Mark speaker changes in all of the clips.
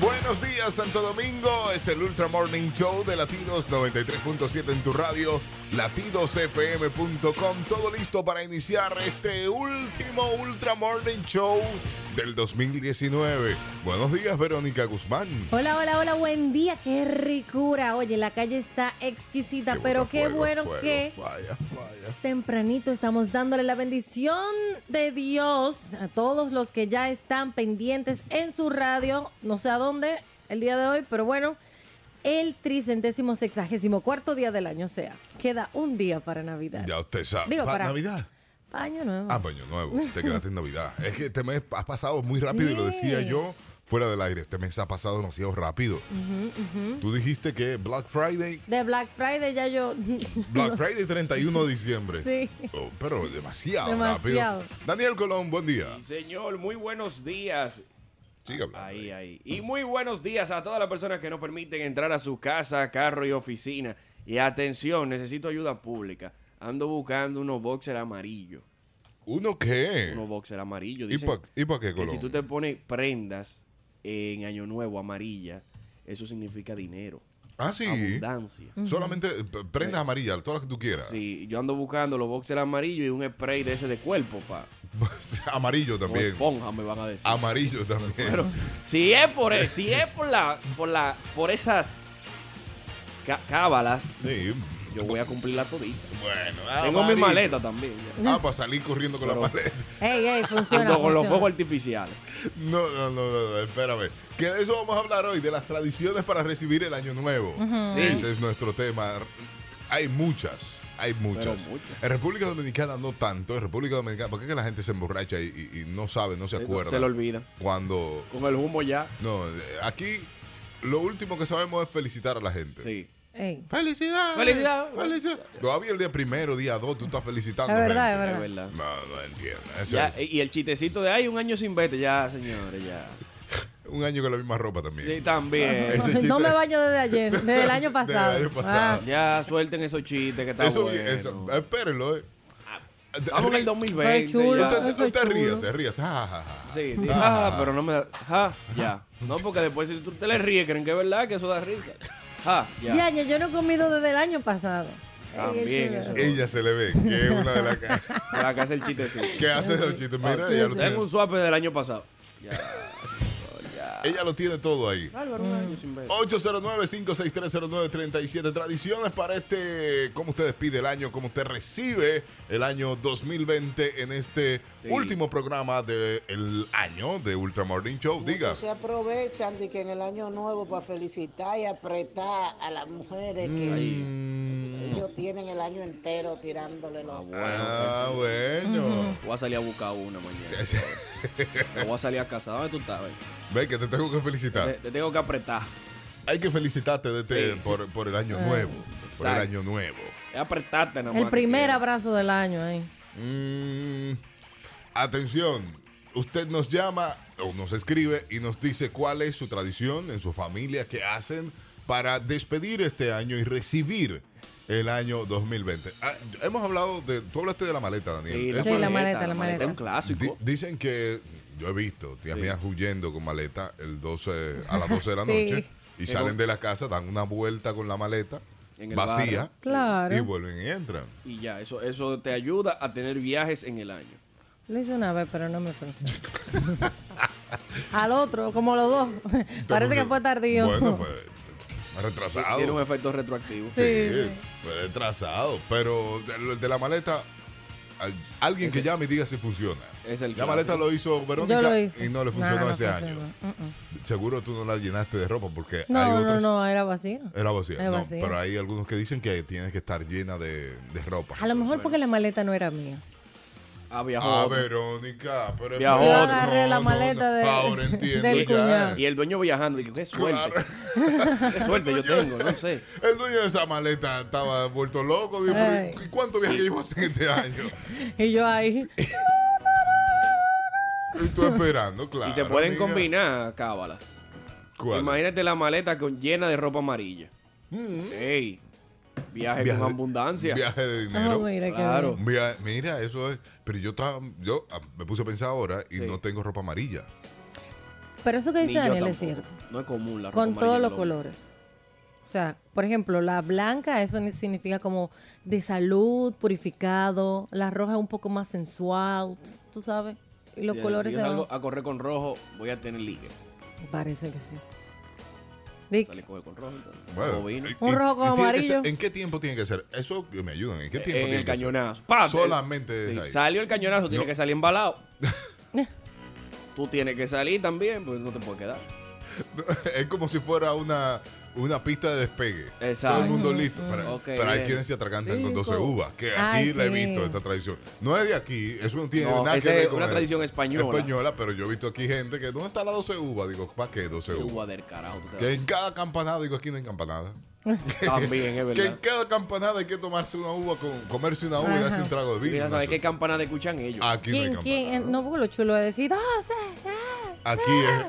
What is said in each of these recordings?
Speaker 1: Buenos días, Santo Domingo. Es el Ultra Morning Show de Latidos 93.7 en tu radio, latidosfm.com. Todo listo para iniciar este último Ultra Morning Show del 2019. Buenos días, Verónica Guzmán.
Speaker 2: Hola, hola, hola, buen día, qué ricura. Oye, la calle está exquisita,
Speaker 1: Qué
Speaker 2: pero
Speaker 1: botafuego,
Speaker 2: qué bueno
Speaker 1: fuego,
Speaker 2: que
Speaker 1: Falla, falla.
Speaker 2: tempranito estamos dándole la bendición de Dios a todos los que ya están pendientes en su radio, no sé a dónde el día de hoy, pero bueno, el tricentésimo sexagésimo cuarto día del año, o sea, queda un día para Navidad.
Speaker 1: Ya usted sabe.
Speaker 2: Digo,
Speaker 1: Pa-
Speaker 2: para-
Speaker 1: Navidad.
Speaker 2: Año nuevo.
Speaker 1: Ah, Año Nuevo. Te quedaste en Navidad. Es que este mes ha pasado muy rápido y lo
Speaker 2: Sí.
Speaker 1: decía yo fuera del aire. Este mes ha pasado demasiado rápido. Tú dijiste que Black Friday
Speaker 2: De Black Friday ya yo...
Speaker 1: Black Friday 31 de diciembre.
Speaker 2: Sí.
Speaker 1: Oh, pero demasiado,
Speaker 2: Demasiado.
Speaker 1: rápido. Daniel Colón, buen día.
Speaker 3: Sí, señor, muy buenos días.
Speaker 1: Sigue hablando.
Speaker 3: Ahí, ahí. Y muy buenos días a todas las personas que no permiten entrar a su casa, carro y oficina. Y atención, necesito ayuda pública. Ando buscando unos boxer amarillos.
Speaker 1: ¿Uno qué?
Speaker 3: Unos boxer amarillos.
Speaker 1: ¿Y
Speaker 3: Dicen
Speaker 1: para qué,
Speaker 3: que
Speaker 1: Colón?
Speaker 3: si tú te pones prendas en Año Nuevo amarillas, eso significa dinero.
Speaker 1: Ah, sí.
Speaker 3: Abundancia.
Speaker 1: Solamente eh, p- prendas amarillas, todas las que tú quieras.
Speaker 3: Sí, yo ando buscando los boxer amarillos y un spray de ese de cuerpo, pa.
Speaker 1: Amarillo
Speaker 3: O
Speaker 1: también.
Speaker 3: esponja, me van a decir.
Speaker 1: Amarillo también.
Speaker 3: Pero si es por e, si es por la por la por esas ca- cábalas,
Speaker 1: Sí.
Speaker 3: yo voy a cumplir la todita.
Speaker 1: Bueno,
Speaker 3: Tengo mi
Speaker 1: amarillo.
Speaker 3: maleta también. ya.
Speaker 1: Ah, para salir corriendo con la
Speaker 3: Pero-
Speaker 1: maleta.
Speaker 2: Ey, ey, funciona.
Speaker 3: Junto con los
Speaker 2: funciona.
Speaker 3: fuegos artificiales.
Speaker 1: No, no, no, no, no, espérame. Que de eso vamos a hablar hoy, de las tradiciones para recibir el año nuevo.
Speaker 3: Sí.
Speaker 1: Ese es nuestro tema. Hay muchas, hay muchas.
Speaker 3: Pero muchas.
Speaker 1: En República Dominicana no tanto. En República Dominicana, ¿por qué que la gente se emborracha y, y- y no sabe, no se acuerda?
Speaker 3: Se le olvida.
Speaker 1: Cuando.
Speaker 3: Con el humo ya.
Speaker 1: No, eh, aquí lo último que sabemos es felicitar a la gente.
Speaker 3: Sí.
Speaker 2: Ey,
Speaker 1: ¡Felicidades!
Speaker 3: Felicidades.
Speaker 1: ¡Felicidades! Todavía el día primero, día dos, tú estás felicitando.
Speaker 2: Es verdad,
Speaker 1: gente.
Speaker 3: Es verdad.
Speaker 1: No, no entiendo. Eso
Speaker 3: Ya,
Speaker 1: es
Speaker 3: y y el chistecito de ay, un año sin vete, ya, señores, ya.
Speaker 1: un año con la misma ropa también.
Speaker 3: Sí, también.
Speaker 1: Ese chiste-
Speaker 2: No me baño desde ayer, desde el año pasado.
Speaker 1: Del año pasado.
Speaker 3: Ya suelten esos chistes que está
Speaker 1: Eso,
Speaker 3: bueno.
Speaker 1: eso, espérenlo, eh.
Speaker 3: Estamos en el
Speaker 2: Pero
Speaker 3: 2020.
Speaker 2: chulo.
Speaker 3: ya.
Speaker 1: Entonces,
Speaker 2: Eso es
Speaker 1: usted
Speaker 2: chulo.
Speaker 1: ríe, se ríe. Ja, ja, ja.
Speaker 3: Sí, sí. Ah, pero no me da. Ja, ya. No, porque después si tú te le ríes, creen que es verdad que eso da risa. Ja, ya.
Speaker 2: Diaño, yo no he comido desde el año pasado. Ey,
Speaker 1: Ah,
Speaker 3: También,
Speaker 2: qué chulo.
Speaker 3: eso es
Speaker 1: Ella se le ve, que es una de las que,
Speaker 3: Por acá hace el chistecito.
Speaker 1: que hace los chistes. Mira, ella lo,
Speaker 3: Tengo
Speaker 1: tiene,
Speaker 3: un swap del año pasado. Ya.
Speaker 1: ella lo tiene todo ahí.
Speaker 3: Álvaro, un año sin ver.
Speaker 1: 809-56309-37. Tradiciones para este, cómo usted despide el año, cómo usted recibe el año 2020 en este
Speaker 3: Sí.
Speaker 1: último programa del año de Ultra Morning Show. Diga.
Speaker 4: Muchos se aprovechan de que en el año nuevo para felicitar y apretar a las mujeres que ellos tienen el año entero tirándole los
Speaker 1: Mm. Ah, bueno.
Speaker 3: Voy a salir a buscar una mañana.
Speaker 1: Sí, sí.
Speaker 3: Me voy a salir a casa. ¿Dónde tú estás? ven?
Speaker 1: Ve que te tengo que
Speaker 3: Te,
Speaker 1: felicitar.
Speaker 3: te tengo que apretar.
Speaker 1: Hay que felicitarte de este-
Speaker 3: Sí.
Speaker 1: por, por el año nuevo. Por el
Speaker 3: Exacto.
Speaker 1: año nuevo.
Speaker 3: Es apretarte nada más.
Speaker 2: El
Speaker 3: que
Speaker 2: primer
Speaker 3: quiero.
Speaker 2: abrazo del año eh. ahí.
Speaker 1: Mm, atención, usted nos llama o nos escribe y nos dice cuál es su tradición en su familia que hacen para despedir este año y recibir el año 2020. Ah, hemos hablado de, tú hablaste de la maleta, Daniel.
Speaker 3: Sí,
Speaker 1: Es
Speaker 2: Sí, la
Speaker 1: más,
Speaker 2: maleta, la maleta.
Speaker 3: Es un
Speaker 1: di-
Speaker 3: clásico.
Speaker 1: dicen que yo he visto tías
Speaker 3: Sí.
Speaker 1: mías huyendo con maleta el 12 a las 12 de la
Speaker 2: Sí.
Speaker 1: noche y
Speaker 3: Es
Speaker 1: salen
Speaker 3: como-
Speaker 1: de la casa, dan una vuelta con la maleta
Speaker 3: En el
Speaker 1: vacía
Speaker 3: barrio.
Speaker 1: y
Speaker 2: Claro.
Speaker 1: vuelven y entran.
Speaker 3: Y ya, eso, eso te ayuda a tener viajes en el año.
Speaker 2: Lo hice una vez, pero no me funcionó. Al otro, como los dos. Parece que fue tardío.
Speaker 1: Bueno, pues retrasado.
Speaker 3: Tiene un efecto retroactivo.
Speaker 1: Sí,
Speaker 2: Sí, sí.
Speaker 1: fue retrasado. Pero de, de la maleta, al- alguien que llame y diga si funciona.
Speaker 3: Es el
Speaker 1: la
Speaker 3: clásico.
Speaker 1: maleta lo hizo Verónica
Speaker 2: Yo lo hice.
Speaker 1: y no le funcionó
Speaker 2: Nah, no
Speaker 1: ese año.
Speaker 2: funcionó. Mm-mm.
Speaker 1: Seguro tú no la llenaste de ropa porque hay
Speaker 2: No, no,
Speaker 1: otros.
Speaker 2: no, era vacío.
Speaker 1: Era vacía.
Speaker 2: Era
Speaker 1: no,
Speaker 2: vacía.
Speaker 1: pero hay algunos que dicen que tienes que estar llena de, de ropa.
Speaker 2: A lo mejor porque la maleta no era mía.
Speaker 3: Ah, viajó.
Speaker 1: Ah, Verónica, ah, pero
Speaker 3: Viajó.
Speaker 1: espera,
Speaker 3: Yo
Speaker 2: agarré la maleta de-
Speaker 1: Ahora entiendo
Speaker 2: del
Speaker 1: ya.
Speaker 2: cuñado.
Speaker 3: Y el dueño viajando, digo, qué suerte.
Speaker 1: Claro.
Speaker 3: Qué suerte yo tengo, no sé.
Speaker 1: El dueño de esa maleta estaba vuelto loco. Dijo,
Speaker 2: Ay.
Speaker 1: ¿y cuánto viaje iba a hacer este año?
Speaker 2: Y yo ahí.
Speaker 1: Estoy esperando, claro.
Speaker 3: Y se pueden
Speaker 1: amiga.
Speaker 3: combinar cábalas.
Speaker 1: ¿Cuál? Mm.
Speaker 3: Imagínate la maleta con, llena de ropa amarilla. ¡Ey! Viaje, con abundancia.
Speaker 1: Viaje de
Speaker 2: Ah,
Speaker 1: dinero.
Speaker 2: mira qué
Speaker 3: Claro.
Speaker 2: bien.
Speaker 1: Mira, mira, eso es. Pero yo estaba, yo ah, me puse a pensar ahora y
Speaker 3: Sí.
Speaker 1: no tengo ropa amarilla.
Speaker 2: Pero eso que
Speaker 3: Ni
Speaker 2: dice
Speaker 3: yo
Speaker 2: Pues, Daniel es
Speaker 3: tampoco.
Speaker 2: cierto.
Speaker 3: No es común la
Speaker 2: Con
Speaker 3: ropa
Speaker 2: todos
Speaker 3: amarilla
Speaker 2: los
Speaker 3: y
Speaker 2: colores. O sea, por ejemplo, la blanca, eso ni- significa como de salud, purificado. La roja es un poco más sensual, tú sabes. Y los
Speaker 3: Si-
Speaker 2: colores
Speaker 3: si
Speaker 2: se
Speaker 3: yo
Speaker 2: van.
Speaker 3: salgo a correr con rojo, voy a tener ligue.
Speaker 2: Parece que sí. Dick,
Speaker 3: Sale a correr con rojo, entonces.
Speaker 1: Bueno,
Speaker 3: bobina.
Speaker 1: y-
Speaker 2: Un
Speaker 1: y-
Speaker 2: rojo con
Speaker 1: y tiene que
Speaker 2: amarillo.
Speaker 1: ser- ¿En qué tiempo tiene que ser? Eso que me ayudan. ¿En qué tiempo
Speaker 3: Eh, en
Speaker 1: tiene
Speaker 3: el
Speaker 1: que ser?
Speaker 3: cañonazo. Pa, eh,
Speaker 1: Solamente
Speaker 3: sí,
Speaker 1: ahí.
Speaker 3: salió el cañonazo, tiene
Speaker 1: No.
Speaker 3: que salir embalado. Tú tienes que salir también, pues no te puedes quedar.
Speaker 1: es como si fuera una, una pista de despegue.
Speaker 3: Exacto.
Speaker 1: Todo el mundo listo. Para,
Speaker 3: Ok,
Speaker 1: pero hay
Speaker 3: bien.
Speaker 1: quienes se atragantan con
Speaker 3: Cinco.
Speaker 1: 12 uvas. Que aquí
Speaker 2: Ay,
Speaker 1: la he
Speaker 2: sí.
Speaker 1: visto, esta tradición. No es de aquí, eso no tiene
Speaker 3: No,
Speaker 1: nada que
Speaker 3: esa es
Speaker 1: ver con
Speaker 3: una
Speaker 1: eso.
Speaker 3: tradición española.
Speaker 1: Española, pero yo he visto aquí gente que, ¿dónde está la 12 uvas? Digo, ¿para qué 12
Speaker 3: Qué
Speaker 1: uvas?
Speaker 3: uva del carajo. tú te
Speaker 1: Que en cada campanada, digo, aquí no hay campanada.
Speaker 3: vas. También, es
Speaker 1: Que en
Speaker 3: verdad.
Speaker 1: cada campanada hay que tomarse una uva, con, comerse una uva y
Speaker 2: Ajá.
Speaker 1: darse un trago de
Speaker 3: Porque
Speaker 1: vino.
Speaker 3: Ya
Speaker 1: una
Speaker 3: sabes qué
Speaker 1: sopa.
Speaker 3: campana de escuchan ellos.
Speaker 1: Aquí no hay
Speaker 2: ¿Quién,
Speaker 1: campanada.
Speaker 2: quién? No, porque lo chulo es decir, ¡Ah, sí, ah".
Speaker 1: Aquí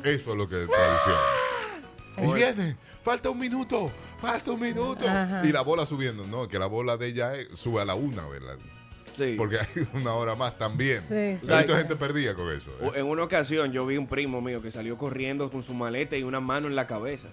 Speaker 1: es, eso es lo que es tradición.
Speaker 3: Ah.
Speaker 1: Y viene, falta un minuto, falta un minuto.
Speaker 2: Ajá.
Speaker 1: Y la bola subiendo, no, que la bola de ella es- sube a la una, ¿verdad?
Speaker 3: Sí.
Speaker 1: Porque hay una hora más también.
Speaker 2: Sí,
Speaker 1: He
Speaker 2: sí,
Speaker 1: visto
Speaker 3: sí.
Speaker 1: gente perdida con eso. ¿eh?
Speaker 3: O- En una ocasión yo vi un primo mío que salió corriendo con su maleta y una mano en la cabeza.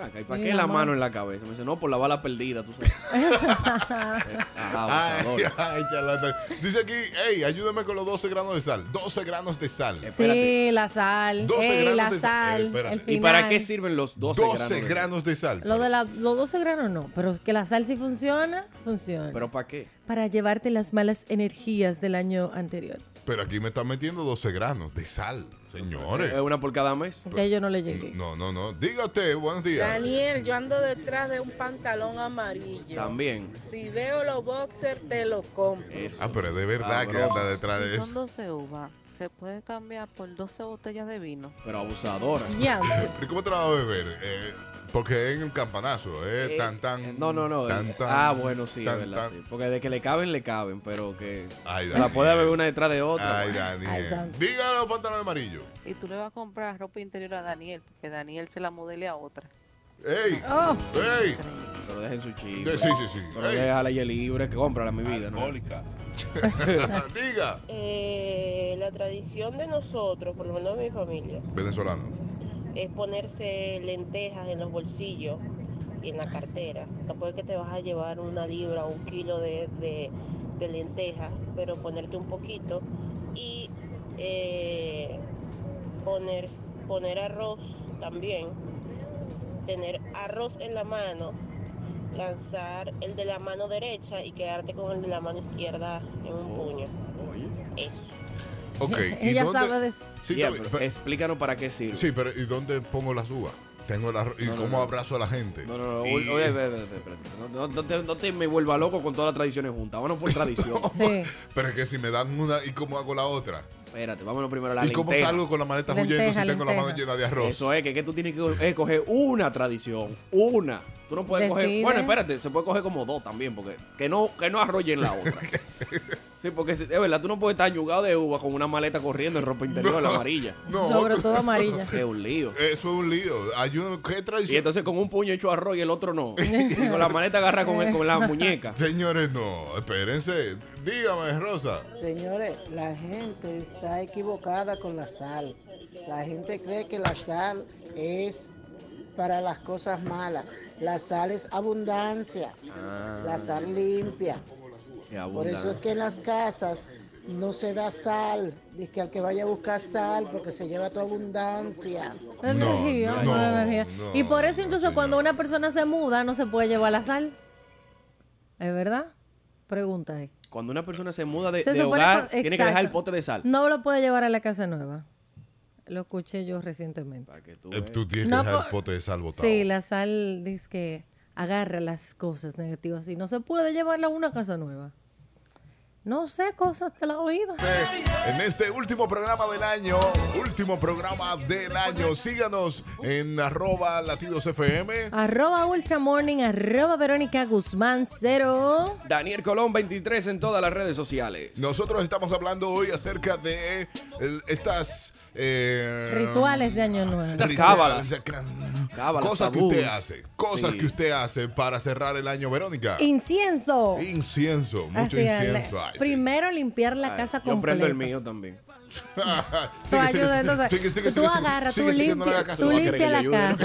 Speaker 3: Ah, ¿Y para
Speaker 2: Y
Speaker 3: qué
Speaker 2: la
Speaker 3: la
Speaker 2: mano.
Speaker 3: mano en la cabeza? Me dice, no, por la bala perdida, tú sabes. Ah,
Speaker 1: Ay,
Speaker 3: abusador.
Speaker 1: ay, charlatán. Dice aquí, hey, ayúdame con los 12 granos de sal. 12 granos de sal.
Speaker 2: Sí,
Speaker 3: espérate.
Speaker 2: la sal.
Speaker 1: 12
Speaker 2: Ey,
Speaker 1: granos
Speaker 2: la
Speaker 1: de sal. Eh,
Speaker 2: sal.
Speaker 1: espérate.
Speaker 2: el
Speaker 3: ¿Y para
Speaker 2: final.
Speaker 3: qué sirven los 12,
Speaker 1: 12
Speaker 3: granos? de-
Speaker 1: granos de sal.
Speaker 2: Lo de la- los 12 granos no, pero que la sal sí funciona, funciona.
Speaker 3: ¿Pero para qué?
Speaker 2: para llevarte las malas energías del año anterior.
Speaker 1: Pero aquí me están metiendo 12 granos de sal, señores.
Speaker 3: ¿Es una por cada mes?
Speaker 2: Ya yo no le llegué.
Speaker 1: No, no, no. Diga usted, buenos días.
Speaker 5: Daniel, yo ando detrás de un pantalón amarillo.
Speaker 3: También.
Speaker 5: Si veo los boxers, te los compro.
Speaker 3: Eso.
Speaker 1: Ah, pero es de verdad que
Speaker 3: Sabroso.
Speaker 1: anda detrás de
Speaker 6: Si
Speaker 1: eso.
Speaker 6: son 12 uvas, se puede cambiar por 12 botellas de vino.
Speaker 3: Pero abusadora.
Speaker 2: Ya.
Speaker 1: ¿Y cómo te la vas a beber? Eh, porque en el campanazo, eh,
Speaker 3: Eh,
Speaker 1: tan tan.
Speaker 3: No, no, no.
Speaker 1: tan,
Speaker 3: eh,
Speaker 1: tan,
Speaker 3: ah, bueno, sí,
Speaker 1: tan,
Speaker 3: es verdad.
Speaker 1: tan.
Speaker 3: sí. Porque de que le caben, le caben, pero que
Speaker 1: Ay,
Speaker 3: la puede haber una detrás de otra. pues.
Speaker 1: Ay,
Speaker 3: bueno.
Speaker 2: Ay,
Speaker 1: Daniel.
Speaker 2: santo.
Speaker 1: Dígalo los pantalones amarillos.
Speaker 6: Y tú le vas a comprar ropa interior a Daniel, porque Daniel se la modele a otra.
Speaker 1: ¡Ey!
Speaker 2: Oh,
Speaker 1: ¡Ey!
Speaker 3: Pero dejen su chico.
Speaker 1: De- sí, sí, sí.
Speaker 3: Pero
Speaker 1: Ey.
Speaker 3: déjala y libre, que cómprala mi vida, ¿no?
Speaker 1: Diga.
Speaker 5: Eh, la tradición de nosotros, por lo menos de mi familia,
Speaker 1: Venezolano.
Speaker 5: es ponerse lentejas en los bolsillos y en la cartera. Tampoco es que te vas a llevar una libra o un kilo de, de- de lentejas, pero ponerte un poquito y eh, poner, poner arroz también. Tener arroz en la mano, lanzar el de la mano derecha y quedarte con el de la mano izquierda en un puño. Eso.
Speaker 1: Ok. ¿y
Speaker 2: ella
Speaker 1: dónde-
Speaker 2: sabe de eso.
Speaker 1: Sí,
Speaker 3: Yeah,
Speaker 1: está bien,
Speaker 3: pero
Speaker 1: pe-
Speaker 3: explícanos para qué sirve.
Speaker 1: sí, pero ¿y dónde pongo las uvas? Tengo la, ¿Y
Speaker 3: No, no,
Speaker 1: cómo
Speaker 3: no.
Speaker 1: abrazo a la gente?
Speaker 3: No, no, no.
Speaker 1: Y-
Speaker 3: oye, oye, espérate, espérate, espérate. No, no, no te, no te me vuelva loco con todas las tradiciones juntas. Vámonos por tradición.
Speaker 2: Sí.
Speaker 1: Pero es que si me dan una, ¿y cómo hago la otra?
Speaker 3: Espérate, vámonos primero a la
Speaker 1: ¿Y cómo
Speaker 3: lenteja.
Speaker 1: salgo con la maleta
Speaker 2: Lenteja,
Speaker 1: huyendo si tengo la
Speaker 2: lenteja.
Speaker 1: mano llena de arroz?
Speaker 3: Eso es, que, que tú tienes que co- escoger una tradición. Una. Tú no puedes coger.
Speaker 2: Decide.
Speaker 3: Bueno, espérate, se puede coger como dos también, porque que no, que no arrollen la otra. sí, porque si- es verdad, tú no puedes estar yugado de uva con una maleta corriendo en ropa interior la amarilla.
Speaker 1: No,
Speaker 2: Sobre
Speaker 1: tú-
Speaker 2: todo amarilla.
Speaker 3: Qué un lío.
Speaker 1: eso es un lío. Ayúdame, ¿qué
Speaker 3: Y
Speaker 1: tradición?
Speaker 3: entonces con un puño hecho arroz y el otro no. Y con la maleta agarra con, el- con la muñeca.
Speaker 1: Señores, no, espérense. Dígame, Rosa.
Speaker 4: Señores, la gente está equivocada con la sal. La gente cree que la sal es para las cosas malas. La sal es abundancia. La sal limpia.
Speaker 3: Qué
Speaker 4: Por eso es
Speaker 3: abundante.
Speaker 4: que en las casas no se da sal. Dice que al que vaya a buscar sal porque se lleva tu abundancia.
Speaker 2: La
Speaker 1: No,
Speaker 2: energía,
Speaker 1: no,
Speaker 2: la energía.
Speaker 1: no,
Speaker 2: y por eso
Speaker 1: no,
Speaker 2: incluso
Speaker 1: sí,
Speaker 2: cuando
Speaker 1: no.
Speaker 2: una persona se muda no se puede llevar la sal. ¿Es verdad? Pregunta ahí.
Speaker 3: Cuando una persona se muda de,
Speaker 2: Se
Speaker 3: de
Speaker 2: supone
Speaker 3: hogar,
Speaker 2: cu-
Speaker 3: tiene que
Speaker 2: exacto.
Speaker 3: dejar el pote de sal.
Speaker 2: No lo puede llevar a la casa nueva. Lo escuché yo recientemente.
Speaker 3: Para que tú
Speaker 1: Eh,
Speaker 3: veas.
Speaker 1: Tú tienes
Speaker 2: No,
Speaker 1: que dejar el
Speaker 2: por-
Speaker 1: pote de sal botado.
Speaker 2: Sí, la sal dice que agarra las cosas negativas y no se puede llevarla a una casa nueva. No sé cosas de la vida.
Speaker 1: En este último programa del año, último programa del año, síganos en arroba latidos FM.
Speaker 2: Arroba Ultra Morning, arroba Verónica Guzmán, cero.
Speaker 3: Daniel Colón 23 en todas las redes sociales.
Speaker 1: Nosotros estamos hablando hoy acerca de el- estas... eh,
Speaker 2: Rituales de Año Nuevo.
Speaker 3: Estas
Speaker 1: rituales,
Speaker 3: cábalas.
Speaker 1: eh, can-
Speaker 3: Cábalas,
Speaker 1: cosas que
Speaker 3: tabú.
Speaker 1: usted hace, cosas
Speaker 3: Sí.
Speaker 1: que usted hace para cerrar el año, Verónica.
Speaker 2: Incienso.
Speaker 1: Incienso, mucho
Speaker 2: Así es,
Speaker 1: incienso.
Speaker 2: la-
Speaker 1: Ay, sí.
Speaker 2: primero limpiar la casa
Speaker 3: Yo prendo
Speaker 2: completa.
Speaker 3: el mío también.
Speaker 2: Tú ayuda, entonces, tú agarras, tú limpias, tú
Speaker 3: No va a querer
Speaker 2: limpias
Speaker 3: que
Speaker 2: la
Speaker 3: le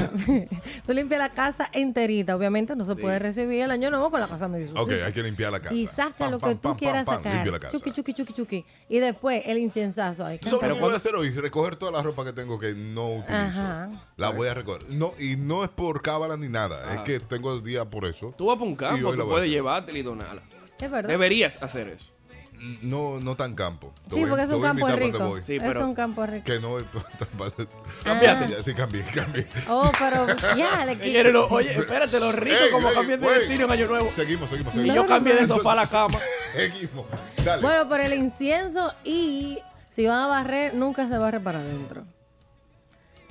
Speaker 3: ayude,
Speaker 2: casa. tú limpias la casa enterita, obviamente no se puede recibir el año nuevo con la casa medio
Speaker 1: Ok,
Speaker 2: sucia.
Speaker 1: hay que limpiar la casa.
Speaker 2: Y saca
Speaker 1: Pam,
Speaker 2: lo que
Speaker 1: pam,
Speaker 2: tú
Speaker 1: pam,
Speaker 2: quieras
Speaker 1: pam, pam,
Speaker 2: sacar.
Speaker 1: Limpia la casa.
Speaker 2: Chuki, chuki, chuki, chuki. Y después el inciensazo ahí.
Speaker 1: Eso es lo que
Speaker 3: Pero
Speaker 1: yo voy a
Speaker 3: cuando- Ah.
Speaker 1: hacer hoy, recoger toda la ropa que tengo que no utilizo.
Speaker 2: Ajá.
Speaker 1: La voy a recoger. No, y no es por cábala ni nada, es que tengo el día por eso.
Speaker 3: Tú vas para un
Speaker 1: Y
Speaker 3: campo,
Speaker 1: hoy la voy
Speaker 3: tú
Speaker 1: a
Speaker 3: puedes
Speaker 1: hacer.
Speaker 3: llevártela y donarla.
Speaker 2: Es verdad.
Speaker 3: Deberías hacer eso.
Speaker 1: Mm, No, no tan campo. Te
Speaker 2: Sí,
Speaker 1: voy-
Speaker 2: porque es
Speaker 1: te
Speaker 2: un
Speaker 1: voy a
Speaker 2: campo
Speaker 1: invitar para
Speaker 2: rico.
Speaker 1: donde voy.
Speaker 3: Sí,
Speaker 2: Es
Speaker 3: pero-
Speaker 2: un campo rico.
Speaker 1: Que no voy
Speaker 3: Cámbiate.
Speaker 1: Ya, Sí, cambié, cambié.
Speaker 2: Oh, pero ya, de
Speaker 3: Ey,
Speaker 2: que.
Speaker 3: eres lo- oye, espérate, los ricos
Speaker 1: Ey,
Speaker 3: como
Speaker 1: ey,
Speaker 3: cambian de
Speaker 1: güey.
Speaker 3: destino en Año Nuevo.
Speaker 1: Seguimos, seguimos,
Speaker 3: Y
Speaker 1: seguimos.
Speaker 3: yo cambié de sofá a la
Speaker 1: Entonces,
Speaker 3: cama.
Speaker 1: Seguimos. Dale.
Speaker 2: Bueno, por el incienso y si van a barrer, nunca se barre para adentro.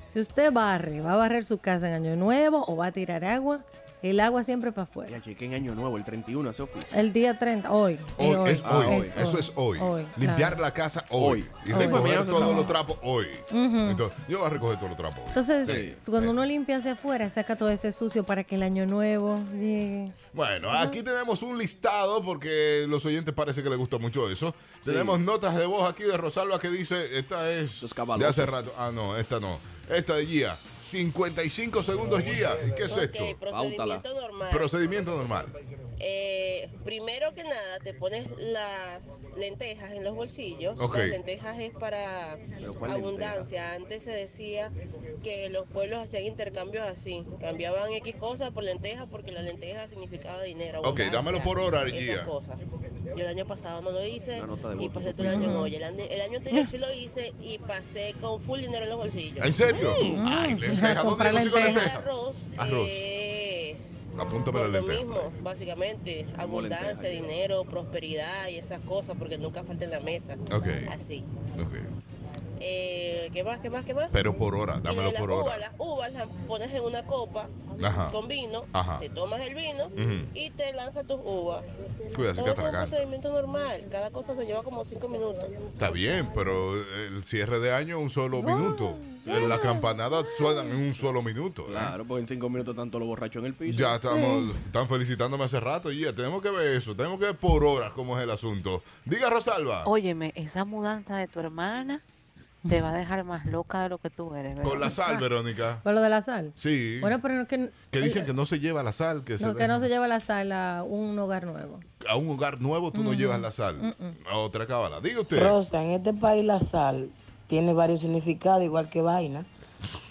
Speaker 2: Si usted barre, va a barrer su casa en Año Nuevo o va a tirar agua, el agua siempre para afuera.
Speaker 3: Mira, chequé en Año Nuevo, el 31, ese oficio.
Speaker 2: El día 30, hoy.
Speaker 1: Hoy, es
Speaker 3: Ah,
Speaker 1: hoy.
Speaker 3: hoy.
Speaker 1: Eso es hoy. Limpiar
Speaker 2: claro.
Speaker 1: la casa hoy.
Speaker 3: Hoy.
Speaker 1: Y
Speaker 2: Hoy.
Speaker 1: recoger
Speaker 3: Mañana se
Speaker 1: todos
Speaker 3: trabaja.
Speaker 1: los trapos hoy. Entonces, yo voy a recoger todos los trapos hoy.
Speaker 2: Entonces,
Speaker 1: Sí.
Speaker 2: tú cuando uno limpia hacia afuera, saca todo ese sucio para que el Año Nuevo llegue.
Speaker 1: Bueno, aquí tenemos un listado porque los oyentes parece que les gusta mucho eso. Tenemos notas de voz aquí de Rosalba que dice, esta es
Speaker 3: Los
Speaker 1: de
Speaker 3: cabalosos.
Speaker 1: hace rato. Ah, no, esta no. Esta de Gia. 55 segundos Gia. ¿Y qué es esto?
Speaker 5: Ok, procedimiento normal.
Speaker 1: Procedimiento normal.
Speaker 5: Eh, primero que nada, te pones las lentejas en los bolsillos.
Speaker 1: Ok.
Speaker 5: Las lentejas es para
Speaker 3: ¿Pero cuál
Speaker 5: abundancia. Antes se decía que los pueblos hacían intercambios así. Cambiaban X cosas por lentejas porque la lenteja significaba dinero.
Speaker 1: Ok,
Speaker 5: abundancia,
Speaker 1: dámelo por hora,
Speaker 5: esas
Speaker 1: Gia.
Speaker 5: cosas. Yo el año pasado no lo hice
Speaker 3: Una nota de
Speaker 5: y
Speaker 3: voz.
Speaker 5: pasé todo el año en olla. El, ande- el año anterior sí lo hice y pasé con full dinero en los bolsillos.
Speaker 1: ¿En serio? Mm. Ay, lenteja. ¿Dónde
Speaker 2: Mm. Comprar
Speaker 1: consigo
Speaker 2: lenteja.
Speaker 1: lenteja?
Speaker 5: arroz,
Speaker 1: Arroz.
Speaker 5: es
Speaker 1: Apúntame la
Speaker 5: por lo
Speaker 1: lenteja.
Speaker 5: mismo, básicamente,
Speaker 3: Como lenteja,
Speaker 5: abundancia,
Speaker 3: ya.
Speaker 5: dinero, prosperidad y esas cosas, porque nunca falta en la mesa.
Speaker 1: Ok.
Speaker 5: Así.
Speaker 1: Ok.
Speaker 5: Eh, ¿Qué más? ¿Qué más? ¿Qué más?
Speaker 1: Pero por hora,
Speaker 5: Y
Speaker 1: dámelo
Speaker 5: las
Speaker 1: por
Speaker 5: uvas,
Speaker 1: hora.
Speaker 5: Las uvas las pones en una copa
Speaker 1: Ajá.
Speaker 5: con vino,
Speaker 1: Ajá.
Speaker 5: te tomas el vino
Speaker 1: Ujú.
Speaker 5: y te lanzas tus uvas.
Speaker 1: Cuidado, si
Speaker 5: Todo
Speaker 1: te
Speaker 5: es un
Speaker 1: atracan.
Speaker 5: procedimiento normal, cada cosa se lleva como cinco minutos.
Speaker 1: Está bien, pero el cierre de año un solo minuto. La campanada suena en un solo minuto. ¿eh?
Speaker 3: Claro, porque en cinco minutos tanto lo borracho en el piso.
Speaker 1: Ya estamos, están felicitándome hace rato, ya tenemos que ver eso, tenemos que ver por horas cómo es el asunto. Diga Rosalba,
Speaker 6: Óyeme, esa mudanza de tu hermana te va a dejar más loca de lo que tú eres, ¿verdad?
Speaker 1: con la sal, Verónica.
Speaker 2: Ah, ¿Con lo de la sal?
Speaker 1: Sí.
Speaker 2: Bueno, pero no es que.
Speaker 1: que dicen que no se lleva la sal, que, se
Speaker 2: No, que no
Speaker 1: deja-
Speaker 2: se lleva la sal a un hogar nuevo.
Speaker 1: a un hogar nuevo tú no
Speaker 2: Mm.
Speaker 1: llevas la sal. A Otra cábala. Diga usted.
Speaker 7: Rosa, en este país la sal tiene varios significados, igual que vaina.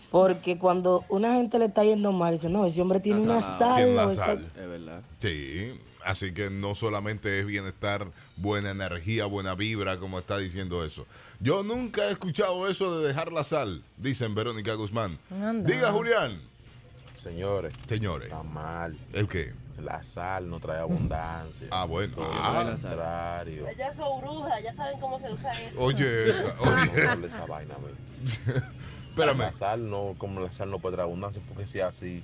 Speaker 7: Porque cuando una gente le está yendo mal, dice, no, ese hombre tiene
Speaker 3: Está
Speaker 7: una sal.
Speaker 3: salado.
Speaker 1: Tiene la
Speaker 7: o está-
Speaker 1: sal.
Speaker 3: Es verdad.
Speaker 1: Sí. Así que no solamente es bienestar, buena energía, buena vibra, como está diciendo eso. Yo nunca he escuchado eso de dejar la sal, dicen Verónica Guzmán.
Speaker 2: Anda.
Speaker 1: Diga Julián,
Speaker 8: Señores,
Speaker 1: señores,
Speaker 8: está mal.
Speaker 1: ¿el qué?
Speaker 8: La sal no trae abundancia.
Speaker 1: Ah, bueno.
Speaker 3: Ah,
Speaker 8: Al
Speaker 3: la sal.
Speaker 8: contrario.
Speaker 5: Ya son brujas, ya saben cómo se usa eso.
Speaker 1: Oye, esta-
Speaker 8: No
Speaker 1: oye,
Speaker 8: darle esa vaina a mí.
Speaker 1: espérame.
Speaker 8: La sal no, como la sal no puede traer abundancia, porque si así.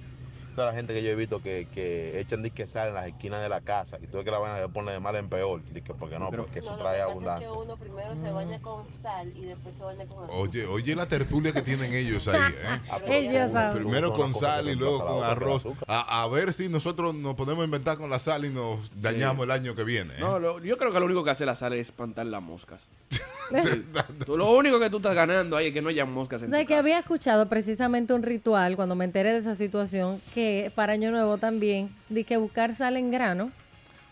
Speaker 8: Toda la gente que yo he visto que, que echan disque sal en las esquinas de la casa y tú ves que la vaina le pone de mal en peor. Disque, porque no,
Speaker 3: Pero-
Speaker 8: porque eso
Speaker 5: No, lo que
Speaker 8: trae
Speaker 5: pasa
Speaker 8: abundancia.
Speaker 5: es que uno primero se baña con sal y después se baña con azúcar.
Speaker 1: Oye, oye la tertulia que tienen ellos ahí, ¿eh?
Speaker 8: Ah, pero
Speaker 2: Ellos
Speaker 8: tú-
Speaker 2: saben.
Speaker 1: Primero
Speaker 8: tú una
Speaker 1: con
Speaker 8: cosa
Speaker 1: sal
Speaker 8: que
Speaker 1: y luego
Speaker 8: reemplaza
Speaker 1: con
Speaker 8: la otra,
Speaker 1: arroz.
Speaker 8: el azúcar.
Speaker 1: A, a ver si nosotros nos podemos inventar con la sal y nos dañamos el año que viene. ¿eh?
Speaker 3: No, lo- yo creo que lo único que hace la sal es espantar las moscas. Sí. Tú- lo único que tú estás ganando ahí es que no haya moscas
Speaker 2: O
Speaker 3: en
Speaker 2: sea,
Speaker 3: tu
Speaker 2: que
Speaker 3: casa.
Speaker 2: había escuchado precisamente un ritual cuando me enteré de esa situación, que para Año Nuevo también, de que buscar sal en grano,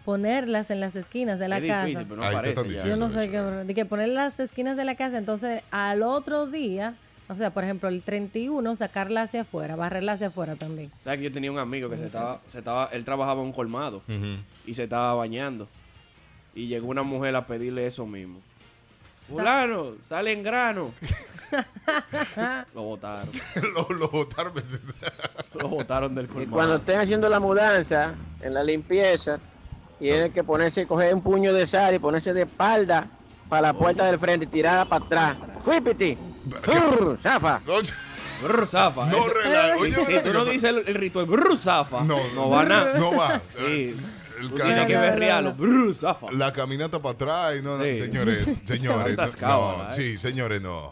Speaker 2: ponerlas en las esquinas de la
Speaker 3: es
Speaker 2: casa.
Speaker 3: difícil, pero no
Speaker 1: Ahí te
Speaker 3: parece
Speaker 1: están
Speaker 3: ya.
Speaker 2: Yo
Speaker 1: diciendo. ¿eh?
Speaker 2: no sé qué, de que poner las esquinas de la casa, entonces al otro día, o sea, por ejemplo, el 31, sacarla hacia afuera, barrerla hacia afuera también.
Speaker 3: ¿Sabes que yo tenía un amigo que se estaba, se estaba, él trabajaba en un colmado y se estaba bañando. Y llegó una mujer a pedirle eso mismo. Fulano, sale en grano. lo botaron.
Speaker 1: lo, lo botaron.
Speaker 3: Lo botaron del colmado.
Speaker 9: Cuando estén haciendo la mudanza, en la limpieza, tiene que ponerse, coger un puño de sal y ponerse de espalda para la puerta del frente y tirada para atrás. ¡Fuipiti! ¡Urr! ¡Zafa!
Speaker 1: Oye,
Speaker 3: Brr, zafa.
Speaker 1: No,
Speaker 3: Ese-
Speaker 1: relaja. Oye,
Speaker 3: si, si
Speaker 1: Verónica,
Speaker 3: tú no dices el, el ritual brr, zafa, no,
Speaker 1: No,
Speaker 3: va nada.
Speaker 1: No va.
Speaker 3: Sí.
Speaker 1: El
Speaker 3: Tú
Speaker 1: ca-
Speaker 3: tienes que
Speaker 2: No, no, no,
Speaker 3: berrearlo.
Speaker 2: no.
Speaker 3: Brr, zafa.
Speaker 1: La caminata para atrás y no, no,
Speaker 3: Sí.
Speaker 1: señores, señores,
Speaker 3: Tantas
Speaker 1: no, no,
Speaker 3: cábalas, ¿eh?
Speaker 1: sí, señores, no.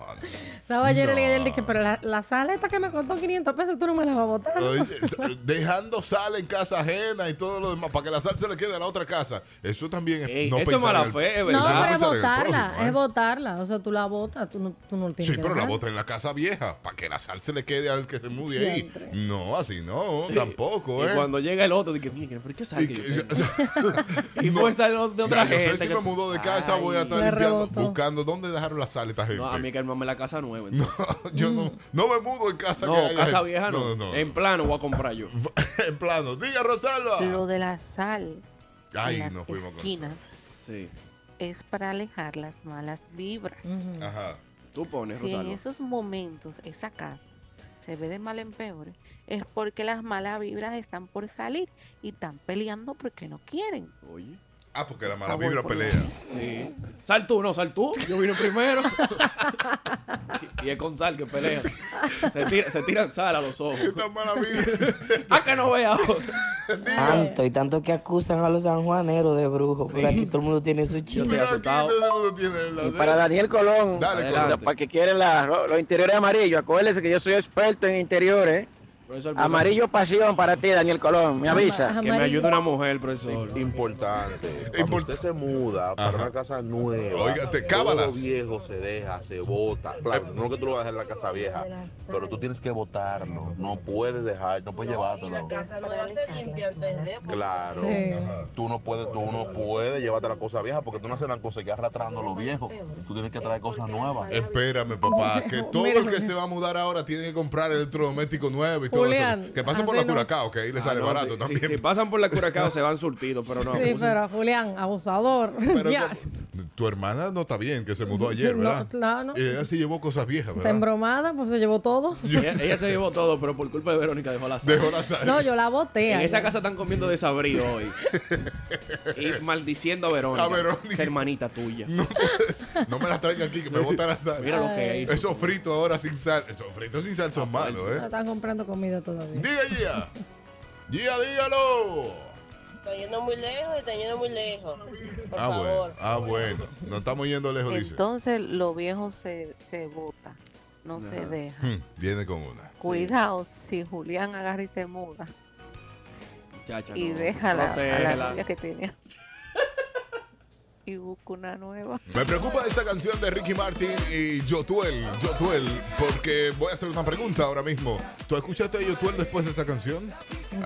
Speaker 2: Estaba ayer
Speaker 1: No.
Speaker 2: y ayer dije, pero la, la sal esta que me costó 500 pesos, tú no me la vas a botar. ¿no?".
Speaker 1: Oye, Dejando sal en casa ajena y todo lo demás, para que la sal se le quede a la otra casa. Eso también es.
Speaker 3: Ey,
Speaker 1: no
Speaker 3: eso es
Speaker 1: pensar
Speaker 3: mala
Speaker 1: en el-
Speaker 3: fe, es
Speaker 1: eso
Speaker 2: No,
Speaker 3: verdad.
Speaker 2: pero es
Speaker 1: pensar en el
Speaker 2: botarla,
Speaker 1: prójimo, ¿eh?
Speaker 2: es botarla. O sea, tú la botas, tú no, tú no tienes
Speaker 1: Sí,
Speaker 2: que
Speaker 1: pero la
Speaker 2: dejar.
Speaker 1: bota en la casa vieja, para que la sal se le quede al que se mude ahí.
Speaker 2: Siempre.
Speaker 1: No, así no, tampoco,
Speaker 3: Y
Speaker 1: ¿eh?
Speaker 3: cuando llega el otro, dije, mire, pero ¿qué
Speaker 1: Y
Speaker 3: sal que yo
Speaker 1: que-
Speaker 3: tengo?" Y fue sal de otra
Speaker 1: Ya, yo
Speaker 3: gente.
Speaker 1: sé si
Speaker 3: que-
Speaker 1: me mudo de casa, voy a
Speaker 3: Ay,
Speaker 1: estar
Speaker 2: Me
Speaker 1: limpiando,
Speaker 2: rebotó.
Speaker 1: buscando dónde dejaron la sal esta gente.
Speaker 3: No, a mí que armarme la casa nueva. entonces.
Speaker 1: yo no, no me mudo en casa
Speaker 3: No,
Speaker 1: que haya-
Speaker 3: casa vieja no. Eh, En plano voy a comprar yo.
Speaker 1: En plano, diga Rosalba.
Speaker 6: Lo de la sal en
Speaker 1: Ay,
Speaker 6: las
Speaker 1: no fuimos con eso.
Speaker 6: esquinas
Speaker 3: Sí.
Speaker 6: es para alejar las malas vibras.
Speaker 2: Ujú.
Speaker 1: Mm. Ajá.
Speaker 3: Tú pones,
Speaker 6: Si en
Speaker 3: Rosalba.
Speaker 6: esos momentos esa casa se ve de mal en peor, es porque las malas vibras están por salir y están peleando porque no quieren.
Speaker 3: Oye.
Speaker 1: Ah, porque la mala
Speaker 6: Por favor,
Speaker 1: vibra
Speaker 6: por
Speaker 1: pelea.
Speaker 3: Sí. Sal tú, no, sal tú. Yo vine primero. y, y es con sal que pelea. Se, tira- se tiran sal a los ojos.
Speaker 1: Esta mala vibra.
Speaker 3: Ah, que no vea ahora.
Speaker 7: Tanto y tanto que acusan a los sanjuaneros de brujos. Por aquí todo el mundo tiene su
Speaker 3: Yo
Speaker 7: chiste.
Speaker 3: estoy
Speaker 1: Mira, aquí
Speaker 3: asustado.
Speaker 1: todo el mundo tiene la
Speaker 9: Y para Daniel Colón,
Speaker 1: Dale,
Speaker 3: Adelante.
Speaker 1: Colón.
Speaker 9: para que quieren la- lo- los interiores amarillos, acuérdese que yo soy experto en interiores.
Speaker 3: Profesor, por
Speaker 9: Amarillo pasión para ti, Daniel Colón, me avisa.
Speaker 3: favor, Que me
Speaker 2: Amarillo.
Speaker 3: ayude una mujer, profesor.
Speaker 8: Importante. Cuando
Speaker 1: Import-
Speaker 8: usted se muda para
Speaker 1: Ajá.
Speaker 8: una casa nueva,
Speaker 1: Óigate,
Speaker 8: todo
Speaker 1: cábalas.
Speaker 8: lo viejo se deja, se bota. Claro, no que tú lo vas a dejar en la casa vieja, pero tú tienes que botarlo. No puedes dejar, no puedes llevártelo.
Speaker 5: Casa nueva se limpia antes de...
Speaker 8: Claro.
Speaker 2: Sí.
Speaker 8: Tú no puedes, tú no puedes llevarte la cosa vieja porque tú no se la conseguías arrastrando lo viejo. Tú tienes que traer cosas nuevas.
Speaker 1: Espérame, papá, que todo
Speaker 2: Mira,
Speaker 1: el que
Speaker 2: mira.
Speaker 1: se va a mudar ahora tiene que comprar electrodoméstico nuevo y todo eso.
Speaker 2: Julián,
Speaker 1: Que pase por
Speaker 2: así
Speaker 1: la
Speaker 2: no.
Speaker 1: Curacao, que ahí le
Speaker 3: Ah,
Speaker 1: sale
Speaker 3: no,
Speaker 1: barato
Speaker 3: si, si-
Speaker 1: también.
Speaker 3: si pasan por la Curacao se van surtidos, pero no.
Speaker 2: Sí,
Speaker 3: abusen.
Speaker 2: pero Julián, abusador.
Speaker 1: Pero
Speaker 2: Ya.
Speaker 1: que- tu hermana no está bien, que se mudó
Speaker 2: Sí,
Speaker 1: ayer,
Speaker 2: no,
Speaker 1: ¿verdad?
Speaker 2: claro.
Speaker 1: Y ella sí llevó cosas viejas,
Speaker 2: Está
Speaker 1: ¿verdad?
Speaker 2: embromada, pues se llevó todo.
Speaker 3: Ella, ella se llevó todo, pero por culpa de Verónica dejó la sal.
Speaker 1: Dejó la sal.
Speaker 2: No, yo la boté.
Speaker 3: En esa
Speaker 2: allá.
Speaker 3: casa están comiendo desabrido hoy. Y maldiciendo a Verónica.
Speaker 1: A Verónica.
Speaker 3: Esa hermanita tuya.
Speaker 1: No, puedes- no me las traiga aquí, que me bota la sal.
Speaker 3: Mira lo que hizo. Ah,
Speaker 1: Esos fritos ahora sin sal. Esos fritos sin sal son malos,
Speaker 2: No
Speaker 1: ¿eh?
Speaker 2: están comprando comida todavía.
Speaker 1: Diga, Gia. Gia, dígalo.
Speaker 5: Están yendo muy lejos, están yendo muy lejos. Por
Speaker 1: Ah, bueno.
Speaker 5: favor.
Speaker 1: Ah, bueno. No estamos yendo lejos, dice.
Speaker 6: Entonces lo viejo se, se bota, no se
Speaker 3: Ajá.
Speaker 6: deja.
Speaker 1: Hmm, viene con una.
Speaker 6: Cuidado si Julián agarra y se muda
Speaker 3: Muchacha,
Speaker 6: y
Speaker 3: no.
Speaker 6: deja la- a la
Speaker 3: Protégela.
Speaker 6: novia que tenía y busca una nueva.
Speaker 1: Me preocupa esta canción de Ricky Martin y Jotuel, Jotuel, porque voy a hacer una pregunta ahora mismo. ¿Tú escuchaste a Jotuel después de esta canción?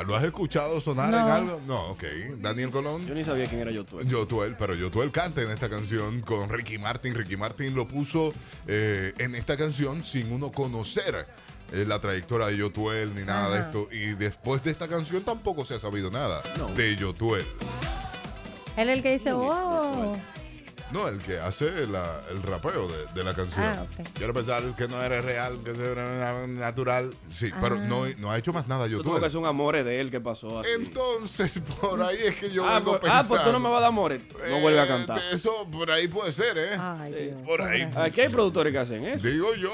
Speaker 1: ¿Lo has escuchado sonar en
Speaker 2: No.
Speaker 1: algo? No, ok. Daniel
Speaker 3: Yo
Speaker 1: Colón.
Speaker 3: ni sabía quién era yo tú.
Speaker 1: Jotuel, pero Jotuel canta en esta canción con Ricky Martin. Ricky Martin lo puso eh, en esta canción sin uno conocer eh, la trayectoria de Jotuel ni nada
Speaker 2: Ajá.
Speaker 1: de esto. Y después de esta canción tampoco se ha sabido nada
Speaker 3: No.
Speaker 1: de Jotuel.
Speaker 2: Él es el que dice, "Oh".
Speaker 3: ¿Quién es
Speaker 2: wow.
Speaker 1: No, el que hace la- el rapeo de, de la canción.
Speaker 2: Ah, ok.
Speaker 1: Quiero pensar que no eres real, que eres natural. Sí, pero no, no ha hecho más nada
Speaker 3: Tú tuvo
Speaker 1: YouTube.
Speaker 3: que ser un amore de él que pasó así.
Speaker 1: Entonces, por ahí es que yo
Speaker 3: ah,
Speaker 1: vengo
Speaker 3: pues, ah,
Speaker 1: pensando.
Speaker 3: pues tú no me vas a dar amores. No vuelve a
Speaker 1: Eh,
Speaker 3: cantar.
Speaker 1: Eso por ahí puede ser, ¿eh?
Speaker 2: Ay, Dios.
Speaker 1: Por ahí.
Speaker 3: Aquí hay productores que hacen eso.
Speaker 1: Digo yo,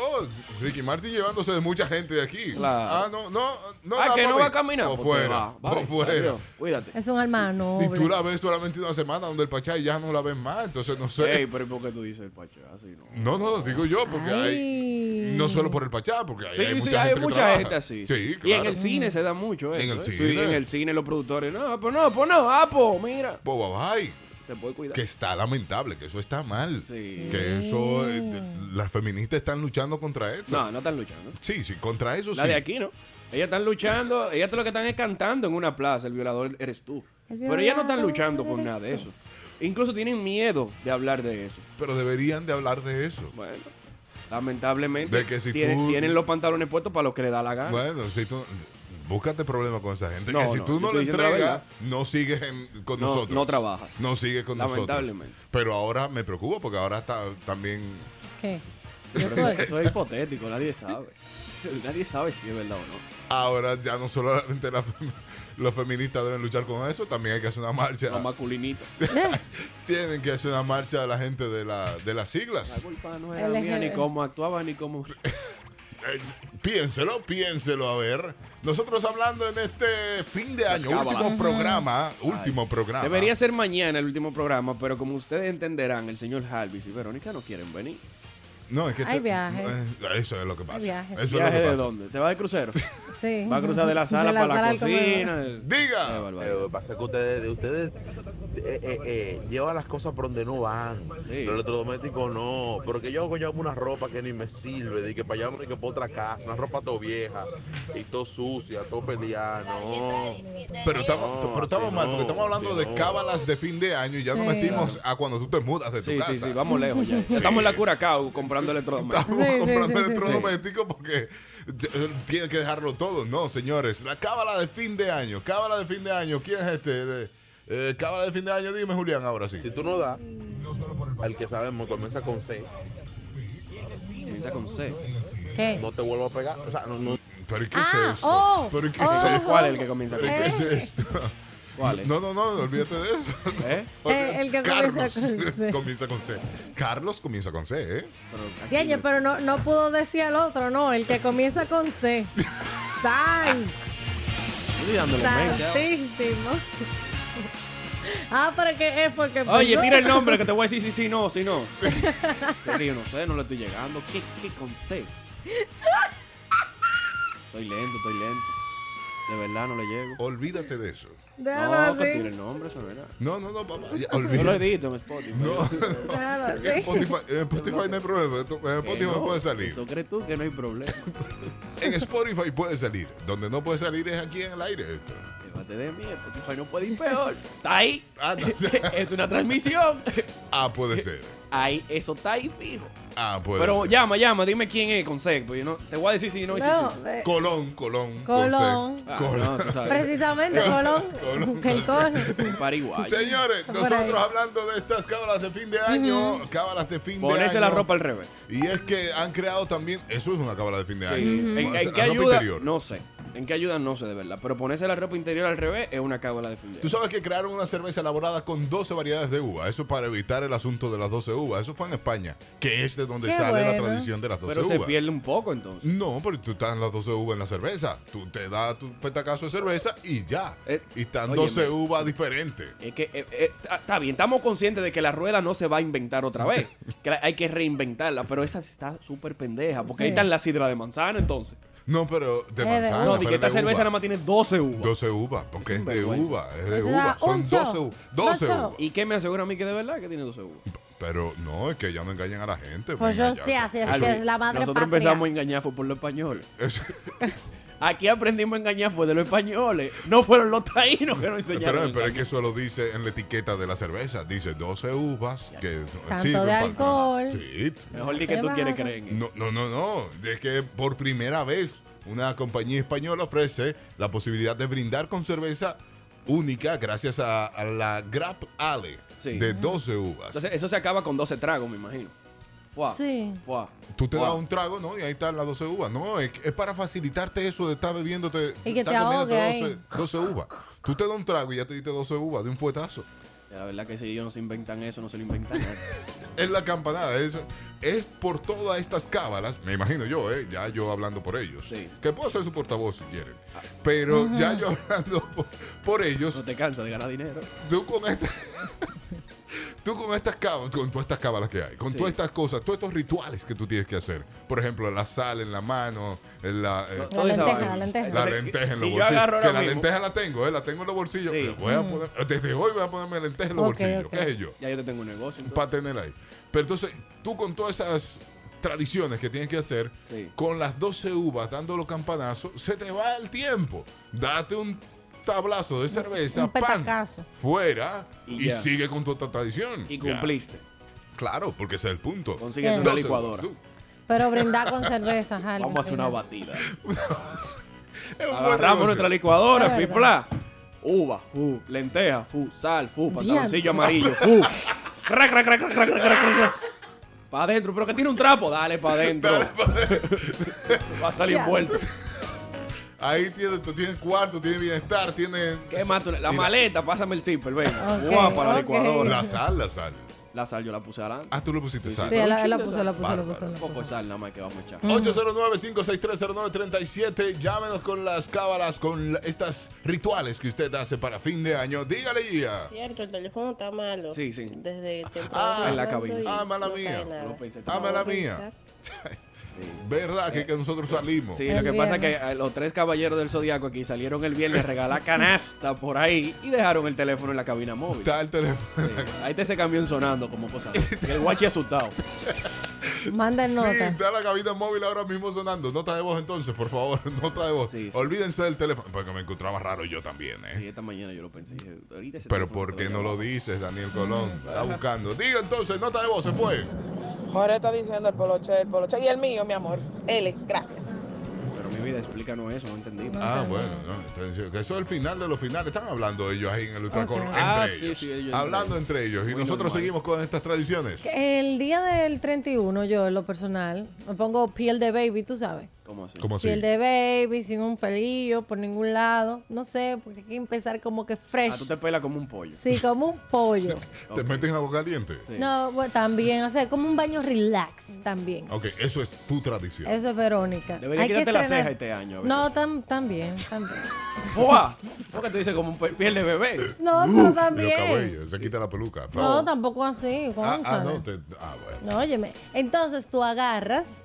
Speaker 1: Ricky Martin llevándose de mucha gente de aquí.
Speaker 3: Claro.
Speaker 1: Ah, no, no, no.
Speaker 3: ah,
Speaker 1: da,
Speaker 3: que no
Speaker 1: papi.
Speaker 3: va a caminar.
Speaker 1: Por
Speaker 3: Pues te
Speaker 1: fuera.
Speaker 3: va, bye.
Speaker 1: Por fuera.
Speaker 3: Adiós. Cuídate.
Speaker 2: Es un alma noble.
Speaker 1: Y tú la ves solamente una semana donde el Pachá ya no la ves más, entonces no sé.
Speaker 3: Ey, pero ¿y por qué tú dices el Pacho? Así no.
Speaker 1: No, no, digo yo, porque hay.
Speaker 2: Ay.
Speaker 1: No solo por el Pachá, porque hay,
Speaker 3: Sí,
Speaker 1: hay
Speaker 3: sí,
Speaker 1: mucha
Speaker 3: hay
Speaker 1: gente. que
Speaker 3: mucha
Speaker 1: trabaja.
Speaker 3: gente así.
Speaker 1: Sí,
Speaker 3: Y en
Speaker 1: claro.
Speaker 3: el cine se da mucho eso.
Speaker 1: En el
Speaker 3: ¿eh? Sí,
Speaker 1: cine.
Speaker 3: en el cine los productores. No, pues no, pues no. Ah, pues mira.
Speaker 1: Boba Bay,
Speaker 3: Te puedes cuidar.
Speaker 1: que está lamentable, que eso está mal.
Speaker 3: Sí.
Speaker 1: Que eso. eh, de- las feministas están luchando contra esto.
Speaker 3: No, no están luchando.
Speaker 1: Sí, sí, contra eso
Speaker 3: La
Speaker 1: sí.
Speaker 3: de aquí, ¿no? Ellas están luchando, ellas lo que están es cantando en una plaza, el violador eres tú.
Speaker 2: El
Speaker 3: Pero ellas no están
Speaker 2: violador
Speaker 3: luchando con
Speaker 2: eres
Speaker 3: nada de
Speaker 2: tú.
Speaker 3: eso. Incluso tienen miedo de hablar de eso.
Speaker 1: Pero deberían de hablar de eso.
Speaker 3: Bueno, lamentablemente
Speaker 1: De que si
Speaker 3: tienen,
Speaker 1: tú-
Speaker 3: tienen los pantalones puestos para lo que le da la gana.
Speaker 1: Bueno, si tú. Búscate problemas con esa gente.
Speaker 3: No,
Speaker 1: que si
Speaker 3: no,
Speaker 1: tú
Speaker 3: yo
Speaker 1: no
Speaker 3: estoy
Speaker 1: le
Speaker 3: diciendo la
Speaker 1: entregas,
Speaker 3: verdad.
Speaker 1: no sigues en- con
Speaker 3: No,
Speaker 1: nosotros.
Speaker 3: no trabajas.
Speaker 1: No sigues con
Speaker 3: Lamentablemente.
Speaker 1: nosotros. Pero ahora me preocupo porque ahora está también.
Speaker 2: ¿Qué?
Speaker 3: Pero
Speaker 2: Yo
Speaker 3: eso,
Speaker 2: estoy-
Speaker 3: eso es hipotético, nadie sabe. Nadie sabe si es verdad o no.
Speaker 1: Ahora ya no solamente la fem- los feministas deben luchar con eso, también hay que hacer una marcha.
Speaker 3: Los masculinitos.
Speaker 1: Tienen que hacer una marcha de la gente de, la, de las
Speaker 3: La
Speaker 1: siglas.
Speaker 3: culpa no era mía, ni
Speaker 2: LGBT.
Speaker 3: cómo actuaba, ni cómo.
Speaker 1: Eh, piénselo, piénselo, a ver. Nosotros hablando en este fin de año,
Speaker 3: cábalas.
Speaker 1: último programa, último programa.
Speaker 3: Debería ser mañana el último programa, pero como ustedes entenderán, el señor Jarvis y Verónica no quieren venir.
Speaker 1: No, es que
Speaker 2: Hay
Speaker 1: te-
Speaker 2: viajes.
Speaker 1: eh, Eso es lo que pasa.
Speaker 2: viajes.
Speaker 1: Eso es lo
Speaker 3: ¿Viaje
Speaker 1: que
Speaker 3: de
Speaker 1: pasa.
Speaker 3: dónde? ¿Te vas de crucero?
Speaker 2: Sí.
Speaker 3: Va a cruzar de la sala para la,
Speaker 2: sala al comedor.
Speaker 3: cocina.
Speaker 1: Diga.
Speaker 3: Qué barbaridad.
Speaker 8: Pero Eh, lo que pasa es que ustedes, ustedes eh, eh, eh, llevan las cosas por donde no van.
Speaker 3: Sí.
Speaker 8: Los electrodomésticos no. Porque yo llevo una ropa que ni me sirve. De que para allá ni que para otra casa. Una ropa todo vieja y todo sucia, todo peleada. No.
Speaker 1: Pero estamos,
Speaker 8: No,
Speaker 1: pero estamos
Speaker 8: sí,
Speaker 1: mal,
Speaker 8: no,
Speaker 1: porque estamos hablando
Speaker 8: sí,
Speaker 1: de
Speaker 8: no.
Speaker 1: cábalas de fin de Este año y ya nos
Speaker 2: Sí.
Speaker 1: metimos a cuando tú te mudas de tu
Speaker 3: Sí,
Speaker 1: casa.
Speaker 3: sí, sí, vamos lejos ya. Estamos en la Curacao comprando electrodomésticos.
Speaker 1: Estamos
Speaker 2: Sí, sí,
Speaker 1: comprando
Speaker 2: sí, sí,
Speaker 1: electrodomésticos porque eh, tienen que dejarlo todo. No, señores, la cábala de fin de año. Cábala de fin de año. ¿Quién es este? Eh, eh, cábala de fin de año. Dime, Julián, ahora sí.
Speaker 8: Si tú no das, al que sabemos comienza con C,
Speaker 3: Comienza con C.
Speaker 2: ¿Qué?
Speaker 8: no te vuelvo a pegar. O sea, no, no-
Speaker 1: ¿Pero y qué es
Speaker 2: Ah,
Speaker 1: esto?
Speaker 2: oh,
Speaker 1: ¿Pero y qué
Speaker 2: oh.
Speaker 1: es esto?
Speaker 3: ¿Cuál es el que comienza con
Speaker 1: ¿Pero y
Speaker 3: C?
Speaker 1: qué es esto?
Speaker 3: ¿Cuál es?
Speaker 1: No, no, no, olvídate de eso.
Speaker 3: ¿Eh?
Speaker 2: Eh, el que
Speaker 1: Carlos
Speaker 2: comienza con C.
Speaker 1: comienza con C. Carlos comienza con C, ¿eh?
Speaker 3: Pero aquí
Speaker 2: Yeñe,
Speaker 3: no-
Speaker 2: pero no, no pudo decir al otro, no, el que comienza con C. Tan,
Speaker 3: Estoy dándole mente ahora.
Speaker 2: tantísimo. Ah, pero que es porque.
Speaker 3: Oye,
Speaker 2: pensó-
Speaker 3: tira el nombre que te voy a decir si sí, no, si no. Pero yo no sé, no le estoy llegando. ¿Qué, qué con C? Estoy lento, estoy lento. De verdad no le llego.
Speaker 1: Olvídate de eso.
Speaker 2: Déjalo
Speaker 3: No, que tire
Speaker 2: así.
Speaker 3: el nombre, eso es verdad.
Speaker 1: No, no, no, papá. ya,
Speaker 3: Yo lo
Speaker 1: olvídate.
Speaker 3: edito en Spotify.
Speaker 2: Déjalo
Speaker 1: En
Speaker 2: así.
Speaker 1: Spotify, en Spotify no hay problema. tú- En
Speaker 3: Que
Speaker 1: Spotify
Speaker 3: no,
Speaker 1: puede salir.
Speaker 3: Eso crees tú que no hay problema.
Speaker 1: En Spotify puede salir. Donde no puede salir es aquí en el aire. Esto.
Speaker 3: Llévate de mí, Spotify no puede ir peor. Está ahí.
Speaker 1: Ah, no.
Speaker 3: Esto es una transmisión.
Speaker 1: Ah, puede ser.
Speaker 3: Ahí, eso está ahí fijo.
Speaker 1: Ah, puede
Speaker 3: Pero
Speaker 1: ser.
Speaker 3: llama, llama, dime quién es con C. Pues yo no, te voy a decir si no y si
Speaker 2: No,
Speaker 3: sí.
Speaker 2: eh,
Speaker 1: Colón, Colón.
Speaker 2: Colón.
Speaker 1: con C.
Speaker 3: Ah,
Speaker 1: Colón.
Speaker 3: no, tú sabes.
Speaker 2: precisamente Colón.
Speaker 1: Colón.
Speaker 2: El Colón.
Speaker 3: Paraguay.
Speaker 1: Señores,
Speaker 2: Por ahí.
Speaker 1: nosotros hablando de estas cábalas de fin de año, cábalas de fin de
Speaker 3: Ponerse
Speaker 1: año.
Speaker 3: la ropa al revés.
Speaker 1: Y es que han creado también, eso es una cábala de fin de año.
Speaker 3: ¿En, en
Speaker 1: La
Speaker 3: qué
Speaker 1: ropa
Speaker 3: ayuda?
Speaker 1: interior.
Speaker 3: No sé. ¿En qué ayuda? No sé, de verdad. Pero ponerse la ropa interior al revés es una cábala de fin de
Speaker 1: Tú
Speaker 3: año.
Speaker 1: sabes que crearon una cerveza elaborada con 12 variedades de uva. Eso para evitar el asunto de las 12 uvas. Eso fue en España, que es de donde
Speaker 2: Qué
Speaker 1: sale la
Speaker 2: bueno.
Speaker 1: tradición de las 12
Speaker 3: Pero se
Speaker 1: uvas.
Speaker 3: pierde un poco entonces.
Speaker 1: No, porque tú estás en las 12 uvas en la cerveza. Tú te das tu petacazo de cerveza y ya.
Speaker 3: Eh,
Speaker 1: y están
Speaker 3: óyeme.
Speaker 1: 12 uvas diferentes.
Speaker 3: Es que eh, eh, está está bien, estamos conscientes de que la rueda no se va a inventar otra vez. que la- hay que reinventarla, pero esa está súper pendeja. Porque ahí
Speaker 2: Sí.
Speaker 3: están la sidra de manzana entonces.
Speaker 1: No, pero de
Speaker 2: Eh, de
Speaker 1: manzana.
Speaker 2: uva. Ah,
Speaker 3: no,
Speaker 1: pero
Speaker 3: di que esta
Speaker 1: de
Speaker 3: cerveza
Speaker 1: uva.
Speaker 3: nada más tiene 12 uvas.
Speaker 1: 12 uvas, porque es,
Speaker 3: Es un
Speaker 1: de
Speaker 3: vergüenza.
Speaker 1: uva. Es Eh, de
Speaker 2: O
Speaker 1: uva.
Speaker 2: sea,
Speaker 1: Son
Speaker 2: un
Speaker 1: 12
Speaker 2: show.
Speaker 1: uvas. 12
Speaker 2: Dos shows.
Speaker 1: uvas.
Speaker 3: ¿Y qué me asegura a mí que de verdad que tiene 12 uvas?
Speaker 1: Pero no, es que ya no engañan a la gente.
Speaker 2: Pues
Speaker 1: venga,
Speaker 2: yo
Speaker 1: ya,
Speaker 2: sí,
Speaker 1: eso-
Speaker 2: así es.
Speaker 1: eso-
Speaker 2: que la madre
Speaker 3: Nosotros
Speaker 2: patria.
Speaker 3: empezamos a engañar fue por los españoles.
Speaker 1: eso-
Speaker 3: Aquí aprendimos a engañar fue de los españoles. No fueron los taínos que nos enseñaron. a
Speaker 1: Pero, pero es
Speaker 3: engañar.
Speaker 1: que eso lo dice en la etiqueta de la cerveza. Dice 12 uvas. Que son-
Speaker 2: Tanto
Speaker 1: sirven
Speaker 2: de
Speaker 1: para-
Speaker 2: alcohol.
Speaker 1: Sí.
Speaker 3: Mejor di que
Speaker 2: Se
Speaker 3: tú quieres
Speaker 2: baja.
Speaker 3: creer en él.
Speaker 1: No, no, no, no. Es que por primera vez una compañía española ofrece la posibilidad de brindar con cerveza única gracias a, a la Grap Ale
Speaker 3: Sí.
Speaker 1: de 12 uvas.
Speaker 3: Entonces, eso se acaba con 12 tragos, me imagino. Fuá,
Speaker 2: Sí.
Speaker 3: fuá,
Speaker 1: Tú te
Speaker 3: fuá.
Speaker 1: das un trago, ¿no? Y ahí están las 12 uvas. No, es, es para facilitarte eso de estar bebiéndote.
Speaker 2: Y que
Speaker 1: estar
Speaker 2: te
Speaker 1: comiéndote
Speaker 2: ahogue ahí.
Speaker 1: 12, 12 uvas. Tú te das un trago y ya te diste 12 uvas de un fuetazo.
Speaker 3: La verdad que si ellos no se inventan eso, no se lo inventan nada.
Speaker 1: Es la campanada. Es, es por todas estas cábalas, me imagino yo, ¿eh? Ya yo hablando por ellos.
Speaker 3: Sí.
Speaker 1: Que puedo ser su portavoz si quieren. Pero ya yo hablando por, por ellos,
Speaker 3: No te cansas de ganar dinero.
Speaker 1: tú con esta- Tú con estas cábalas, con todas estas cábalas que hay, con
Speaker 3: Sí.
Speaker 1: todas estas cosas, todos estos rituales que tú tienes que hacer. Por ejemplo, la sal en la mano, en la, eh,
Speaker 3: Toda esa
Speaker 2: lenteja,
Speaker 3: vaina.
Speaker 2: la lenteja.
Speaker 1: La
Speaker 3: Entonces,
Speaker 1: lenteja en los
Speaker 3: si yo
Speaker 1: bolsillos.
Speaker 3: agarro ahora
Speaker 1: que la
Speaker 3: mismo-
Speaker 1: lenteja la tengo, ¿eh? La tengo en los bolsillos.
Speaker 3: Sí. Mm.
Speaker 1: Voy a poner- desde hoy voy a ponerme lenteja en los
Speaker 2: Ok,
Speaker 1: bolsillos.
Speaker 2: ok.
Speaker 1: ¿Qué sé yo?
Speaker 3: Ya yo te tengo un negocio. entonces.
Speaker 1: Para tener ahí. Pero entonces, tú con todas esas tradiciones que tienes que hacer,
Speaker 3: Sí.
Speaker 1: con las 12 uvas dando los campanazos, se te va el tiempo. Date un tablazo de cerveza,
Speaker 2: un
Speaker 1: pan,
Speaker 2: petacazo.
Speaker 1: fuera
Speaker 3: Y
Speaker 1: y,
Speaker 3: ya.
Speaker 1: sigue con toda esta tradición.
Speaker 3: Y cumpliste.
Speaker 1: Claro, porque ese es el punto.
Speaker 3: Consíguete
Speaker 2: Bien.
Speaker 3: una
Speaker 1: 12 uvas,
Speaker 3: licuadora.
Speaker 1: tú.
Speaker 2: Pero brindar con cerveza, Jale.
Speaker 3: Vamos a hacer una
Speaker 2: imagínate.
Speaker 3: batida.
Speaker 1: Es un buen
Speaker 3: Agarramos
Speaker 1: negocio.
Speaker 3: nuestra licuadora,
Speaker 2: Es verdad.
Speaker 3: pipla. Uva, fu, lenteja, fu, sal, fu,
Speaker 2: Diantre.
Speaker 3: pantaloncillo amarillo, fu. Crac, crac, crac, crac, crac, crac, crac, crac. Pa' adentro, pero que tiene un trapo, dale pa' adentro. Va a salir envuelto.
Speaker 1: Ahí tienes, tú tienes cuarto, tienes bienestar, tienes...
Speaker 3: ¿Qué más tú le- La
Speaker 1: y
Speaker 3: maleta, pásame el zipper, venga.
Speaker 2: Ok,
Speaker 3: Guau, para la
Speaker 2: ok.
Speaker 3: licuadora.
Speaker 1: La sal, la sal.
Speaker 3: La sal yo la puse adelante.
Speaker 1: Ah, tú lo pusiste sal.
Speaker 2: Sí, él la, él la
Speaker 3: Con un
Speaker 2: puso, la puso, la
Speaker 1: Bárbaro.
Speaker 2: puso. la
Speaker 3: Un poco
Speaker 2: puso.
Speaker 3: de sal nada más que vamos a echar.
Speaker 1: 809-56309-37. Llámenos con las cábalas, con la- estas rituales que usted hace para fin de año. Dígale, Gia.
Speaker 5: Cierto, el teléfono está malo.
Speaker 3: Sí, sí.
Speaker 5: Desde temprano.
Speaker 1: Ah,
Speaker 3: en la
Speaker 5: hablando
Speaker 3: cabina.
Speaker 5: y
Speaker 1: Ah, mala
Speaker 5: no cae
Speaker 1: mía.
Speaker 5: nada.
Speaker 3: No pensé
Speaker 1: Ah, mala
Speaker 5: Puedo
Speaker 1: mía.
Speaker 5: pensar.
Speaker 1: ¿Verdad que, que nosotros salimos?
Speaker 3: Sí,
Speaker 2: El
Speaker 3: lo que pasa es que
Speaker 2: viernes.
Speaker 3: eh, los tres caballeros del zodiaco aquí salieron el viernes a regalar canasta por ahí y dejaron el teléfono en la cabina móvil.
Speaker 1: Está el teléfono.
Speaker 3: Sí, Ahí está ese camión sonando como cosa. de- y El guachi asustado.
Speaker 2: Manda
Speaker 1: Sí,
Speaker 2: notas.
Speaker 1: está la cabina móvil ahora mismo sonando. Nota de voz entonces, por favor. Nota de voz.
Speaker 3: Sí, sí.
Speaker 1: Olvídense del teléfono. Porque me encontraba raro yo también, ¿eh?
Speaker 3: Sí, esta mañana yo lo pensé. dije, ahorita ese
Speaker 1: Pero
Speaker 3: teléfono
Speaker 1: ¿por qué
Speaker 3: se
Speaker 1: no
Speaker 3: va a
Speaker 1: lo
Speaker 3: llamar.
Speaker 1: dices, Daniel Colón?
Speaker 3: Mm.
Speaker 1: Está buscando. Diga entonces, nota de voz, se fue.
Speaker 4: Jorge está diciendo el poloche, el poloche. Y el mío, mi amor. L, gracias.
Speaker 3: Pero mi vida, explícanos eso, no entendí.
Speaker 1: Ah, bueno, no, entonces, que eso es el final de los finales. Están hablando ellos ahí en el Ultracor,
Speaker 2: Ok.
Speaker 1: entre
Speaker 3: Ah, sí,
Speaker 1: ellos.
Speaker 3: sí, ellos
Speaker 1: hablando entre
Speaker 3: entre
Speaker 1: ellos. Y
Speaker 3: Muy
Speaker 1: nosotros
Speaker 3: normal.
Speaker 1: seguimos con estas tradiciones.
Speaker 2: El día del 31, yo en lo personal, me pongo piel de baby, tú sabes.
Speaker 3: ¿Cómo así?
Speaker 1: ¿Cómo así?
Speaker 2: Piel de baby, sin un pelillo, por ningún lado. No sé, porque hay que empezar como que
Speaker 3: Ah, tú
Speaker 2: fresh.
Speaker 3: te pelas como un pollo.
Speaker 2: Sí, como un pollo.
Speaker 1: ¿Te meten agua caliente?
Speaker 3: Sí.
Speaker 2: No, bueno, también, o sea, como un baño relax también.
Speaker 1: Ok, eso es tu tradición.
Speaker 2: Eso es Verónica.
Speaker 3: Debería
Speaker 2: que
Speaker 3: quitarte la
Speaker 2: estrenar-
Speaker 3: ceja este año, a ver.
Speaker 2: No, tam- también, también.
Speaker 3: ¡Fua! ¿Por qué te dice como un pe- piel de bebé?
Speaker 2: No, pero
Speaker 1: Y los
Speaker 2: también.
Speaker 1: cabellos, se quita la peluca.
Speaker 2: No, tampoco así.
Speaker 1: ah, ah,
Speaker 2: cónchale.
Speaker 1: no, te- ah, bueno.
Speaker 2: No, óyeme. Entonces tú agarras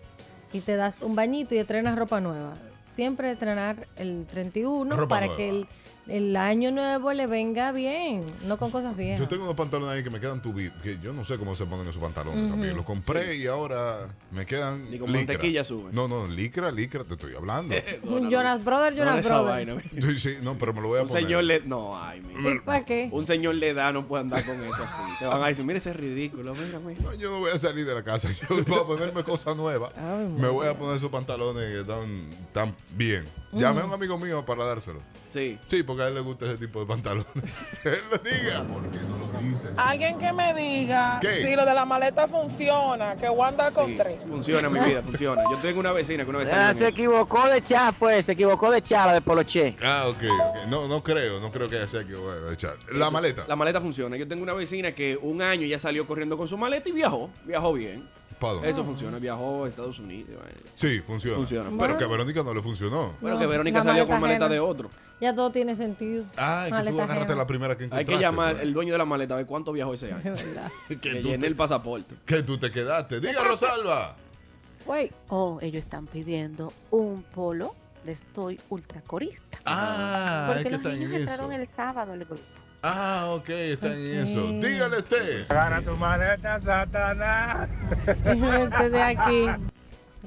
Speaker 2: y te das un bañito y estrenas ropa nueva. Siempre estrenar el 31
Speaker 1: Ropa
Speaker 2: para
Speaker 1: nueva.
Speaker 2: que el, el año nuevo le venga bien, no con cosas viejas.
Speaker 1: Yo tengo unos pantalones ahí que me quedan tubi, que yo no sé cómo se ponen esos pantalones también. Los compré y ahora me quedan.
Speaker 3: Ni con
Speaker 1: licra.
Speaker 3: mantequilla sube.
Speaker 1: No, no, licra, licra, te estoy hablando.
Speaker 2: Un Jonas Brother,
Speaker 3: No,
Speaker 2: Jonas
Speaker 3: esa
Speaker 2: Brother.
Speaker 3: vaina.
Speaker 1: Sí, sí, no, pero me lo voy a
Speaker 3: Un
Speaker 1: poner. Mm.
Speaker 3: señor le... No, ay, mira.
Speaker 2: ¿Y para qué?
Speaker 3: Un señor le da, no puede andar con eso así. Te van a decir, mira ese es ridículo, mira, mira.
Speaker 1: No, yo no voy a salir de la casa. Yo voy a ponerme cosas nuevas.
Speaker 2: Ay,
Speaker 1: Me voy a poner esos pantalones que están tan bien. Llamé a un amigo mío para dárselo.
Speaker 3: Sí.
Speaker 1: Sí, porque a él le gusta ese tipo de pantalones. él lo diga. ¿Por qué no lo dice?
Speaker 4: Alguien que me diga
Speaker 1: ¿Qué?
Speaker 4: si lo de la maleta funciona, que Wanda con
Speaker 3: Sí,
Speaker 4: tres.
Speaker 3: funciona mi vida, funciona. Yo tengo una vecina que una vez
Speaker 9: Ah,
Speaker 3: salió
Speaker 9: se
Speaker 3: en eso.
Speaker 9: equivocó de chá, fue, se equivocó de chá la de Poloche.
Speaker 1: Ah, ok, ok. No, no creo, no creo que haya sido que voy a echar. La maleta.
Speaker 3: La maleta funciona. Yo tengo una vecina que un año ya salió corriendo con su maleta y viajó. Viajó bien.
Speaker 1: ¿Para dónde?
Speaker 3: Eso funciona. Viajó a Estados Unidos. vaina.
Speaker 1: Sí, funciona.
Speaker 3: Funciona.
Speaker 1: Pero
Speaker 2: Bueno.
Speaker 1: que a Verónica no le funcionó.
Speaker 3: Bueno,
Speaker 2: No,
Speaker 3: que Verónica
Speaker 2: la
Speaker 3: salió con
Speaker 2: maleta
Speaker 3: maleta
Speaker 2: ajena.
Speaker 3: de otro.
Speaker 2: Ya todo tiene sentido.
Speaker 1: Ah, que tú
Speaker 2: Maleta
Speaker 1: agarraste
Speaker 2: ajena.
Speaker 1: la primera que
Speaker 3: Hay
Speaker 1: encontraste.
Speaker 3: que llamar
Speaker 1: pues.
Speaker 3: el dueño de la maleta a ver cuánto viajó ese año.
Speaker 2: Es verdad.
Speaker 3: Que
Speaker 1: que, tú
Speaker 3: llene
Speaker 1: te,
Speaker 3: el pasaporte.
Speaker 1: que tú te quedaste. Diga, Rosalba.
Speaker 2: Güey,
Speaker 6: O Oh, ellos están pidiendo un polo de soy ultracorista.
Speaker 1: Ah, es
Speaker 6: porque
Speaker 1: que
Speaker 6: los
Speaker 1: están
Speaker 6: niños
Speaker 1: en eso.
Speaker 6: entraron el sábado al grupo.
Speaker 1: Ah, ok, están en eso.
Speaker 2: Ok.
Speaker 1: Dígale usted.
Speaker 2: este de aquí.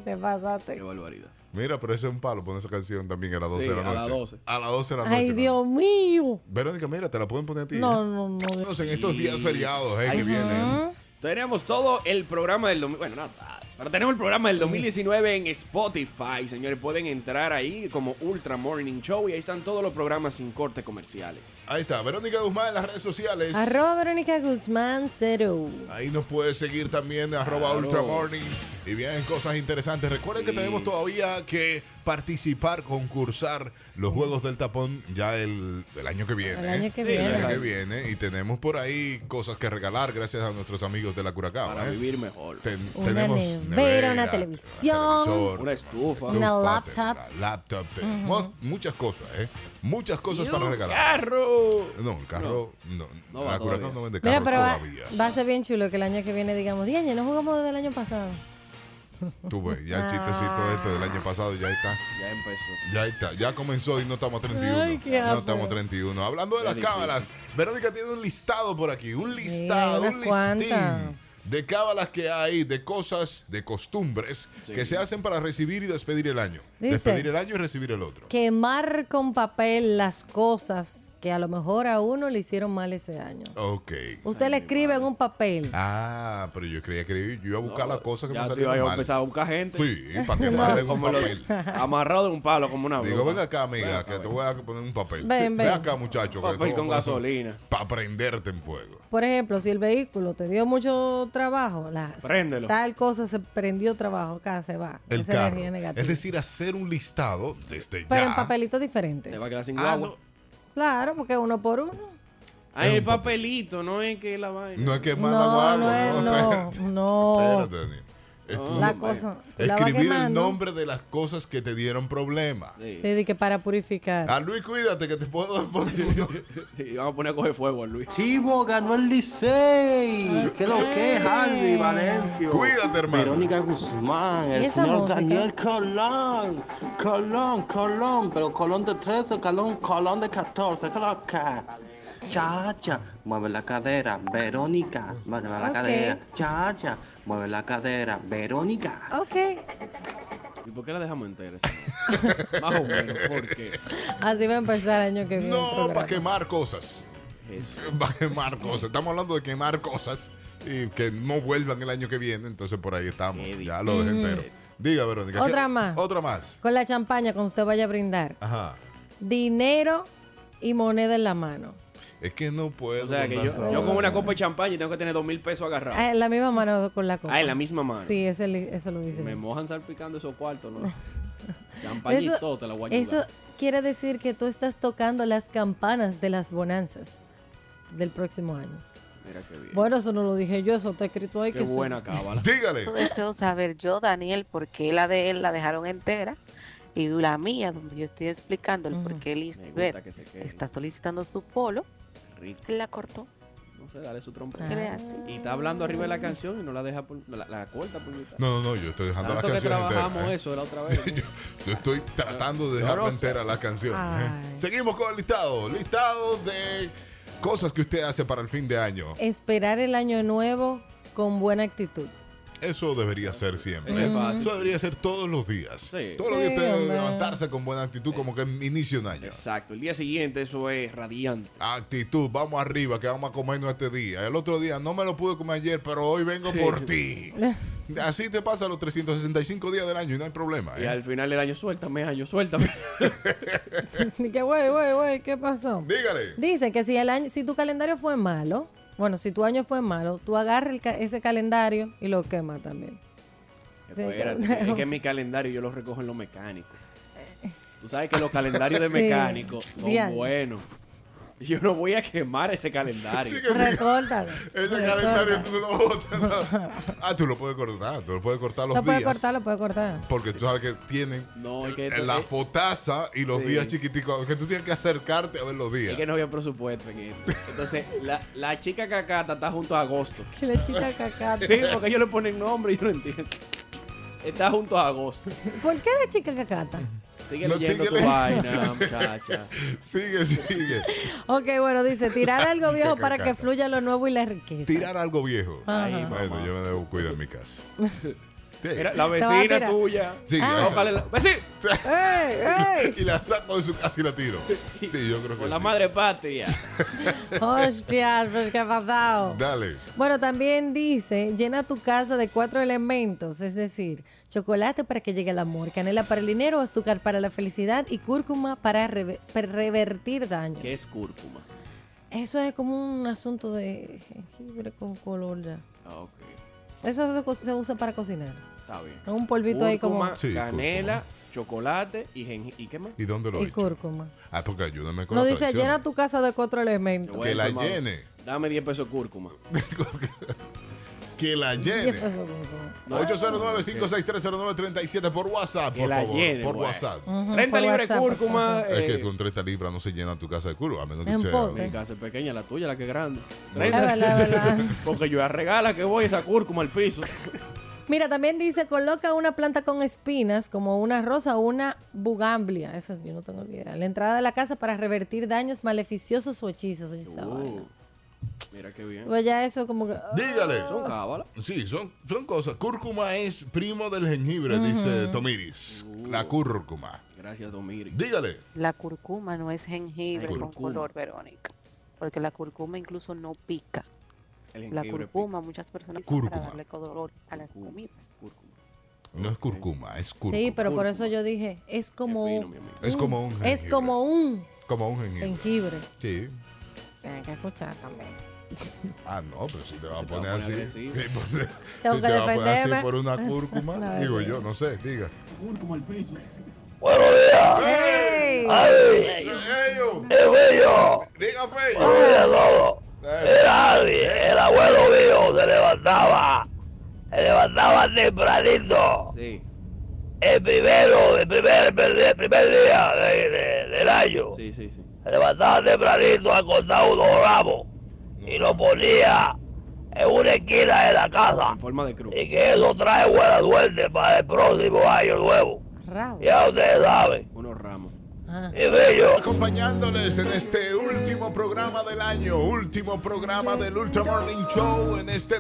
Speaker 2: Te pasaste.
Speaker 3: Qué barbaridad.
Speaker 1: Mira, pero ese es un palo. Pon esa canción también a las 12
Speaker 3: Sí,
Speaker 1: de la
Speaker 3: a
Speaker 1: noche.
Speaker 3: las 12.
Speaker 1: A las 12 de la noche.
Speaker 2: Ay,
Speaker 1: ¿no?
Speaker 2: Dios mío.
Speaker 1: Verónica, mira, te la pueden poner a ti.
Speaker 2: No,
Speaker 1: ¿eh?
Speaker 2: no, no.
Speaker 1: Menos En estos días
Speaker 3: Sí.
Speaker 1: feriados eh,
Speaker 3: Ay,
Speaker 1: que
Speaker 3: sí.
Speaker 1: vienen.
Speaker 3: Tenemos todo el programa del... domi- Bueno, nada. Pero tenemos el programa del 2019 en Spotify, señores. Pueden entrar ahí como Ultra Morning Show y ahí están todos los programas sin corte comerciales.
Speaker 1: Ahí está, Verónica Guzmán en las redes sociales.
Speaker 2: Arroba Verónica Guzmán cero.
Speaker 1: Ahí nos puede seguir también arroba
Speaker 3: Claro.
Speaker 1: Ultra Morning. Y vienen cosas interesantes. Recuerden que
Speaker 3: Sí.
Speaker 1: tenemos todavía que participar, concursar los Juegos del Tapón ya el, el año que viene.
Speaker 2: El año que
Speaker 1: El
Speaker 3: Sí,
Speaker 2: viene.
Speaker 1: año que viene. Y tenemos por ahí cosas que regalar gracias a nuestros amigos de la Curacao.
Speaker 3: Para
Speaker 1: ¿eh?
Speaker 3: vivir mejor.
Speaker 1: Ten-
Speaker 2: Una
Speaker 1: tenemos
Speaker 2: nevera, una televisión.
Speaker 1: televisor,
Speaker 3: Una estufa.
Speaker 2: Una
Speaker 1: estufa,
Speaker 2: laptop.
Speaker 1: te- laptop, te- mo- Muchas cosas, ¿eh? Muchas cosas
Speaker 3: Y
Speaker 1: para
Speaker 3: un
Speaker 1: regalar.
Speaker 3: carro!
Speaker 1: No, el carro. No,
Speaker 3: No va
Speaker 1: la Curacao
Speaker 3: todavía.
Speaker 1: no vende
Speaker 2: Mira,
Speaker 1: carro
Speaker 2: pero va,
Speaker 1: todavía.
Speaker 2: va a ser bien chulo que el año que viene digamos, Diaña, no jugamos desde el año pasado.
Speaker 1: Tú ves, ya el
Speaker 2: Ah.
Speaker 1: chistecito este del año pasado ya está.
Speaker 3: Ya empezó.
Speaker 1: Ya está, ya comenzó y no estamos a 31.
Speaker 2: Ay, qué
Speaker 1: no
Speaker 2: afro.
Speaker 1: estamos a 31. Hablando de
Speaker 3: Qué
Speaker 1: las
Speaker 3: difícil.
Speaker 1: cábalas, Verónica tiene un listado por aquí, un
Speaker 2: hay
Speaker 1: listado,
Speaker 2: unas
Speaker 1: un
Speaker 2: cuantas.
Speaker 1: listín de cábalas que hay, de cosas, de costumbres
Speaker 3: Sí.
Speaker 1: que se hacen para recibir y despedir el año.
Speaker 2: Dice-
Speaker 1: despedir el año y recibir el otro.
Speaker 2: Quemar con papel las cosas que a lo mejor a uno le hicieron mal ese año.
Speaker 1: Ok.
Speaker 2: Usted le escribe en un papel.
Speaker 1: Ah, pero yo creía que yo iba a buscar las cosas que
Speaker 3: ya
Speaker 1: me
Speaker 3: te
Speaker 1: salieron
Speaker 3: iba a
Speaker 1: mal.
Speaker 3: empezar a buscar gente.
Speaker 1: Sí, para que manden un
Speaker 3: Como lo-
Speaker 1: papel.
Speaker 3: amarrado de un palo como una
Speaker 1: Digo,
Speaker 3: bruja.
Speaker 1: ven acá, amiga,
Speaker 3: Ven acá,
Speaker 1: que te
Speaker 3: ven.
Speaker 1: voy a poner un papel.
Speaker 2: Ven, ven.
Speaker 1: acá, muchacho.
Speaker 3: Papel con gasolina.
Speaker 1: Para prenderte en fuego.
Speaker 2: Por ejemplo, si el vehículo te dio mucho trabajo, la,
Speaker 3: Préndelo.
Speaker 2: tal cosa se prendió trabajo, acá se va.
Speaker 1: El
Speaker 2: Esa
Speaker 1: carro.
Speaker 2: energía negativa.
Speaker 1: Es decir, hacer un listado desde
Speaker 2: Pero
Speaker 1: ya.
Speaker 2: en papelitos
Speaker 3: Te
Speaker 2: diferentes.
Speaker 3: va a quedar sin
Speaker 1: Ah,
Speaker 3: guagua.
Speaker 1: no.
Speaker 2: Claro, porque uno por uno.
Speaker 3: Ay,
Speaker 1: Es
Speaker 3: el
Speaker 1: un
Speaker 3: papelito, no es que la vaina.
Speaker 1: No es que es mala o
Speaker 2: No,
Speaker 1: algo,
Speaker 2: no es, no,
Speaker 1: espérate.
Speaker 2: no.
Speaker 1: Espérate, Daniel. Es tu
Speaker 2: La
Speaker 1: nombre.
Speaker 2: cosa, la va
Speaker 1: Escribir el
Speaker 2: quemando.
Speaker 1: nombre de las cosas que te dieron problemas.
Speaker 3: Sí.
Speaker 2: Sí, de que para purificar.
Speaker 1: A Luis, cuídate que te puedo poner.
Speaker 3: Sí, vamos a poner a coger fuego a Luis.
Speaker 10: Chivo ganó el Licey. ¿Qué lo que es Harvey Valencio?
Speaker 1: cuídate, hermano.
Speaker 10: Verónica Guzmán,
Speaker 2: ¿Y
Speaker 10: el
Speaker 2: esa
Speaker 10: señor
Speaker 2: música?
Speaker 10: Daniel Colón, Colón, Colón, pero Colón de 13, Colón, Colón de 14, ¿qué lo que? Cha, cha, mueve la cadera, Verónica, mueve la
Speaker 2: Ok.
Speaker 10: cadera, cha, cha, mueve la cadera, Verónica.
Speaker 2: Ok,
Speaker 3: ¿Y por qué la dejamos entera? esa? Más o menos, ¿por qué?
Speaker 2: así va a empezar el año que viene. el
Speaker 1: No,
Speaker 2: programa.
Speaker 1: para quemar cosas.
Speaker 3: Eso.
Speaker 1: Va a quemar cosas. Estamos hablando de quemar cosas y que no vuelvan el año que viene. Entonces por ahí estamos.
Speaker 3: Qué
Speaker 1: Ya lo dejé entero. Diga, Verónica. ¿qué-
Speaker 2: Otra más.
Speaker 1: Otra más.
Speaker 2: Con la champaña, cuando usted vaya a brindar.
Speaker 1: Ajá.
Speaker 2: Dinero y moneda en la mano.
Speaker 1: Es que no puedo.
Speaker 3: O sea
Speaker 1: con
Speaker 3: que yo,
Speaker 1: tanta-
Speaker 3: yo con una copa de champaña tengo que tener dos mil pesos agarrados.
Speaker 2: Ah, en la misma mano con la copa.
Speaker 3: Ah, en la misma mano.
Speaker 2: Sí, ese li- eso lo dice.
Speaker 3: Me mojan salpicando esos cuartos, ¿no? Champaña y todo te la voy a
Speaker 2: eso
Speaker 3: ayudar.
Speaker 2: quiere decir que tú estás tocando las campanas de las bonanzas del próximo año.
Speaker 3: Mira qué bien.
Speaker 2: Bueno, eso no lo dije yo, eso está escrito ahí.
Speaker 3: qué
Speaker 2: que eso-
Speaker 3: buena cábala.
Speaker 1: Dígale.
Speaker 6: Yo deseo saber yo, Daniel, por qué la de él la dejaron entera y la mía, donde yo estoy explicando el por
Speaker 2: Ujú.
Speaker 6: qué
Speaker 3: Me gusta
Speaker 6: Lisbeth
Speaker 3: que se quede.
Speaker 6: está solicitando su polo,
Speaker 3: rico.
Speaker 6: que la cortó.
Speaker 3: No sé, dale su trompa.
Speaker 2: Ah.
Speaker 6: ¿Qué le hace?
Speaker 3: Y está hablando arriba de la canción y no la deja por, la, la corta por mitad.
Speaker 1: No, no, no, yo estoy dejando la
Speaker 3: Tanto que
Speaker 1: canción
Speaker 3: trabajamos
Speaker 1: entera. ¿eh?
Speaker 3: eso la otra vez. ¿no?
Speaker 1: Yo estoy tratando de
Speaker 3: Yo
Speaker 1: dejar
Speaker 3: no sé.
Speaker 1: entera la canción. ¿eh?
Speaker 2: Ay.
Speaker 1: Seguimos con el listado. Listado de cosas que usted hace para el fin de año.
Speaker 2: Esperar el año nuevo con buena actitud.
Speaker 1: Eso debería ser siempre.
Speaker 3: Eso es fácil.
Speaker 1: Eso debería ser todos los días.
Speaker 3: Sí.
Speaker 1: Todos los días
Speaker 2: Sí,
Speaker 1: usted debe
Speaker 2: hombre.
Speaker 1: levantarse con buena actitud, como que inicia un año.
Speaker 3: Exacto. El día siguiente eso es radiante.
Speaker 1: Actitud, vamos arriba, que vamos a comernos este día. El otro día no me lo pude comer ayer, pero hoy vengo
Speaker 3: Sí.
Speaker 1: por ti. Así te pasa los 365 días del año y no hay problema.
Speaker 3: Y
Speaker 1: ¿eh?
Speaker 3: al final del año, suéltame, año, suéltame.
Speaker 2: Y que, güey, güey, güey, ¿qué pasó?
Speaker 1: Dígale.
Speaker 2: Dice que si el año, si tu calendario fue malo, bueno, si tu año fue malo, tú agarras el ca- ese calendario y lo quemas también.
Speaker 3: Espérate, es que en mi calendario yo lo recojo en los mecánicos. Tú sabes que los calendarios de
Speaker 2: Eh. Sí.
Speaker 3: mecánicos son
Speaker 2: Diana.
Speaker 3: buenos. Yo no voy a quemar ese calendario.
Speaker 2: Recórtalo.
Speaker 1: Ese
Speaker 2: recórtalo.
Speaker 1: calendario tú lo botas. ¿no? Ah, tú lo puedes cortar, tú lo puedes cortar los
Speaker 2: Lo
Speaker 1: días.
Speaker 2: puede cortar, lo puede cortar.
Speaker 1: Porque tú sabes que tienen
Speaker 3: No, es que, esto-
Speaker 1: la
Speaker 3: es-
Speaker 1: fotaza y los
Speaker 3: Sí.
Speaker 1: días chiquiticos, que tú tienes que acercarte a ver los días.
Speaker 3: es que no había presupuesto en esto. Entonces, la, la chica cacata está junto a agosto.
Speaker 2: Que le chita cacata.
Speaker 3: Sí, porque ellos le ponen nombre y yo no entiendo. Está junto a agosto.
Speaker 2: ¿Por qué la chica cacata?
Speaker 3: Sigue
Speaker 1: No,
Speaker 3: leyendo
Speaker 1: sigue
Speaker 3: tu
Speaker 1: leyendo.
Speaker 3: vaina, muchacha.
Speaker 1: Sigue, sigue.
Speaker 2: Ok, bueno, dice tirar algo
Speaker 1: chica
Speaker 2: viejo para que
Speaker 1: cacata.
Speaker 2: fluya lo nuevo y la riqueza.
Speaker 1: Tirar algo viejo.
Speaker 3: Ahí,
Speaker 1: Bueno,
Speaker 3: mamá.
Speaker 1: yo me debo cuidar mi casa. Sí.
Speaker 3: Mira, la
Speaker 2: Te va a
Speaker 3: vecina
Speaker 2: tirar.
Speaker 3: tuya.
Speaker 1: Sí,
Speaker 2: Ah.
Speaker 1: esa.
Speaker 3: Tócale la- ¡Vecino!
Speaker 2: ¡Ey,
Speaker 1: y la saco de su casa y la tiro. Sí, yo creo que
Speaker 3: Con la
Speaker 1: sí.
Speaker 3: madre patria.
Speaker 2: ey! ¡Hostias, pues qué ha pasado!
Speaker 1: Dale.
Speaker 2: Bueno, también dice, llena tu casa de cuatro elementos, es decir, chocolate para que llegue el amor, canela para el dinero, azúcar para la felicidad y cúrcuma para, reve- para revertir daños.
Speaker 3: Que es cúrcuma.
Speaker 2: Eso es como un asunto de jengibre con color ya.
Speaker 3: Ah, ok.
Speaker 2: Eso se co- se usa para cocinar.
Speaker 3: Está bien.
Speaker 2: Un polvito ahí como...
Speaker 3: Cúrcuma,
Speaker 1: Sí,
Speaker 3: canela, chocolate y jengibre. ¿Y qué más?
Speaker 1: ¿Y dónde lo
Speaker 2: Y
Speaker 1: he hecho?
Speaker 2: cúrcuma.
Speaker 1: Ah, porque ayúdame con
Speaker 2: No
Speaker 1: la
Speaker 2: dice,
Speaker 1: traducción.
Speaker 2: llena tu casa de cuatro elementos.
Speaker 1: Que la
Speaker 3: Bueno,
Speaker 1: llene.
Speaker 3: Dame 10 pesos de cúrcuma.
Speaker 1: Que la
Speaker 2: Y
Speaker 1: llene.
Speaker 2: eso, cúrcuma.
Speaker 1: 809-56309-37 por WhatsApp,
Speaker 3: Que
Speaker 1: por
Speaker 3: la
Speaker 1: favor.
Speaker 3: llene,
Speaker 1: por
Speaker 3: güey.
Speaker 1: WhatsApp.
Speaker 3: 30
Speaker 2: por
Speaker 3: libres
Speaker 2: WhatsApp, por
Speaker 3: cúrcuma.
Speaker 1: Es que
Speaker 3: eh,
Speaker 1: con 30 libras no se llena tu casa de culo, a menos que
Speaker 2: En
Speaker 1: sea.
Speaker 2: pote.
Speaker 3: mi casa es pequeña, la tuya, la que es grande.
Speaker 2: Es
Speaker 3: 30
Speaker 2: verdad, es verdad.
Speaker 3: Porque yo a regala que voy esa cúrcuma al piso.
Speaker 2: Mira, también dice, coloca una planta con espinas, como una rosa o una bugamblia. Esa yo no tengo ni idea. La entrada de la casa para revertir daños maleficiosos o hechizos. Oye, esa vaina.
Speaker 3: Uh, mira qué bien.
Speaker 2: Pues ya eso como que... ah,
Speaker 1: Dígale.
Speaker 3: Son cábala.
Speaker 1: Sí, son, son cosas. Cúrcuma es primo del jengibre, dice Tomiris.
Speaker 3: Uh.
Speaker 1: La cúrcuma.
Speaker 3: Gracias, Domiri.
Speaker 1: Dígale.
Speaker 6: La curcuma no es jengibre
Speaker 3: Ay,
Speaker 6: con
Speaker 3: curcuma.
Speaker 6: color, Verónica. Porque la curcuma incluso no pica.
Speaker 3: El
Speaker 6: La
Speaker 3: jengibre pica.
Speaker 6: curcuma, muchas personas usan
Speaker 1: Cúrcuma.
Speaker 6: para darle color a las
Speaker 3: Cúrcuma.
Speaker 6: comidas.
Speaker 3: Cúrcuma.
Speaker 1: No es cúrcuma, es cúrcuma.
Speaker 2: sí, pero por
Speaker 3: cúrcuma.
Speaker 2: eso yo dije, es como...
Speaker 3: Qué fino, mi amigo.
Speaker 1: Es como un
Speaker 2: Es
Speaker 1: jengibre.
Speaker 2: como un
Speaker 1: Como un jengibre.
Speaker 2: jengibre.
Speaker 1: Sí.
Speaker 2: Tienen que escuchar también.
Speaker 1: Ah, no, pero si te va a
Speaker 3: Se te va a
Speaker 1: poner
Speaker 3: poner
Speaker 1: así.
Speaker 3: agresivo.
Speaker 1: Sí, pues,
Speaker 2: Tengo
Speaker 1: si
Speaker 2: que
Speaker 1: te va a poner así
Speaker 2: defenderme.
Speaker 1: por una cúrcuma,
Speaker 2: Una
Speaker 1: digo
Speaker 2: vez.
Speaker 1: yo, no sé, diga.
Speaker 11: Buenos días.
Speaker 1: ¿Eh?
Speaker 11: ¡Ay! ¡Es bello!
Speaker 1: Diga feo.
Speaker 11: Buenos días a todos. Era Avi, el abuelo mío, se levantaba. Se levantaba tempranito.
Speaker 3: Sí.
Speaker 11: El primero, el primer, el primer- el primer día de- de- del año.
Speaker 3: Sí, sí, sí.
Speaker 11: Se levantaba tempranito a cortar unos ramos. Y lo ponía en una esquina de la casa.
Speaker 3: En forma de cruz.
Speaker 11: Y que eso trae buena suerte para el próximo año nuevo. Ya ustedes saben.
Speaker 3: Unos ramos.
Speaker 11: Y bello.
Speaker 1: Acompañándoles en este último programa del año, último programa del Ultra Morning Show en este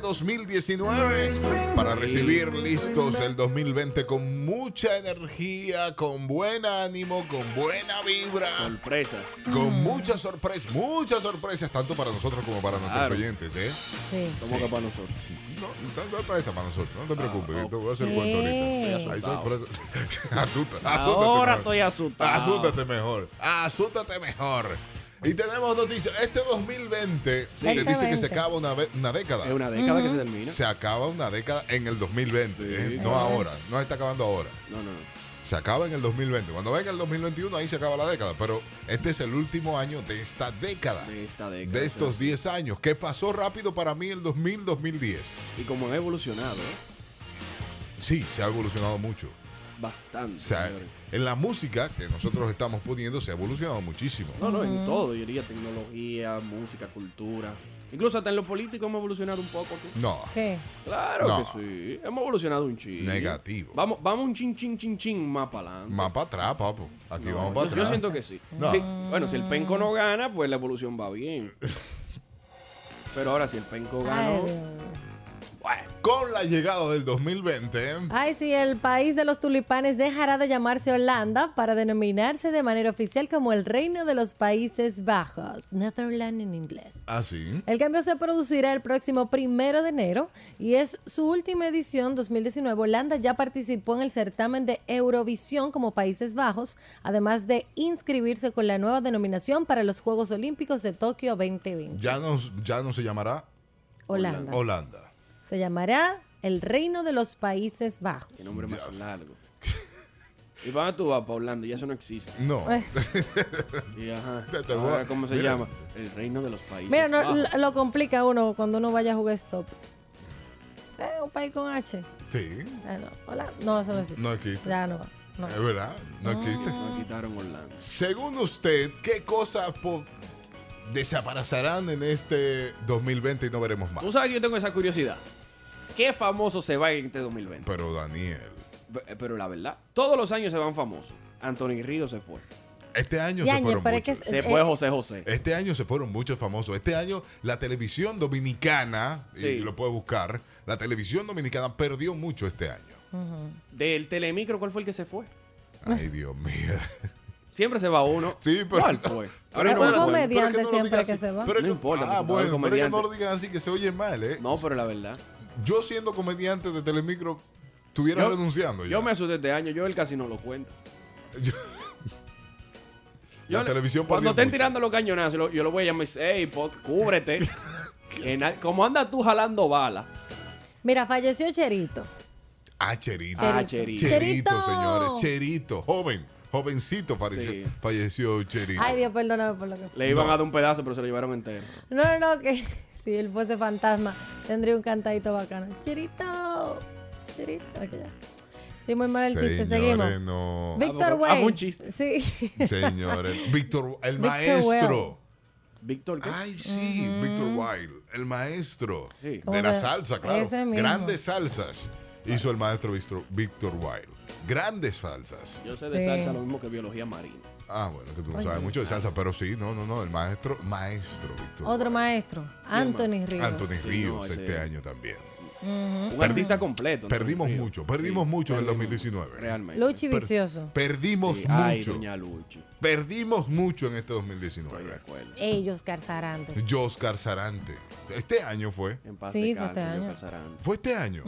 Speaker 1: 2019, para recibir listos el 2020 con mucha energía, con buen ánimo, con buena vibra.
Speaker 3: Sorpresas.
Speaker 1: Con
Speaker 2: Mm.
Speaker 1: muchas sorpresas, muchas sorpresas, tanto para nosotros como para
Speaker 3: Claro.
Speaker 1: nuestros oyentes, ¿eh?
Speaker 2: Sí.
Speaker 3: ¿Cómo que para nosotros? Ah,
Speaker 1: No, tanta sorpresa para nosotros, no te preocupes, que te voy a hacer
Speaker 2: ¿Qué?
Speaker 1: cuento ahorita.
Speaker 2: Estoy
Speaker 1: Hay
Speaker 3: asustado.
Speaker 1: sorpresas. Asusta, asústate
Speaker 3: Ahora
Speaker 1: mejor.
Speaker 3: estoy asustado.
Speaker 1: Asústate mejor, asústate mejor. Y tenemos noticias. Este 2020 se
Speaker 2: Este
Speaker 1: dice que se
Speaker 2: 20.
Speaker 1: acaba una, ve- una década.
Speaker 3: Es una década que se termina.
Speaker 1: Se acaba una década en el 2020, ¿eh?
Speaker 2: Ah.
Speaker 1: no ahora, no se está acabando ahora.
Speaker 3: No, no, no.
Speaker 1: Se acaba en el 2020. Cuando venga el 2021, ahí se acaba la década. Pero este es el último año de esta década.
Speaker 3: De esta década.
Speaker 1: De estos 10 años, que pasó rápido para mí el 2000-2010.
Speaker 3: Y como han evolucionado, ¿eh?
Speaker 1: Sí, se ha evolucionado mucho.
Speaker 3: Bastante.
Speaker 1: O sea,
Speaker 3: señores.
Speaker 1: en la música que nosotros estamos poniendo se ha evolucionado muchísimo.
Speaker 3: No, no, en todo, yo diría tecnología, música, cultura. Incluso hasta en lo político hemos evolucionado un poco. aquí.
Speaker 1: No,
Speaker 2: ¿Qué?
Speaker 3: Claro
Speaker 1: No.
Speaker 3: que sí. Hemos evolucionado un chin.
Speaker 1: Negativo.
Speaker 3: Vamos, vamos un chin, chin, chin, chin más para adelante.
Speaker 1: más para atrás, papo. Aquí
Speaker 3: No,
Speaker 1: vamos para
Speaker 3: yo,
Speaker 1: atrás.
Speaker 3: yo siento que sí.
Speaker 1: No.
Speaker 3: Sí, Bueno, si el penco no gana, pues la evolución va bien. Pero ahora si el penco
Speaker 2: Ay,
Speaker 3: ganó,
Speaker 2: Dios.
Speaker 3: bueno,
Speaker 1: Con la llegada del 2020, ¿eh?
Speaker 2: Ay, sí, el país de los tulipanes dejará de llamarse Holanda para denominarse de manera oficial como el Reino de los Países Bajos, Netherlands en inglés.
Speaker 1: ah, sí.
Speaker 2: El cambio se producirá el próximo primero de enero y es su última edición 2019. Holanda ya participó en el certamen de Eurovisión como Países Bajos, además de inscribirse con la nueva denominación para los Juegos Olímpicos de Tokio 2020.
Speaker 1: Ya no, ya no se llamará
Speaker 2: Holanda.
Speaker 1: Holanda.
Speaker 2: Se llamará el Reino de los Países Bajos.
Speaker 3: qué nombre más largo. Y van a tu vas para Holanda, ya eso no existe.
Speaker 1: No.
Speaker 2: Eh.
Speaker 3: Y ajá.
Speaker 1: Te- te voy
Speaker 3: Ahora,
Speaker 1: a-
Speaker 3: ¿cómo se
Speaker 1: mira.
Speaker 3: llama? El reino de los países.
Speaker 2: Mira, no,
Speaker 3: Bajos.
Speaker 2: lo, lo complica uno cuando uno vaya a jugar stop. Eh, un país con H.
Speaker 1: Sí.
Speaker 2: Ah, no. Hola. No, eso no existe.
Speaker 1: No existe.
Speaker 2: Ya no va. No.
Speaker 1: Es verdad. No existe.
Speaker 3: Nos quitaron Holanda.
Speaker 1: Según usted, ¿qué cosas po- desaparecerán en este 2020 y no veremos más?
Speaker 3: Tú sabes que yo tengo esa curiosidad. ¿Qué famoso se va en este 2020?
Speaker 1: Pero Daniel,
Speaker 3: P- eh, Pero la verdad, todos los años se van famosos. Anthony Río se fue.
Speaker 1: este año
Speaker 2: Ya,
Speaker 1: se fueron
Speaker 2: pero es
Speaker 1: muchos.
Speaker 2: que-
Speaker 3: Se
Speaker 2: Eh,
Speaker 3: fue
Speaker 2: eh.
Speaker 3: José José.
Speaker 1: Este año se fueron muchos famosos. Este año la televisión dominicana,
Speaker 3: Sí.
Speaker 1: y lo puede buscar, la televisión dominicana perdió mucho este año.
Speaker 3: Del telemicro, ¿cuál fue el que se fue?
Speaker 2: Ah.
Speaker 1: Ay, Dios mío.
Speaker 3: Siempre se va uno.
Speaker 1: Sí, pero-
Speaker 3: ¿Cuál fue?
Speaker 1: Pero
Speaker 3: Ahora no,
Speaker 1: es
Speaker 3: me
Speaker 1: que
Speaker 2: un
Speaker 3: acuerdo.
Speaker 1: pero es que
Speaker 2: comediante
Speaker 1: lo
Speaker 2: siempre
Speaker 1: digas
Speaker 2: que
Speaker 1: así.
Speaker 2: se va.
Speaker 1: Pero es
Speaker 3: No
Speaker 1: que-
Speaker 3: importa,
Speaker 1: Ah,
Speaker 3: porque
Speaker 1: bueno,
Speaker 3: todo el
Speaker 1: pero es que no lo
Speaker 3: comediante-
Speaker 1: digan así, que se oye mal, ¿eh?
Speaker 3: No, pero la verdad.
Speaker 1: Yo siendo comediante de Telemicro, estuviera
Speaker 3: Yo-
Speaker 1: renunciando ya.
Speaker 3: Yo me asusté este año, yo el casi no lo cuento.
Speaker 1: Yo- La
Speaker 3: Yo le-
Speaker 1: televisión
Speaker 3: Cuando
Speaker 1: perdió
Speaker 3: estén
Speaker 1: mucho.
Speaker 3: tirando los cañonazos, yo lo- yo lo voy a llamar y dice, hey, pot, cúbrete. Que na- Como andas tú jalando balas?
Speaker 2: Mira, falleció Cherito.
Speaker 1: Ah, Cherito.
Speaker 3: Ah, Cherito.
Speaker 1: Cherito,
Speaker 2: Cherito.
Speaker 1: señores. Cherito, joven, jovencito falleció,
Speaker 3: Sí.
Speaker 1: falleció Cherito.
Speaker 2: Ay, Dios, perdóname por lo que.
Speaker 3: Le iban a dar un pedazo, pero se lo llevaron entero.
Speaker 2: No, no, no, que si él fuese fantasma, tendría un cantadito bacano. Cherito. Cherito. Ok, ya. Sí, muy mal el chiste. Seguimos.
Speaker 1: Señores, no.
Speaker 2: Víctor
Speaker 3: Haz un
Speaker 2: Way.
Speaker 3: chiste.
Speaker 2: Sí.
Speaker 1: Señores, Víctor, el
Speaker 2: Víctor
Speaker 1: maestro.
Speaker 3: Víctor, ¿qué?
Speaker 1: Ay, sí, Víctor Wild, el maestro
Speaker 3: Sí.
Speaker 1: de
Speaker 2: ¿Cómo
Speaker 1: la
Speaker 2: se-
Speaker 1: salsa, claro.
Speaker 2: ese mismo.
Speaker 1: Grandes salsas hizo el maestro Víctor, Víctor Wild. Grandes salsas.
Speaker 3: Yo sé de
Speaker 2: Sí.
Speaker 3: salsa lo mismo que biología marina.
Speaker 1: Ah, bueno, que tú no sabes mucho de salsa, pero sí, no, no, no, el maestro, maestro Víctor.
Speaker 2: Otro maestro. Anthony Ríos.
Speaker 1: Anthony
Speaker 3: Sí,
Speaker 1: Ríos
Speaker 3: no, ese- Mm-hmm.
Speaker 1: este año también.
Speaker 3: Un artista completo. Antonio
Speaker 1: Perdimos
Speaker 3: Río.
Speaker 1: mucho, perdimos
Speaker 3: Sí,
Speaker 1: mucho en el
Speaker 3: perdimos,
Speaker 1: 2019.
Speaker 3: Realmente.
Speaker 2: Luchi
Speaker 1: Per-
Speaker 2: Vicioso.
Speaker 1: Perdimos
Speaker 3: Sí,
Speaker 1: mucho.
Speaker 3: Ay, doña Luchi.
Speaker 1: Perdimos mucho en este
Speaker 3: Estoy de
Speaker 1: 2019.
Speaker 3: acuerdo.
Speaker 2: Ellos Oscar Sarante.
Speaker 1: Eh, Joscar Sarante. Este año fue.
Speaker 3: En paz
Speaker 2: Sí,
Speaker 3: sí,
Speaker 2: fue este año.
Speaker 1: Fue este año.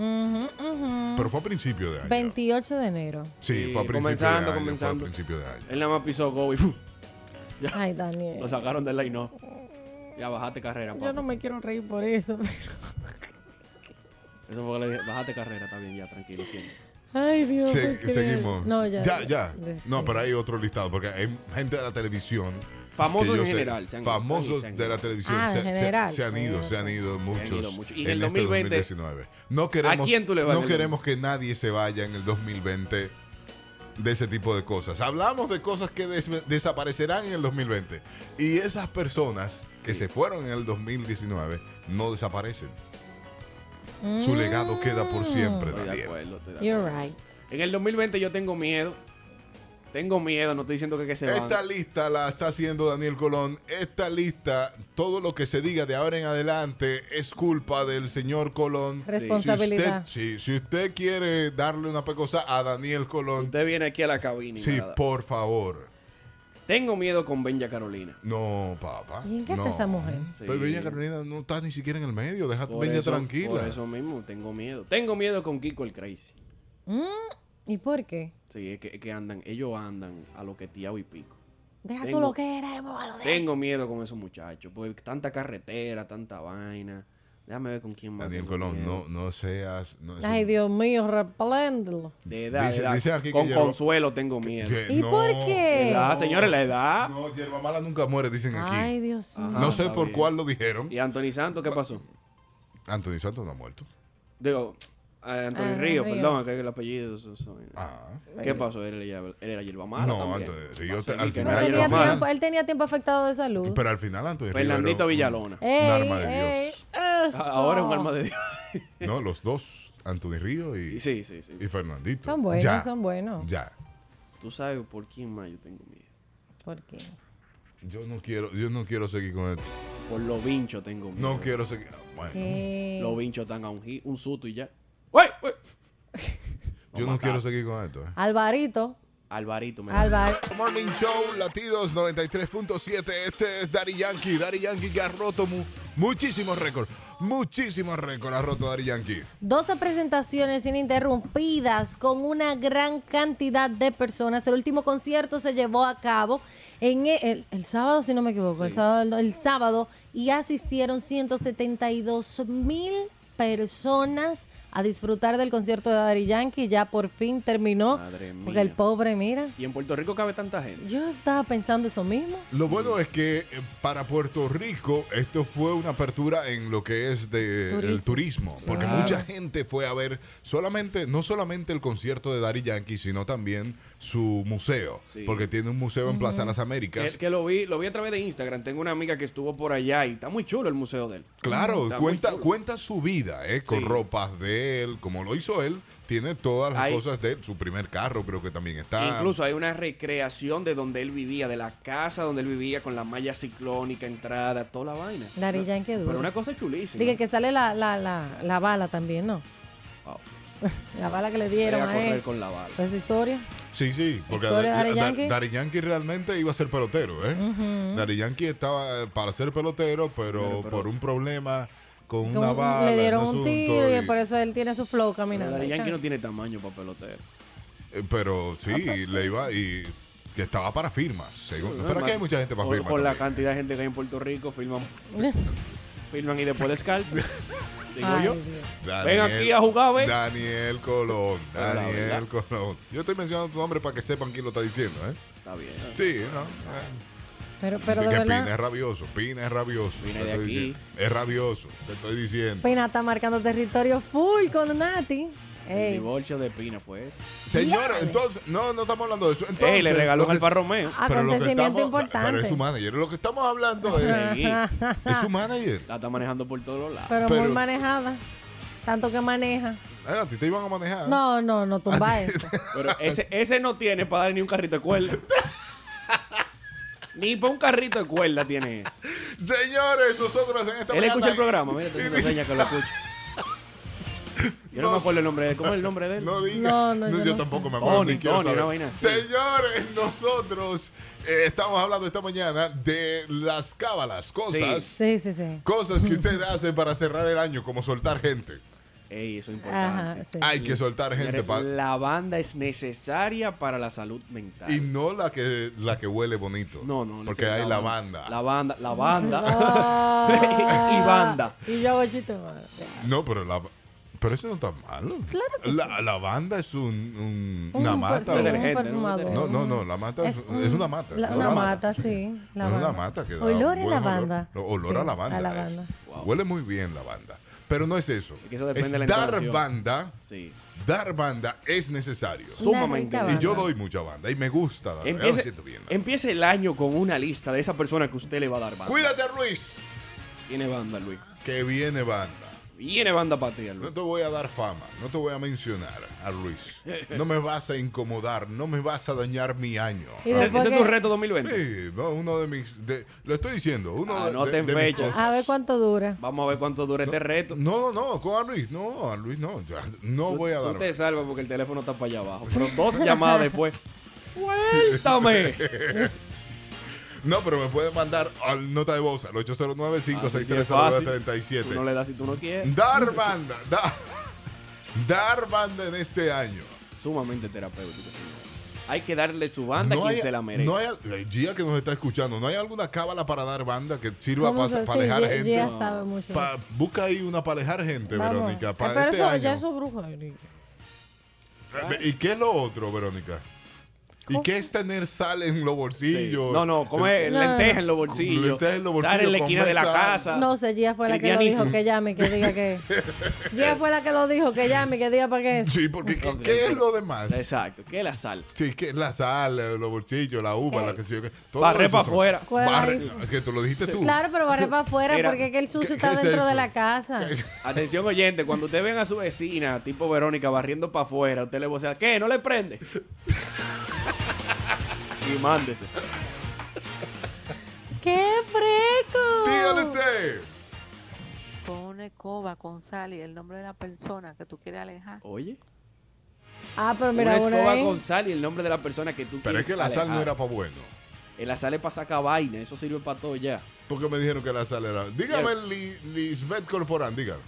Speaker 1: Pero fue a principio de año.
Speaker 2: 28 de enero.
Speaker 1: Sí,
Speaker 3: Sí,
Speaker 1: fue a principio
Speaker 3: comenzando,
Speaker 1: de año.
Speaker 3: comenzando.
Speaker 1: Fue a principio de año.
Speaker 3: Él nada más pisó go y ¡fum!
Speaker 2: Ay, Daniel.
Speaker 3: lo sacaron del line no. Ya bajaste carrera, papá.
Speaker 2: Yo no me quiero reír por eso.
Speaker 3: Eso fue que le dije, bajaste carrera, está bien, ya, tranquilo, siéntate.
Speaker 2: Ay, Dios.
Speaker 1: Se-
Speaker 2: ¿qué crees?
Speaker 1: seguimos.
Speaker 2: No, ya.
Speaker 1: ya, ya.
Speaker 2: De-
Speaker 1: No, pero hay otro listado, porque hay gente de la televisión.
Speaker 3: Famosos
Speaker 1: que yo
Speaker 3: en
Speaker 1: sé,
Speaker 3: general, se han ido, se han ido,
Speaker 1: famosos
Speaker 3: se han
Speaker 1: de la
Speaker 3: ido.
Speaker 1: televisión
Speaker 3: Ah, en
Speaker 1: se, se-
Speaker 3: general.
Speaker 1: se han ido, se han ido muchos.
Speaker 3: muchos. Y en el
Speaker 1: este
Speaker 3: 2020,
Speaker 1: 2019. No queremos,
Speaker 3: ¿a quién tú le vas
Speaker 1: no
Speaker 3: del-
Speaker 1: queremos que nadie se vaya en el 2020 de ese tipo de cosas. Hablamos de cosas que des- desaparecerán en el 2020. Y esas personas que se fueron en el 2019 no desaparecen. Su legado queda por siempre.
Speaker 3: Estoy de
Speaker 1: Daniel.
Speaker 3: acuerdo, estoy de
Speaker 2: Mm. You're
Speaker 3: acuerdo.
Speaker 2: right.
Speaker 3: En el 2020 yo tengo miedo. Tengo miedo, no estoy diciendo que, que se van.
Speaker 1: Esta lista la está haciendo Daniel Colón. Esta lista, todo lo que se diga de ahora en adelante es culpa del señor Colón.
Speaker 2: Responsabilidad.
Speaker 1: Si usted, sí, si usted quiere darle una pecosa a Daniel Colón,
Speaker 3: Usted viene aquí a la cabina. y me
Speaker 1: sí,
Speaker 3: la da.
Speaker 1: por favor.
Speaker 3: Tengo miedo con Benja Carolina.
Speaker 1: No, papá.
Speaker 2: ¿Y en qué
Speaker 1: no.
Speaker 2: está esa mujer?
Speaker 1: Pero Bella Carolina no está ni siquiera en el medio. Deja a
Speaker 3: Por
Speaker 1: Bella
Speaker 3: eso-
Speaker 1: tranquila.
Speaker 3: Por eso mismo, tengo miedo. Tengo miedo con Kiko el Crazy.
Speaker 2: Mm, ¿Y por qué?
Speaker 3: Sí, es que, es que andan, ellos andan a lo que tiao y pico.
Speaker 2: Deja
Speaker 3: Tengo-
Speaker 2: solo que era, a lo de.
Speaker 3: Tengo miedo con esos muchachos, porque tanta carretera, tanta vaina. Déjame ver con quién más.
Speaker 1: Daniel
Speaker 3: tengo
Speaker 1: Colón,
Speaker 3: miedo.
Speaker 1: no, no seas. no-
Speaker 2: Ay, Dios mío, repléndelo.
Speaker 3: De edad,
Speaker 1: Dice-
Speaker 3: de edad.
Speaker 1: dice aquí que
Speaker 3: con
Speaker 1: llegó-
Speaker 3: consuelo tengo miedo.
Speaker 1: Que
Speaker 2: ¿Y
Speaker 1: no.
Speaker 2: por qué?
Speaker 3: La edad, señores, la edad. Ah,
Speaker 1: No, Yerba Mala nunca muere, dicen aquí.
Speaker 2: Ay, Dios mío.
Speaker 1: no sé
Speaker 3: está
Speaker 1: por
Speaker 3: bien.
Speaker 1: cuál lo dijeron.
Speaker 3: ¿Y Anthony Santos qué pasó?
Speaker 1: Anthony Santos no ha muerto.
Speaker 3: Digo, eh, Anthony
Speaker 2: Ah,
Speaker 3: Río,
Speaker 2: Río.
Speaker 3: perdón, que el apellido. eso- eso-
Speaker 1: Ah.
Speaker 3: ¿Qué pasó? Él era, él era yerba mala.
Speaker 1: No,
Speaker 3: también.
Speaker 1: Anthony Río,
Speaker 3: Va a ser
Speaker 1: al
Speaker 3: el que no
Speaker 1: final- Tenía
Speaker 3: era yerba
Speaker 2: Tenía
Speaker 3: mala.
Speaker 2: tiempo- él tenía tiempo afectado de salud.
Speaker 1: Pero al final, Anthony Río era
Speaker 3: Fernandito
Speaker 1: un-
Speaker 3: Villalona.
Speaker 1: un
Speaker 2: ¡Ey!
Speaker 1: arma de Dios.
Speaker 2: ¡Ey! Eso.
Speaker 3: Ah, Ahora es un alma de Dios.
Speaker 1: No, los dos, Anthony Río y,
Speaker 3: Sí, sí, sí.
Speaker 1: y Fernandito.
Speaker 2: Son buenos,
Speaker 1: Ya,
Speaker 2: son buenos.
Speaker 1: Ya.
Speaker 3: Tú sabes por quién más yo tengo miedo.
Speaker 2: ¿Por qué?
Speaker 1: Yo no quiero, yo no quiero seguir con esto.
Speaker 3: Por los vinchos tengo miedo.
Speaker 1: No quiero seguir. Bueno,
Speaker 2: ¿Qué?
Speaker 3: Los vinchos están a un, gi- un suto y ya. ¡Uy! uy!
Speaker 1: yo no quiero seguir con esto.
Speaker 3: Ah,
Speaker 1: eh.
Speaker 2: Alvarito.
Speaker 3: Alvarito, me
Speaker 2: Alvar.
Speaker 1: Morning Show, Latidos 93.7. Este es Daddy Yankee. Daddy Yankee que ha roto mu- muchísimos récords. Muchísimos récords ha roto Daddy Yankee.
Speaker 2: 12 presentaciones ininterrumpidas con una gran cantidad de personas. El último concierto se llevó a cabo en e- el, el sábado, si no me equivoco, el, sábado, no, el sábado, y asistieron 172 mil personas a disfrutar del concierto de Daddy Yankee. Ya por fin terminó.
Speaker 3: Madre mía.
Speaker 2: Porque el pobre, mira.
Speaker 3: Y en Puerto Rico cabe tanta gente.
Speaker 2: Yo estaba pensando eso mismo.
Speaker 1: Lo bueno es que eh, para Puerto Rico esto fue una apertura en lo que es de
Speaker 2: Turismo.
Speaker 1: el turismo, porque
Speaker 2: Claro.
Speaker 1: mucha gente fue a ver solamente no solamente el concierto de Daddy Yankee, sino también su museo,
Speaker 3: Sí. Eh,
Speaker 1: porque tiene un museo en Plaza Las
Speaker 3: Que,
Speaker 1: Américas.
Speaker 3: que lo vi, lo vi a través de Instagram. Tengo una amiga que estuvo por allá y está muy chulo el museo de él.
Speaker 1: Claro,
Speaker 3: Está muy
Speaker 1: cuenta
Speaker 3: chulo.
Speaker 1: cuenta su vida, eh, con
Speaker 3: Sí.
Speaker 1: ropas de él, como lo hizo él, tiene todas las
Speaker 3: Hay-
Speaker 1: cosas de él, su primer carro creo que también está.
Speaker 3: Incluso hay una recreación de donde él vivía, de la casa donde él vivía, con la malla ciclónica, entrada, toda la vaina.
Speaker 2: Daddy Yankee es duro.
Speaker 3: Pero una cosa chulísima.
Speaker 2: Dije que sale la, la, la, la bala también, ¿no?
Speaker 3: Wow.
Speaker 2: La bala que le
Speaker 3: Voy
Speaker 2: dieron
Speaker 3: a
Speaker 2: a él.
Speaker 3: correr con la bala.
Speaker 2: Pues su historia.
Speaker 1: Sí, sí, porque
Speaker 2: Historia de Daddy
Speaker 1: Daddy,
Speaker 2: Yankee.
Speaker 1: Daddy Yankee realmente iba a ser pelotero, ¿eh? Daddy Yankee estaba eh, para ser pelotero, pero, por un problema con
Speaker 2: Como
Speaker 1: una
Speaker 2: un-
Speaker 1: bala.
Speaker 2: le dieron un
Speaker 1: asunto
Speaker 2: tiro y
Speaker 1: y-
Speaker 2: por eso él tiene su flow caminando.
Speaker 3: Daddy
Speaker 2: Ahí
Speaker 3: Yankee
Speaker 2: está.
Speaker 3: no tiene tamaño para pelotero.
Speaker 1: eh, Pero sí,
Speaker 2: Ah, pues.
Speaker 1: le iba y que estaba para firmas.
Speaker 3: Pues,
Speaker 1: Según, pero aquí hay mucha gente para
Speaker 3: Con-
Speaker 1: firmas.
Speaker 3: Con la
Speaker 1: también.
Speaker 3: cantidad de gente que hay en Puerto Rico, filman, filman y después descartan. Digo
Speaker 2: Ay,
Speaker 3: yo.
Speaker 2: Dios.
Speaker 1: Daniel-
Speaker 3: Ven aquí a jugar, ven.
Speaker 1: Daniel Colón,
Speaker 3: Hola,
Speaker 1: Daniel
Speaker 3: ¿verdad?
Speaker 1: Colón. Yo estoy mencionando tu nombre para que sepan quién lo está diciendo, ¿eh?
Speaker 3: Está bien.
Speaker 1: Sí, ¿no? Eh,
Speaker 2: Pero, pero
Speaker 1: que
Speaker 2: de
Speaker 1: Pina es
Speaker 2: verdad,
Speaker 1: rabioso, Pina es rabioso.
Speaker 3: Pina
Speaker 1: te
Speaker 3: de
Speaker 1: estoy
Speaker 3: aquí.
Speaker 1: diciendo. Es rabioso, te estoy diciendo.
Speaker 2: Pina está marcando territorio full con Nati.
Speaker 3: El
Speaker 2: Ey,
Speaker 3: divorcio de Pina fue eso.
Speaker 1: Señor,
Speaker 2: Diablo.
Speaker 1: entonces, no, no estamos hablando de eso. Entonces,
Speaker 3: Ey, Eh, le regaló
Speaker 1: lo
Speaker 3: un
Speaker 1: que-
Speaker 3: Alfa
Speaker 1: pero
Speaker 3: Romeo.
Speaker 1: lo que
Speaker 2: Ah, Acontecimiento
Speaker 1: estamos-
Speaker 2: importante. Ah.
Speaker 1: Pero es su manager. Lo que estamos hablando es,
Speaker 3: Sí, la
Speaker 1: es su manager.
Speaker 3: está manejando por todos lados.
Speaker 2: pero, muy
Speaker 1: pero-
Speaker 2: manejada. Tanto que maneja.
Speaker 1: Ah, a ti te iban a manejar.
Speaker 2: No, no, no tumba eso.
Speaker 3: Pero ese, ese no tiene para dar ni un carrito de cuerda. ni para un carrito de cuerda tiene ese.
Speaker 1: Señores, nosotros en esta
Speaker 3: Él escucha el
Speaker 1: mañana-
Speaker 3: programa, mira, te una seña que lo escucha. Yo no,
Speaker 1: No
Speaker 3: me acuerdo el nombre de él. ¿Cómo es el nombre de él?
Speaker 1: No diga.
Speaker 2: No, no,
Speaker 1: yo,
Speaker 2: yo no
Speaker 1: tampoco
Speaker 2: sé.
Speaker 1: me acuerdo.
Speaker 3: Tony,
Speaker 1: ni quiero
Speaker 3: Tony,
Speaker 1: saber.
Speaker 3: una vaina así.
Speaker 1: Señores, nosotros eh, estamos hablando esta mañana de las cábalas, cosas,
Speaker 2: Sí, sí, sí.
Speaker 1: cosas que usted hace para cerrar el año, como soltar gente.
Speaker 3: Ey, eso es importante.
Speaker 2: Ajá, sí.
Speaker 1: Hay que soltar gente
Speaker 3: Señores,
Speaker 1: para
Speaker 3: La banda es necesaria para la salud mental.
Speaker 1: Y no la que la que huele bonito.
Speaker 3: no, no.
Speaker 1: Porque
Speaker 3: señor,
Speaker 1: hay la banda.
Speaker 3: La banda, la banda.
Speaker 2: Ah.
Speaker 3: y banda.
Speaker 2: Y yo hago chiste, madre.
Speaker 1: No, pero la Pero eso no está malo.
Speaker 2: Claro que
Speaker 1: la, la banda es un, un-
Speaker 2: Un
Speaker 1: una
Speaker 2: perfume,
Speaker 1: mata.
Speaker 2: un Detergente, perfumador.
Speaker 1: No, no, no, la mata es,
Speaker 2: un-
Speaker 1: es una mata.
Speaker 2: la-
Speaker 1: es
Speaker 2: una mata, sí.
Speaker 1: No es una mata que da
Speaker 2: Olor a
Speaker 1: buen
Speaker 2: lavanda.
Speaker 1: Olor, olor
Speaker 2: Sí,
Speaker 1: a lavanda.
Speaker 2: a
Speaker 1: es.
Speaker 2: lavanda.
Speaker 1: Huele muy bien la banda. Pero no es eso.
Speaker 3: que eso depende
Speaker 1: es
Speaker 3: de la
Speaker 1: dar
Speaker 3: entonación.
Speaker 1: banda.
Speaker 3: Sí.
Speaker 1: Dar banda es necesario.
Speaker 3: Sumamente. Una rica
Speaker 1: Y yo
Speaker 3: banda.
Speaker 1: doy mucha banda. Y me gusta dar banda. Yo me
Speaker 3: Empiece,
Speaker 1: siento bien.
Speaker 3: empiece el año con una lista de esa persona que usted le va a dar banda.
Speaker 1: Cuídate, Luis.
Speaker 3: Tiene banda, Luis.
Speaker 1: Que viene banda.
Speaker 3: Viene banda patria, Luis.
Speaker 1: No te voy a dar fama, no te voy a mencionar a Luis. No me vas a incomodar, no me vas a dañar mi año.
Speaker 2: Y Ese- después ese es tu que- reto
Speaker 3: 2020.
Speaker 1: Sí, no, uno de mis. de- lo estoy diciendo, uno de- de,
Speaker 3: Anoten
Speaker 1: de mis
Speaker 3: fechas.
Speaker 1: cosas.
Speaker 2: A ver cuánto dura.
Speaker 3: Vamos a ver cuánto dura este reto.
Speaker 1: No, no, no, con a Luis, no, a Luis no. ya, no
Speaker 3: Tú-
Speaker 1: voy a
Speaker 3: tú
Speaker 1: dar.
Speaker 3: te salvas porque el teléfono está para allá abajo. Pero dos llamadas después. ¡Suéltame!
Speaker 1: No, pero me pueden mandar al nota de voz al
Speaker 3: Ah, sí, sí, es
Speaker 1: 809-5630937.
Speaker 3: Tú no le das si tú no quieres.
Speaker 1: Dar banda, da- dar banda en este año.
Speaker 3: Sumamente terapéutico. señor. Hay que darle su banda a
Speaker 1: no
Speaker 3: quien
Speaker 1: hay-
Speaker 3: se la merece.
Speaker 1: No hay, eh, Gia que nos está escuchando, ¿no hay alguna cábala para dar banda que sirva
Speaker 2: ¿Cómo
Speaker 1: para
Speaker 2: se- sí,
Speaker 1: alejar
Speaker 2: Gia-
Speaker 1: gente?
Speaker 2: Gia sabe mucho
Speaker 1: Pa- busca ahí una para alejar gente,
Speaker 2: Vamos.
Speaker 1: Verónica.
Speaker 2: Eh,
Speaker 1: Para
Speaker 2: pero
Speaker 1: este
Speaker 2: eso
Speaker 1: año.
Speaker 2: ya eso es brujería.
Speaker 1: Eh, ¿Y qué es lo otro, Verónica? ¿Y qué es tener sal en los bolsillos?
Speaker 3: No, no, come
Speaker 2: No, no,
Speaker 3: lentejas
Speaker 2: no.
Speaker 3: en los bolsillos.
Speaker 1: Lentejas en los
Speaker 3: Sale en la
Speaker 1: bolsillos,
Speaker 3: esquina de la
Speaker 1: comer sal.
Speaker 3: casa.
Speaker 2: No sé, Gia fue la que lo dijo
Speaker 3: Cristianismo.
Speaker 2: que llame, que diga que. Gia fue la que lo dijo que llame, que diga para qué es.
Speaker 1: Sí, porque ¿qué,
Speaker 3: Ok,
Speaker 1: qué es
Speaker 3: pero-
Speaker 1: lo demás?
Speaker 3: Exacto. ¿Qué es la sal?
Speaker 1: Sí, que la sal, eh, los bolsillos, la uva,
Speaker 2: Eh.
Speaker 1: la que se yo. qué. Todo
Speaker 3: Barré
Speaker 1: eso
Speaker 3: pa'
Speaker 1: son-
Speaker 3: afuera.
Speaker 2: ¿Cuál
Speaker 1: Barre-
Speaker 2: hay?
Speaker 1: es que tú lo dijiste tú.
Speaker 2: Claro, pero barre para afuera
Speaker 3: Mira,
Speaker 2: porque es que el sucio
Speaker 1: ¿qué-
Speaker 2: está
Speaker 1: qué es
Speaker 2: dentro de
Speaker 1: eso?
Speaker 2: la casa.
Speaker 3: Atención oyente, cuando usted ven a su vecina, tipo Verónica, barriendo para afuera, usted le vocea, ¿qué? ¿No le prende? y mándese.
Speaker 2: ¡Qué fresco!
Speaker 1: Dígale usted.
Speaker 6: Pon una escoba con sal y el nombre de la persona que tú quieres alejar.
Speaker 3: Oye,
Speaker 2: Ah, pero mira,
Speaker 3: una
Speaker 2: una
Speaker 3: escoba
Speaker 2: ahí.
Speaker 3: con sal y el nombre de la persona que tú
Speaker 1: Pero
Speaker 3: quieres
Speaker 1: es que la sal no
Speaker 3: alejar.
Speaker 1: era para bueno.
Speaker 3: Eh, La sal es para sacar vaina, eso sirve para todo ya.
Speaker 1: Porque me dijeron que la sal era. Dígame, Li- Lisbeth Corporán, dígame.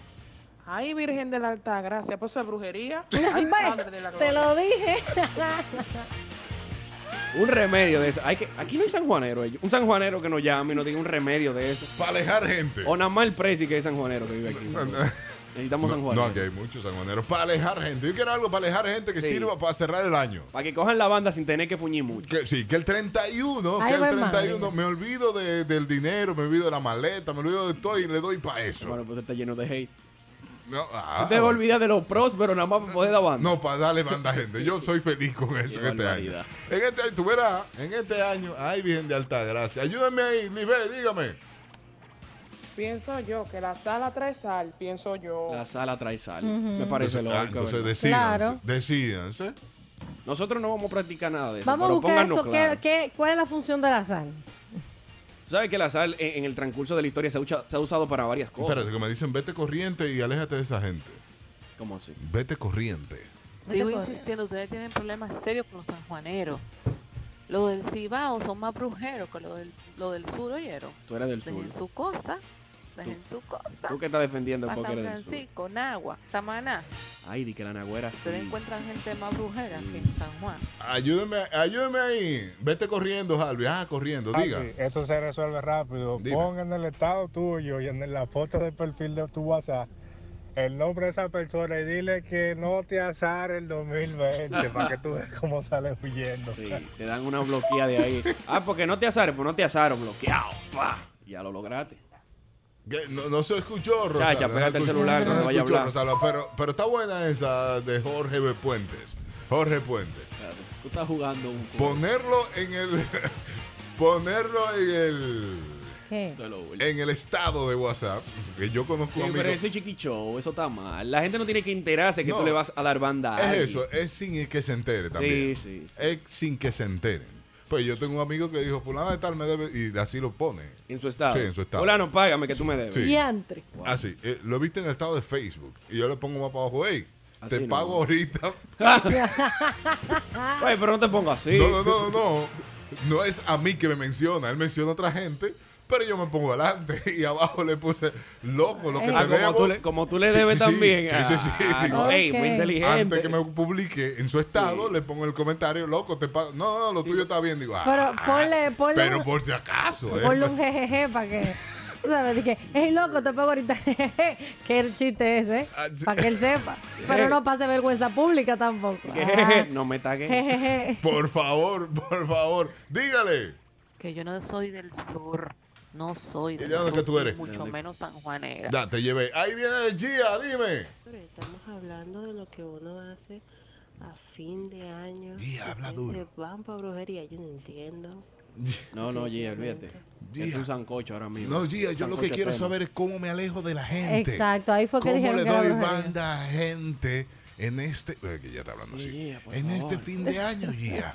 Speaker 12: Ay, Virgen de la Alta Gracia, pues eso es brujería. Ay,
Speaker 2: Ve,
Speaker 12: Padre de la
Speaker 2: Te
Speaker 12: Gloria.
Speaker 2: lo dije.
Speaker 3: Un remedio de eso. Hay que, aquí no hay sanjuanero. ellos. Un sanjuanero que nos llame y nos diga un remedio de eso.
Speaker 1: Para alejar gente.
Speaker 3: O nada más el presi que es sanjuanero que vive aquí. Necesitamos
Speaker 1: No, no,
Speaker 3: sanjuaneros.
Speaker 1: aquí hay muchos sanjuaneros. Para alejar gente. Yo quiero algo para alejar gente que
Speaker 3: Sí.
Speaker 1: sirva para cerrar el año.
Speaker 3: Para que cojan la banda sin tener que fuñir mucho.
Speaker 1: Que, sí, que el 31,
Speaker 2: Ay,
Speaker 1: que el
Speaker 2: buen
Speaker 1: 31,
Speaker 2: madre.
Speaker 1: me olvido de- del dinero, me olvido de la maleta, me olvido de todo y le doy para eso. Ah,
Speaker 3: Bueno, pues está lleno de hate.
Speaker 1: No,
Speaker 3: No te olvidas de los pros, pero nada más para poder la banda.
Speaker 1: para darle banda a gente. Yo soy feliz con eso en
Speaker 3: Qué
Speaker 1: este año.
Speaker 3: barbaridad.
Speaker 1: En este año, tú verás, en este año, ay, Virgen de Alta Gracia. Ayúdame ahí, Lisbeth, dígame.
Speaker 12: Pienso yo que la sala trae sal, pienso yo.
Speaker 3: La sala trae sal. Me parece
Speaker 1: entonces, ah,
Speaker 3: lógico.
Speaker 1: entonces
Speaker 3: ¿verdad?
Speaker 1: decídanse,
Speaker 2: Claro.
Speaker 1: decídanse.
Speaker 3: Nosotros no vamos a practicar nada de eso.
Speaker 2: Vamos a
Speaker 3: pero
Speaker 2: buscar
Speaker 3: pónganos
Speaker 2: eso.
Speaker 3: claro.
Speaker 2: ¿qué- qué- ¿Cuál es la función de la sal?
Speaker 3: Tú sabes que la sal en, en el transcurso de la historia se, ha ucha- se ha usado para varias cosas.
Speaker 1: Espérate, que me dicen, vete corriente y aléjate de esa gente.
Speaker 3: ¿Cómo así?
Speaker 1: Vete corriente.
Speaker 6: Sigo insistiendo, ustedes tienen problemas serios con los sanjuaneros. Los del Cibao son más brujeros que los del, lo del sur, oyeron.
Speaker 3: Tú eres del sur.
Speaker 6: Dejen su cosa, dejen su cosa.
Speaker 3: Tú que estás defendiendo
Speaker 6: Pa'
Speaker 3: porque
Speaker 6: San
Speaker 3: eres del sur.
Speaker 6: Francisco, Nagua, Samaná.
Speaker 3: Ay, di que la nagüera sí.
Speaker 6: Ustedes encuentran gente más brujera que en San Juan.
Speaker 1: Ayúdeme, ayúdeme ahí. Vete corriendo, Jalvi. Ah, corriendo, diga.
Speaker 13: Papi, Eso se resuelve rápido.
Speaker 1: Dime.
Speaker 13: Pon en el estado tuyo y en la foto del perfil de tu WhatsApp el nombre de esa persona y dile que no te azar el 2020 para que tú veas cómo sales huyendo.
Speaker 3: Sí, te dan una bloqueada de ahí. Ah, porque no te asaron, pues no te asaron, bloqueado. ¡Pah! Ya lo lograste.
Speaker 1: ¿Qué? No, no se escuchó, Rosalba.
Speaker 3: Chacha,
Speaker 1: no
Speaker 3: pégate
Speaker 1: se
Speaker 3: el
Speaker 1: escuchó.
Speaker 3: celular, no
Speaker 1: se
Speaker 3: vaya a
Speaker 1: escuchó,
Speaker 3: hablar.
Speaker 1: Rosalba, pero, pero está buena esa de Jorge B. Puentes. Jorge Puentes.
Speaker 3: Espérate, Tú estás jugando un juego.
Speaker 1: Ponerlo en el. ponerlo en el.
Speaker 2: ¿Qué?
Speaker 3: Esto es lo último.
Speaker 1: En el estado de WhatsApp. Que yo conozco
Speaker 3: Sí,
Speaker 1: a
Speaker 3: pero
Speaker 1: amigos.
Speaker 3: ese chiquicho, eso está mal. La gente no tiene que enterarse que
Speaker 1: No.
Speaker 3: tú le vas a dar banda a
Speaker 1: Es
Speaker 3: alguien.
Speaker 1: eso, es sin que se entere también.
Speaker 3: sí, sí.
Speaker 1: Es sin que se enteren. Pues yo tengo un amigo que dijo, fulano de tal me debe, y así lo pone.
Speaker 3: En su estado.
Speaker 1: Sí, en su estado.
Speaker 3: Fulano, págame que tú me debes.
Speaker 1: Sí.
Speaker 2: Diantre.
Speaker 1: Así, eh, lo viste en el estado de Facebook. Y yo le pongo más para abajo, hey,
Speaker 3: Así
Speaker 1: te
Speaker 3: no.
Speaker 1: pago ahorita.
Speaker 3: Oye, pero no te pongas así.
Speaker 1: No, no, no, no, no. No es a mí que me menciona, él menciona a otra gente, pero yo me pongo adelante y abajo le puse loco, lo que
Speaker 2: Eh.
Speaker 3: Ah,
Speaker 1: te
Speaker 3: como tú,
Speaker 1: debo.
Speaker 3: le, como tú le
Speaker 1: Sí,
Speaker 3: debes
Speaker 1: sí, sí,
Speaker 3: también.
Speaker 1: sí, sí, sí.
Speaker 3: Ah, no,
Speaker 2: Ok.
Speaker 3: ey, muy inteligente.
Speaker 1: Antes que me publique en su estado, le pongo el comentario, loco, te pago. No, no, lo tuyo está bien. Digo, ah,
Speaker 2: Pero ponle- ponle
Speaker 1: pero
Speaker 2: un-
Speaker 1: por si acaso. eh.
Speaker 2: Ponle un jejeje para que. Tú sabes, de que, hey loco, te pago ahorita. Qué chiste es, ¿eh?
Speaker 1: Ah,
Speaker 2: Para que él sepa. Pero no pase vergüenza pública tampoco. Ajá.
Speaker 3: no me taguen.
Speaker 2: Jejeje.
Speaker 1: Por favor, por favor, dígale.
Speaker 6: Que yo no soy del sur. No soy
Speaker 1: Que
Speaker 6: del
Speaker 1: ya no es
Speaker 6: sur.
Speaker 1: que tú
Speaker 6: y
Speaker 1: eres.
Speaker 6: Mucho menos sanjuanera.
Speaker 1: Ya, te llevé. Ahí viene Gia, dime.
Speaker 5: Estamos hablando de lo que uno hace a fin de año.
Speaker 1: Y habla duro.
Speaker 5: se van para brujería, yo no entiendo.
Speaker 3: No, no, Gia, olvídate. Que Es un sancocho ahora mismo.
Speaker 1: No, Gia, yo lo que
Speaker 3: Sancocho
Speaker 1: quiero
Speaker 3: eterno.
Speaker 1: saber es cómo me alejo de la gente.
Speaker 2: Exacto, ahí fue que
Speaker 1: ¿Cómo
Speaker 2: dijeron
Speaker 1: le
Speaker 2: que era
Speaker 1: doy
Speaker 2: brujería.
Speaker 1: banda a gente en este. eh, que ya está hablando así. en este fin de año, Gia.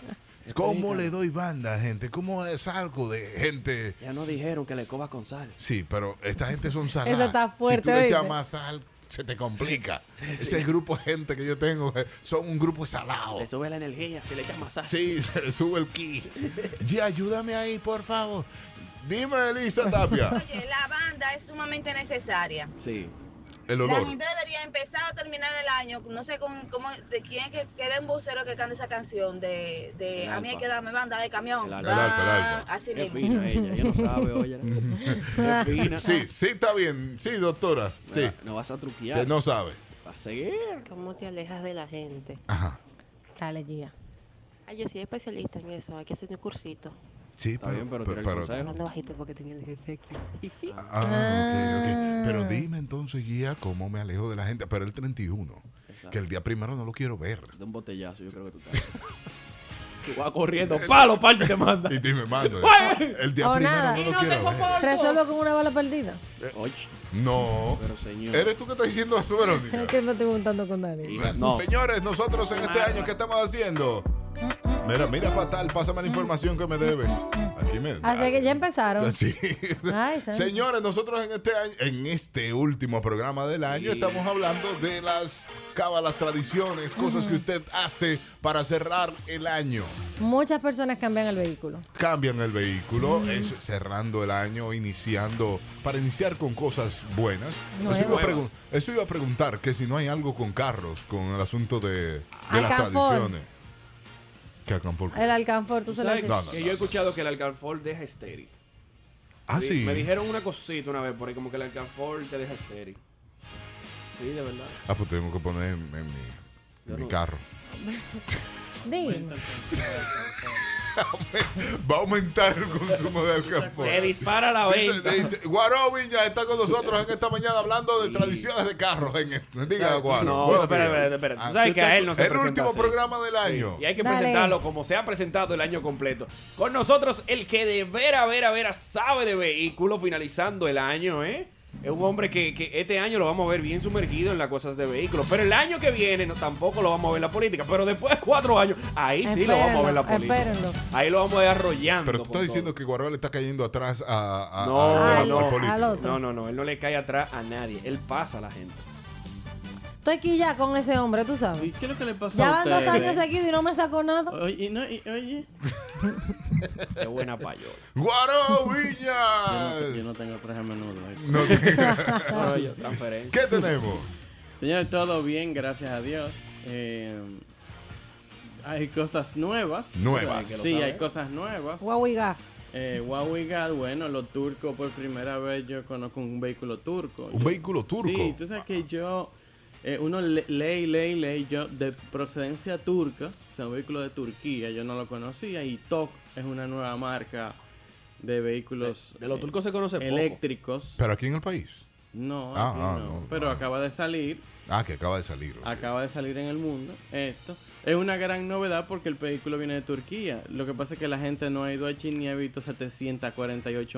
Speaker 1: ¿Cómo le doy banda a gente? ¿Cómo salgo de gente?
Speaker 3: Ya no dijeron que le coba con sal.
Speaker 1: Sí, pero esta gente son saladas.
Speaker 3: Eso está fuerte,
Speaker 1: Si tú le
Speaker 3: ¿oíste?
Speaker 1: echas más sal, se te complica. Ese grupo de gente que yo tengo eh, son un grupo salado.
Speaker 3: Le sube la energía, se le echa más sal.
Speaker 1: Sí, se le sube el ki. Gia, ayúdame ahí, por favor. Dime, Elisa Tapia.
Speaker 14: Oye, la banda es sumamente necesaria.
Speaker 3: Sí.
Speaker 1: El
Speaker 14: La
Speaker 1: olor.
Speaker 14: gente debería empezar o terminar el año, no sé con, cómo, de quién es que queda un vocero que canta esa canción de, de
Speaker 1: El
Speaker 14: a mí hay
Speaker 1: Alfa.
Speaker 14: que darme banda de camión.
Speaker 1: El Alfa. El Alfa, el Alfa.
Speaker 14: Ah, Así
Speaker 3: Qué
Speaker 14: mismo.
Speaker 3: fina ella, ella no sabe, oye. Qué fina.
Speaker 1: Sí, sí, está bien. Sí, doctora. Sí.
Speaker 3: No vas a truquear.
Speaker 1: Que no sabe.
Speaker 3: Va a seguir.
Speaker 5: ¿Cómo te alejas de la gente?
Speaker 1: Ajá.
Speaker 2: Dale, Gia.
Speaker 5: Ay, yo soy especialista en eso, hay que hacer un cursito.
Speaker 1: Sí,
Speaker 3: Está
Speaker 1: pero,
Speaker 3: bien, pero tira el consejo.
Speaker 5: Hablando bajito porque tenía el jefe aquí.
Speaker 1: Ah, ok, ok. Pero
Speaker 5: Ah.
Speaker 1: dime entonces, Guía, cómo me alejo de la gente. Pero el 31, que el día primero no lo quiero ver.
Speaker 3: De un botellazo, yo creo que tú estás. Que va corriendo, palo, palo, y te manda.
Speaker 1: Y te me manda.
Speaker 3: ¡Ay!
Speaker 1: El día primero no lo quiero ver.
Speaker 2: Resuelvo con una bala perdida.
Speaker 3: Eh, oye,
Speaker 1: No.
Speaker 3: Pero señor.
Speaker 1: ¿Eres tú que estás diciendo eso, Verónica?
Speaker 2: Es que me estoy juntando con Dani.
Speaker 3: No.
Speaker 1: Señores, nosotros en este año, ¿qué estamos haciendo? Mira, mira, fatal, pásame la información que me debes. Aquí me.
Speaker 2: Así que ya empezaron.
Speaker 1: Ah, Sí.
Speaker 2: Ay, santo.
Speaker 1: Señores, nosotros en este año, en este último programa del año,
Speaker 3: Sí.
Speaker 1: estamos hablando de las cábalas, tradiciones, cosas que usted hace para cerrar el año.
Speaker 2: Muchas personas cambian el vehículo.
Speaker 1: Cambian el vehículo, es cerrando el año, iniciando, para iniciar con cosas buenas. Eso iba, a pregun- eso iba a preguntar, que si no hay algo con carros, con el asunto de, de las
Speaker 2: Alcanfor.
Speaker 1: tradiciones. ¿Qué alcanfor?
Speaker 2: El alcanfor, tú se lo
Speaker 3: ¿sabes?
Speaker 2: haces.
Speaker 1: No, no,
Speaker 3: que yo he escuchado que el alcanfor deja estéril.
Speaker 1: Ah,
Speaker 3: Me-
Speaker 1: sí.
Speaker 3: Me dijeron una cosita una vez por ahí, como que el alcanfor te deja estéril. Sí, de verdad.
Speaker 1: Ah, pues tengo que poner en, en mi, en mi
Speaker 3: no-
Speaker 1: carro.
Speaker 2: Dime.
Speaker 1: Va a aumentar el consumo de alcanfor.
Speaker 3: Se dispara la
Speaker 1: Dice-
Speaker 3: venta.
Speaker 1: dice, Guaro Viña está con nosotros en esta mañana hablando de tradiciones de carros. En el- diga, Guaro.
Speaker 3: No,
Speaker 1: Buenos
Speaker 3: espera,
Speaker 1: días.
Speaker 3: espera, espera. Tú
Speaker 1: Ah,
Speaker 3: sabes que a él no se
Speaker 1: El
Speaker 3: presenta
Speaker 1: último
Speaker 3: así.
Speaker 1: programa del año.
Speaker 3: Sí, Y hay que
Speaker 1: Dale.
Speaker 3: presentarlo como se ha presentado el año completo. Con nosotros, el que de vera, vera, vera sabe de vehículos finalizando el año, ¿eh? Es un hombre que, que este año lo vamos a ver bien sumergido en las cosas de vehículos. Pero el año que viene no, tampoco lo vamos a ver en la política. Pero después de cuatro años, ahí sí lo vamos a ver en la política.
Speaker 2: Espérenlo.
Speaker 3: Ahí lo vamos a ir arrollando.
Speaker 1: Pero tú estás diciendo que Guaro le está cayendo atrás a, a-
Speaker 3: No,
Speaker 1: a-
Speaker 3: no,
Speaker 1: al político.
Speaker 3: no, no, no, él no le cae atrás a nadie. Él pasa a la gente.
Speaker 2: Estoy aquí ya con ese hombre, tú sabes.
Speaker 15: ¿Y qué es lo que le pasó
Speaker 2: Ya
Speaker 15: a
Speaker 2: van dos
Speaker 15: ustedes?
Speaker 2: años seguidos y no me sacó nada.
Speaker 15: Oye, y no, y- oye.
Speaker 3: Qué buena payola.
Speaker 1: ¡Guaro
Speaker 15: Yo no,
Speaker 1: Viñas!
Speaker 15: yo no tengo traje menudo. ¿eh?
Speaker 1: No te-
Speaker 15: No, yo-
Speaker 3: transferencia.
Speaker 1: ¿Qué tenemos?
Speaker 15: Señores, todo bien, gracias a Dios. Eh, hay cosas nuevas.
Speaker 1: Nuevas.
Speaker 15: Sí, hay cosas nuevas.
Speaker 2: Guauiga.
Speaker 15: Eh, what we got, bueno, los turcos, por primera vez yo conozco un vehículo turco.
Speaker 1: ¿Un
Speaker 15: Yo-
Speaker 1: vehículo turco?
Speaker 15: Sí, tú sabes que yo, eh, uno le- ley, ley, ley, yo de procedencia turca, o sea, un vehículo de Turquía, yo no lo conocía, y TOC es una nueva marca de vehículos... eh,
Speaker 3: de los turcos se conoce poco.
Speaker 15: Eléctricos.
Speaker 1: ¿Pero aquí en el país?
Speaker 15: No,
Speaker 1: Ah,
Speaker 15: aquí
Speaker 1: ah,
Speaker 15: no,
Speaker 1: no,
Speaker 15: pero acaba de salir.
Speaker 1: Ah, que acaba de salir.
Speaker 15: Acaba de salir en el mundo esto. Es una gran novedad porque el vehículo viene de Turquía. Lo que pasa es que la gente no ha ido a China y ha visto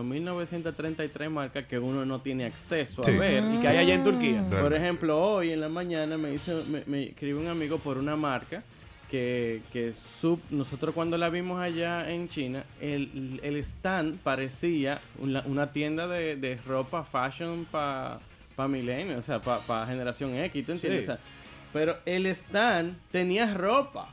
Speaker 15: 748.933 marcas que uno no tiene acceso a
Speaker 3: Sí.
Speaker 15: ver.
Speaker 3: Y que hay allá en Turquía.
Speaker 15: Por
Speaker 3: Realmente.
Speaker 15: ejemplo, hoy en la mañana me, hizo, me, me escribe un amigo por una marca que, que sub- nosotros cuando la vimos allá en China, el, el stand parecía una, una tienda de, de ropa fashion para pa millennials, o sea, para generación X, ¿tú entiendes?
Speaker 3: Sí.
Speaker 15: O sea, pero el stand tenía ropa.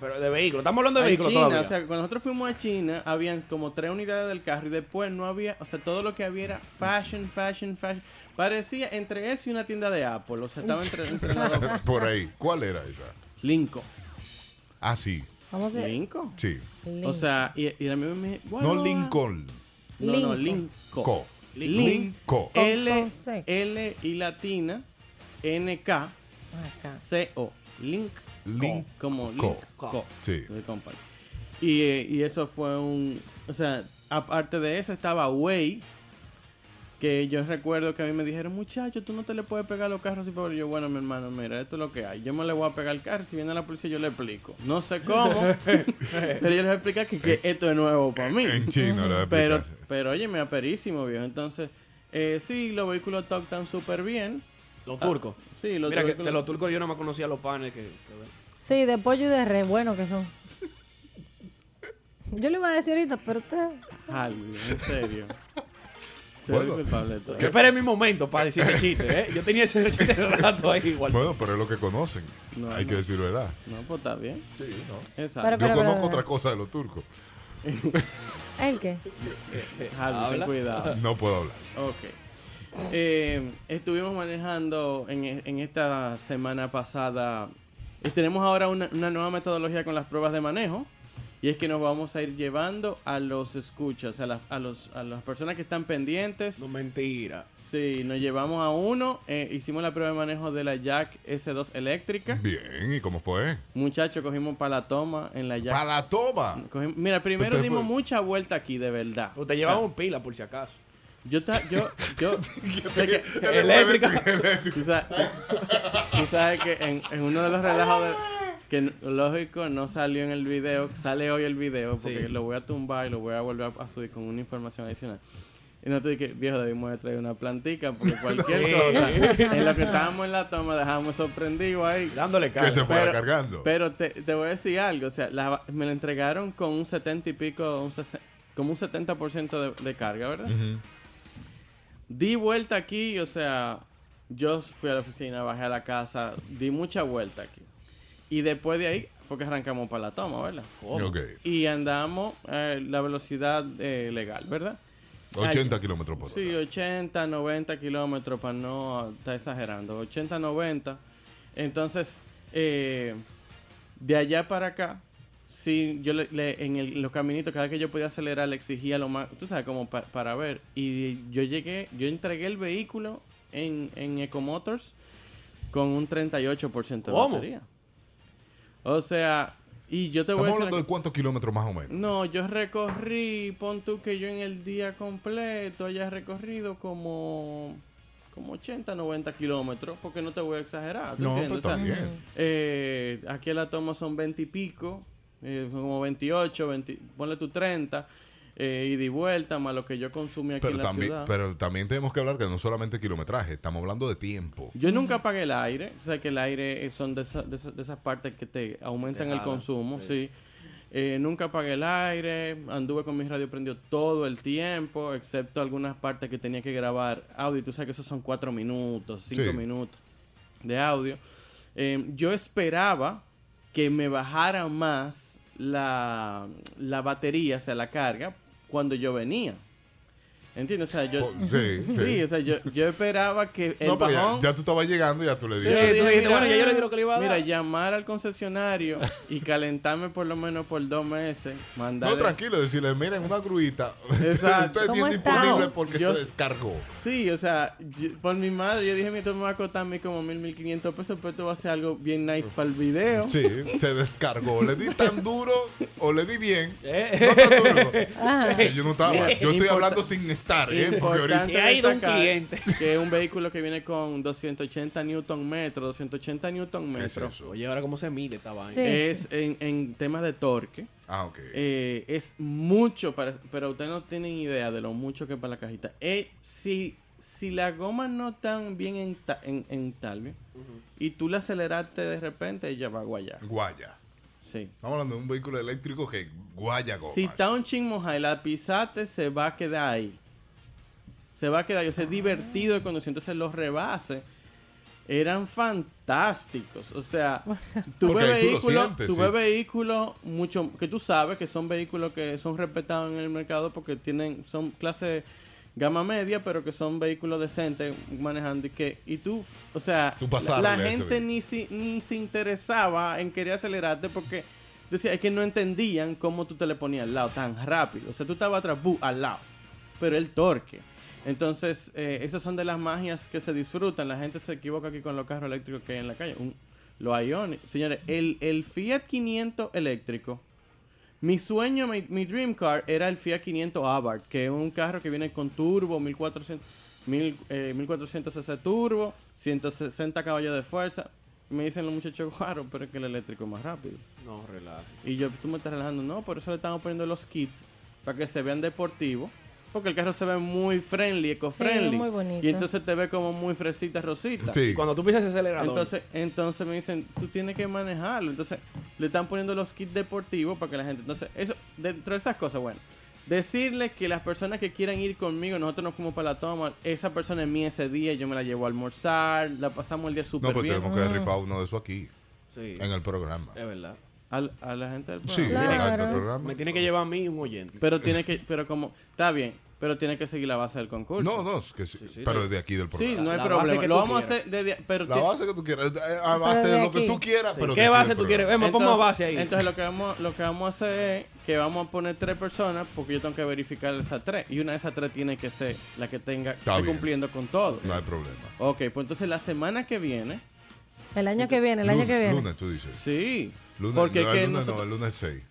Speaker 3: Pero de vehículo. Estamos hablando de
Speaker 15: En
Speaker 3: vehículo
Speaker 15: China,
Speaker 3: todavía.
Speaker 15: O sea, cuando nosotros fuimos a China, habían como tres unidades del carro y después no había, o sea, todo lo que había era fashion, fashion, fashion. Parecía entre eso y una tienda de Apple, o sea, estaba entre, entre las dos.
Speaker 1: Por ahí. ¿Cuál era esa?
Speaker 15: Lincoln.
Speaker 1: Ah, sí.
Speaker 2: Vamos a-
Speaker 15: ¿Lincoln?
Speaker 1: Sí.
Speaker 15: O sea, y, y la misma me
Speaker 1: No Lincoln.
Speaker 15: No, no,
Speaker 1: Lincoln.
Speaker 15: Lincoln.
Speaker 1: Co. Linco.
Speaker 15: L,
Speaker 1: Con C.
Speaker 15: L y latina, NK,
Speaker 2: Acá.
Speaker 15: CO. Link.
Speaker 1: Link.
Speaker 15: Como
Speaker 1: Co.
Speaker 15: Link. Co.
Speaker 1: Sí.
Speaker 15: De Compaq. Y, eh, y eso fue un. O sea, aparte de eso estaba Way. Que yo recuerdo que a mí me dijeron, muchacho, tú no te le puedes pegar a los carros. Y pero yo, bueno, mi hermano, mira, esto es lo que hay. Yo me le voy a pegar al carro. Si viene la policía, yo le explico. No sé cómo. pero yo les explico que, que esto es nuevo para mí.
Speaker 1: En chino lo
Speaker 15: Pero,
Speaker 1: explicaste.
Speaker 15: pero oye, me aperísimo, viejo. Entonces, eh, sí, los vehículos tocan súper bien.
Speaker 3: Los
Speaker 15: Ah,
Speaker 3: turcos.
Speaker 15: sí, los
Speaker 3: Mira, que
Speaker 15: vehículos-
Speaker 3: de los turcos yo no me conocía los panes que.
Speaker 2: Sí, de pollo y de res, bueno que son. Yo le iba a decir ahorita, pero ustedes.
Speaker 15: Algo, en serio. Tú eres
Speaker 1: Bueno,
Speaker 15: culpable de todo.
Speaker 3: Yo esperé mi momento para decir ese chiste, ¿eh? Yo tenía ese chiste de rato ahí igual.
Speaker 1: Bueno, pero es lo que conocen.
Speaker 15: No,
Speaker 1: Hay
Speaker 15: no.
Speaker 1: que decir verdad.
Speaker 15: No, pues está bien.
Speaker 1: Sí, no.
Speaker 15: Exacto.
Speaker 1: Yo conozco otra cosa de los turcos.
Speaker 2: ¿El qué?
Speaker 15: Algo, Eh, ten
Speaker 3: Habla.
Speaker 15: cuidado.
Speaker 1: No puedo hablar.
Speaker 15: Ok. Eh, estuvimos manejando en, e- en esta semana pasada. eh, Tenemos ahora una, una nueva metodología con las pruebas de manejo. Y es que nos vamos a ir llevando a los escuchas, a las, a los, a las personas que están pendientes.
Speaker 3: No mentira.
Speaker 15: Sí, nos llevamos a uno. eh, hicimos la prueba de manejo de la Jack S2 eléctrica.
Speaker 1: Bien, ¿y cómo fue?
Speaker 15: Muchachos, cogimos para la toma en la Jack.
Speaker 1: ¿Para la toma?
Speaker 15: Cogimos- mira, primero
Speaker 1: Ustedes
Speaker 15: dimos
Speaker 1: fue-
Speaker 15: mucha vuelta aquí, de verdad.
Speaker 3: O te llevaban pila, por si acaso.
Speaker 15: Yo, ta- yo, yo,
Speaker 3: que-
Speaker 15: que-
Speaker 3: que- Eléctrica.
Speaker 15: Tú sabes- tú sabes que en, en uno de los relajos de- que n- lógico no salió en el video, sale hoy el video porque
Speaker 3: Sí.
Speaker 15: lo voy a tumbar y lo voy a volver a subir con una información adicional. Y no te dije, viejo, debimos de traer una plantica porque cualquier
Speaker 3: Sí.
Speaker 15: cosa, en lo que estábamos en la toma, dejábamos sorprendido ahí.
Speaker 3: Dándole
Speaker 1: Que se fuera cargando.
Speaker 15: Pero te, te voy a decir algo, o sea, la- me la entregaron con un 70 y pico, un sesen- como un 70% de, de carga, ¿verdad?
Speaker 1: Ujú.
Speaker 15: Di vuelta aquí, o sea, yo fui a la oficina, bajé a la casa, di mucha vuelta aquí. Y después de ahí fue que arrancamos para la toma, ¿verdad?
Speaker 1: Ok.
Speaker 15: Y andamos eh, la velocidad eh, legal, ¿verdad?
Speaker 1: 80
Speaker 15: Ay,
Speaker 1: kilómetros por hora.
Speaker 15: Sí, 80, 90 kilómetros, para no estar exagerando. 80, 90. Entonces, eh, de allá para acá, sí, yo le- le- en el- los caminitos, cada que yo podía acelerar, le exigía lo más, tú sabes, como pa- para ver. Y yo llegué, yo entregué el vehículo en, en Ecomotors con un 38% de
Speaker 3: ¿Cómo?
Speaker 15: batería. O sea, y yo te
Speaker 1: Estamos
Speaker 15: voy a decir...
Speaker 1: hablando de cuántos kilómetros más o menos.
Speaker 15: No, yo recorrí, pon tú que yo en el día completo haya recorrido como, como 80, 90 kilómetros, porque no te voy a exagerar. ¿tú
Speaker 1: No, pues
Speaker 15: entiendes?
Speaker 1: pero
Speaker 15: O sea,
Speaker 1: está bien.
Speaker 15: eh, aquí en la toma son 20 y pico, eh, como 28, 20, ponle tu 30, eh, ida y vuelta, más lo que yo consumí aquí
Speaker 1: Pero
Speaker 15: en la
Speaker 1: también,
Speaker 15: ciudad.
Speaker 1: pero también tenemos que hablar que no solamente kilometraje, estamos hablando de tiempo.
Speaker 15: Yo nunca apagué el aire. O sea, que el aire eh, son de, esa- de esa- de esas partes que te aumentan
Speaker 3: Te
Speaker 15: el
Speaker 3: jalan,
Speaker 15: consumo,
Speaker 3: sí.
Speaker 15: sí. Eh, nunca apagué el aire. Anduve con mi radio prendido todo el tiempo, excepto algunas partes que tenía que grabar audio. Y tú sabes que esos son cuatro minutos, cinco
Speaker 1: Sí.
Speaker 15: minutos de audio. Eh, yo esperaba que me bajara más la, la batería, o sea, la carga, cuando yo venía. ¿Entiendes? O sea, yo...
Speaker 1: Oh, sí, sí.
Speaker 15: o sea, yo, yo esperaba que el
Speaker 1: no, pues ya,
Speaker 15: bajón...
Speaker 1: ya tú estabas llegando y ya tú le
Speaker 15: Sí,
Speaker 1: dijiste.
Speaker 15: yo dije,
Speaker 3: bueno, ya yo le di
Speaker 15: mira,
Speaker 3: lo que le iba a dar.
Speaker 15: Mira, llamar al concesionario y calentarme por lo menos por dos meses. Mandarle...
Speaker 1: No, tranquilo, decirle, miren, una gruita.
Speaker 15: Exacto.
Speaker 1: Usted
Speaker 15: ¿Cómo
Speaker 1: tiene
Speaker 15: está?
Speaker 1: disponible porque
Speaker 15: Yo-
Speaker 1: se descargó.
Speaker 15: Sí, o sea, yo- por mi madre, yo dije, mi esto me va a costar a mí como mil, mil quinientos pesos, pero esto va a ser algo bien nice para el video.
Speaker 1: Sí, se descargó. Le di tan duro o le di bien.
Speaker 3: Eh.
Speaker 1: No tan duro.
Speaker 15: Ah.
Speaker 2: Ajá.
Speaker 1: Que yo no estaba. Yo estoy
Speaker 15: Importa-
Speaker 1: hablando sin estar, ¿eh? Porque ahorita.
Speaker 15: Importante
Speaker 3: Se ha ido un
Speaker 15: destacar
Speaker 3: cliente.
Speaker 15: Que es un vehículo que viene con 280 newton metro, 280 newton metro.
Speaker 3: Oye, ahora cómo se mide esta vaina.
Speaker 2: Sí.
Speaker 15: Es en, en temas de torque.
Speaker 1: Ah, ok.
Speaker 15: Eh, es mucho, para, pero ustedes no tienen idea de lo mucho que es para la cajita. Eh, si, si la goma no está bien en, ta- en, en tal, ¿bien? y tú la aceleraste de repente, ella va a guayar.
Speaker 1: Guaya.
Speaker 15: Sí.
Speaker 1: Estamos hablando de un vehículo eléctrico que guaya gomas.
Speaker 15: Si está un chin mojado y la pisaste, se va a quedar ahí. Se va a quedar ahí. O sea, es divertido de conducir. Entonces, los rebases eran fantásticos. O sea, tuve
Speaker 1: Porque ahí tú lo
Speaker 15: vehículos
Speaker 1: sientes,
Speaker 15: tuve
Speaker 1: sí.
Speaker 15: vehículos mucho que tú sabes que son vehículos que son respetados en el mercado porque tienen son clase gama media, pero que son vehículos decentes manejando y que y tú, o sea,
Speaker 1: Tú
Speaker 15: la,
Speaker 1: pasarle
Speaker 15: la
Speaker 1: a ese
Speaker 15: gente ni, si- ni se interesaba en querer acelerarte porque decía, es que no entendían cómo tú te le ponías al lado tan rápido. O sea, tú estabas atrás, bu, al lado. Pero el torque. Entonces, eh, esas son de las magias que se disfrutan. La gente se equivoca aquí con los carros eléctricos que hay en la calle. Un- los Ioniq. Señores, el, el Fiat 500 eléctrico. Mi sueño, mi, mi dream car era el Fiat 500 Abarth, que es un carro que viene con turbo, 1400, mil, eh, 1400 cc turbo, 160 caballos de fuerza. Me dicen los muchachos, claro, pero es que el eléctrico es más rápido.
Speaker 3: No, relaja.
Speaker 15: Y yo, tú me estás relajando. No, por eso le estamos poniendo los kits para que se vean deportivos. Porque el carro se ve muy friendly, eco-friendly.
Speaker 2: Sí, muy bonito.
Speaker 15: Y entonces te ve como muy fresita, rosita.
Speaker 3: Sí. Cuando tú pisas ese acelerador.
Speaker 15: Entonces, entonces me dicen, tú tienes que manejarlo. Entonces le están poniendo los kits deportivos para que la gente. Entonces, eso, dentro de esas cosas, bueno. Decirles que las personas que quieran ir conmigo, nosotros nos fuimos para la toma. Esa persona es mía ese día, yo me la llevo a almorzar, la pasamos el día
Speaker 1: No,
Speaker 15: súper
Speaker 1: pero
Speaker 15: bien.
Speaker 1: pues tenemos que rifar uno de esos aquí.
Speaker 3: Sí.
Speaker 1: En el programa.
Speaker 3: Es verdad.
Speaker 15: Al- a la gente del
Speaker 1: Sí,
Speaker 15: programa.
Speaker 1: Claro. al del programa.
Speaker 3: Me tiene que llevar a mí un oyente.
Speaker 15: Pero tiene que, pero como, está bien, pero tiene que seguir la base del concurso.
Speaker 1: No, no, es que sí, pero de aquí del programa.
Speaker 15: Sí, no hay
Speaker 1: La base
Speaker 15: problema.
Speaker 1: que
Speaker 15: Lo
Speaker 1: tú
Speaker 15: vamos a
Speaker 1: quieras.
Speaker 15: hacer desde, pero
Speaker 1: La
Speaker 15: ti-
Speaker 1: base que tú quieras, eh, a base Pero de de lo que aquí. tú quieras, pero de aquí del programa.
Speaker 3: Emma, ponme
Speaker 15: Entonces-
Speaker 3: base ahí.
Speaker 15: Entonces lo que vamos, lo que vamos a hacer es que vamos a poner tres personas porque yo tengo que verificar esas tres y una de esas tres tiene que ser la que tenga que esté
Speaker 1: bien.
Speaker 15: cumpliendo con todo.
Speaker 1: No hay problema.
Speaker 15: Ok, pues entonces la semana que viene.
Speaker 2: El año que viene, el año que viene.
Speaker 1: Lunes, tú dices.
Speaker 15: Sí.
Speaker 1: Lunes,
Speaker 15: porque
Speaker 1: no,
Speaker 15: es que
Speaker 1: el lunes, no,
Speaker 15: nosotros-
Speaker 1: el lunes 6.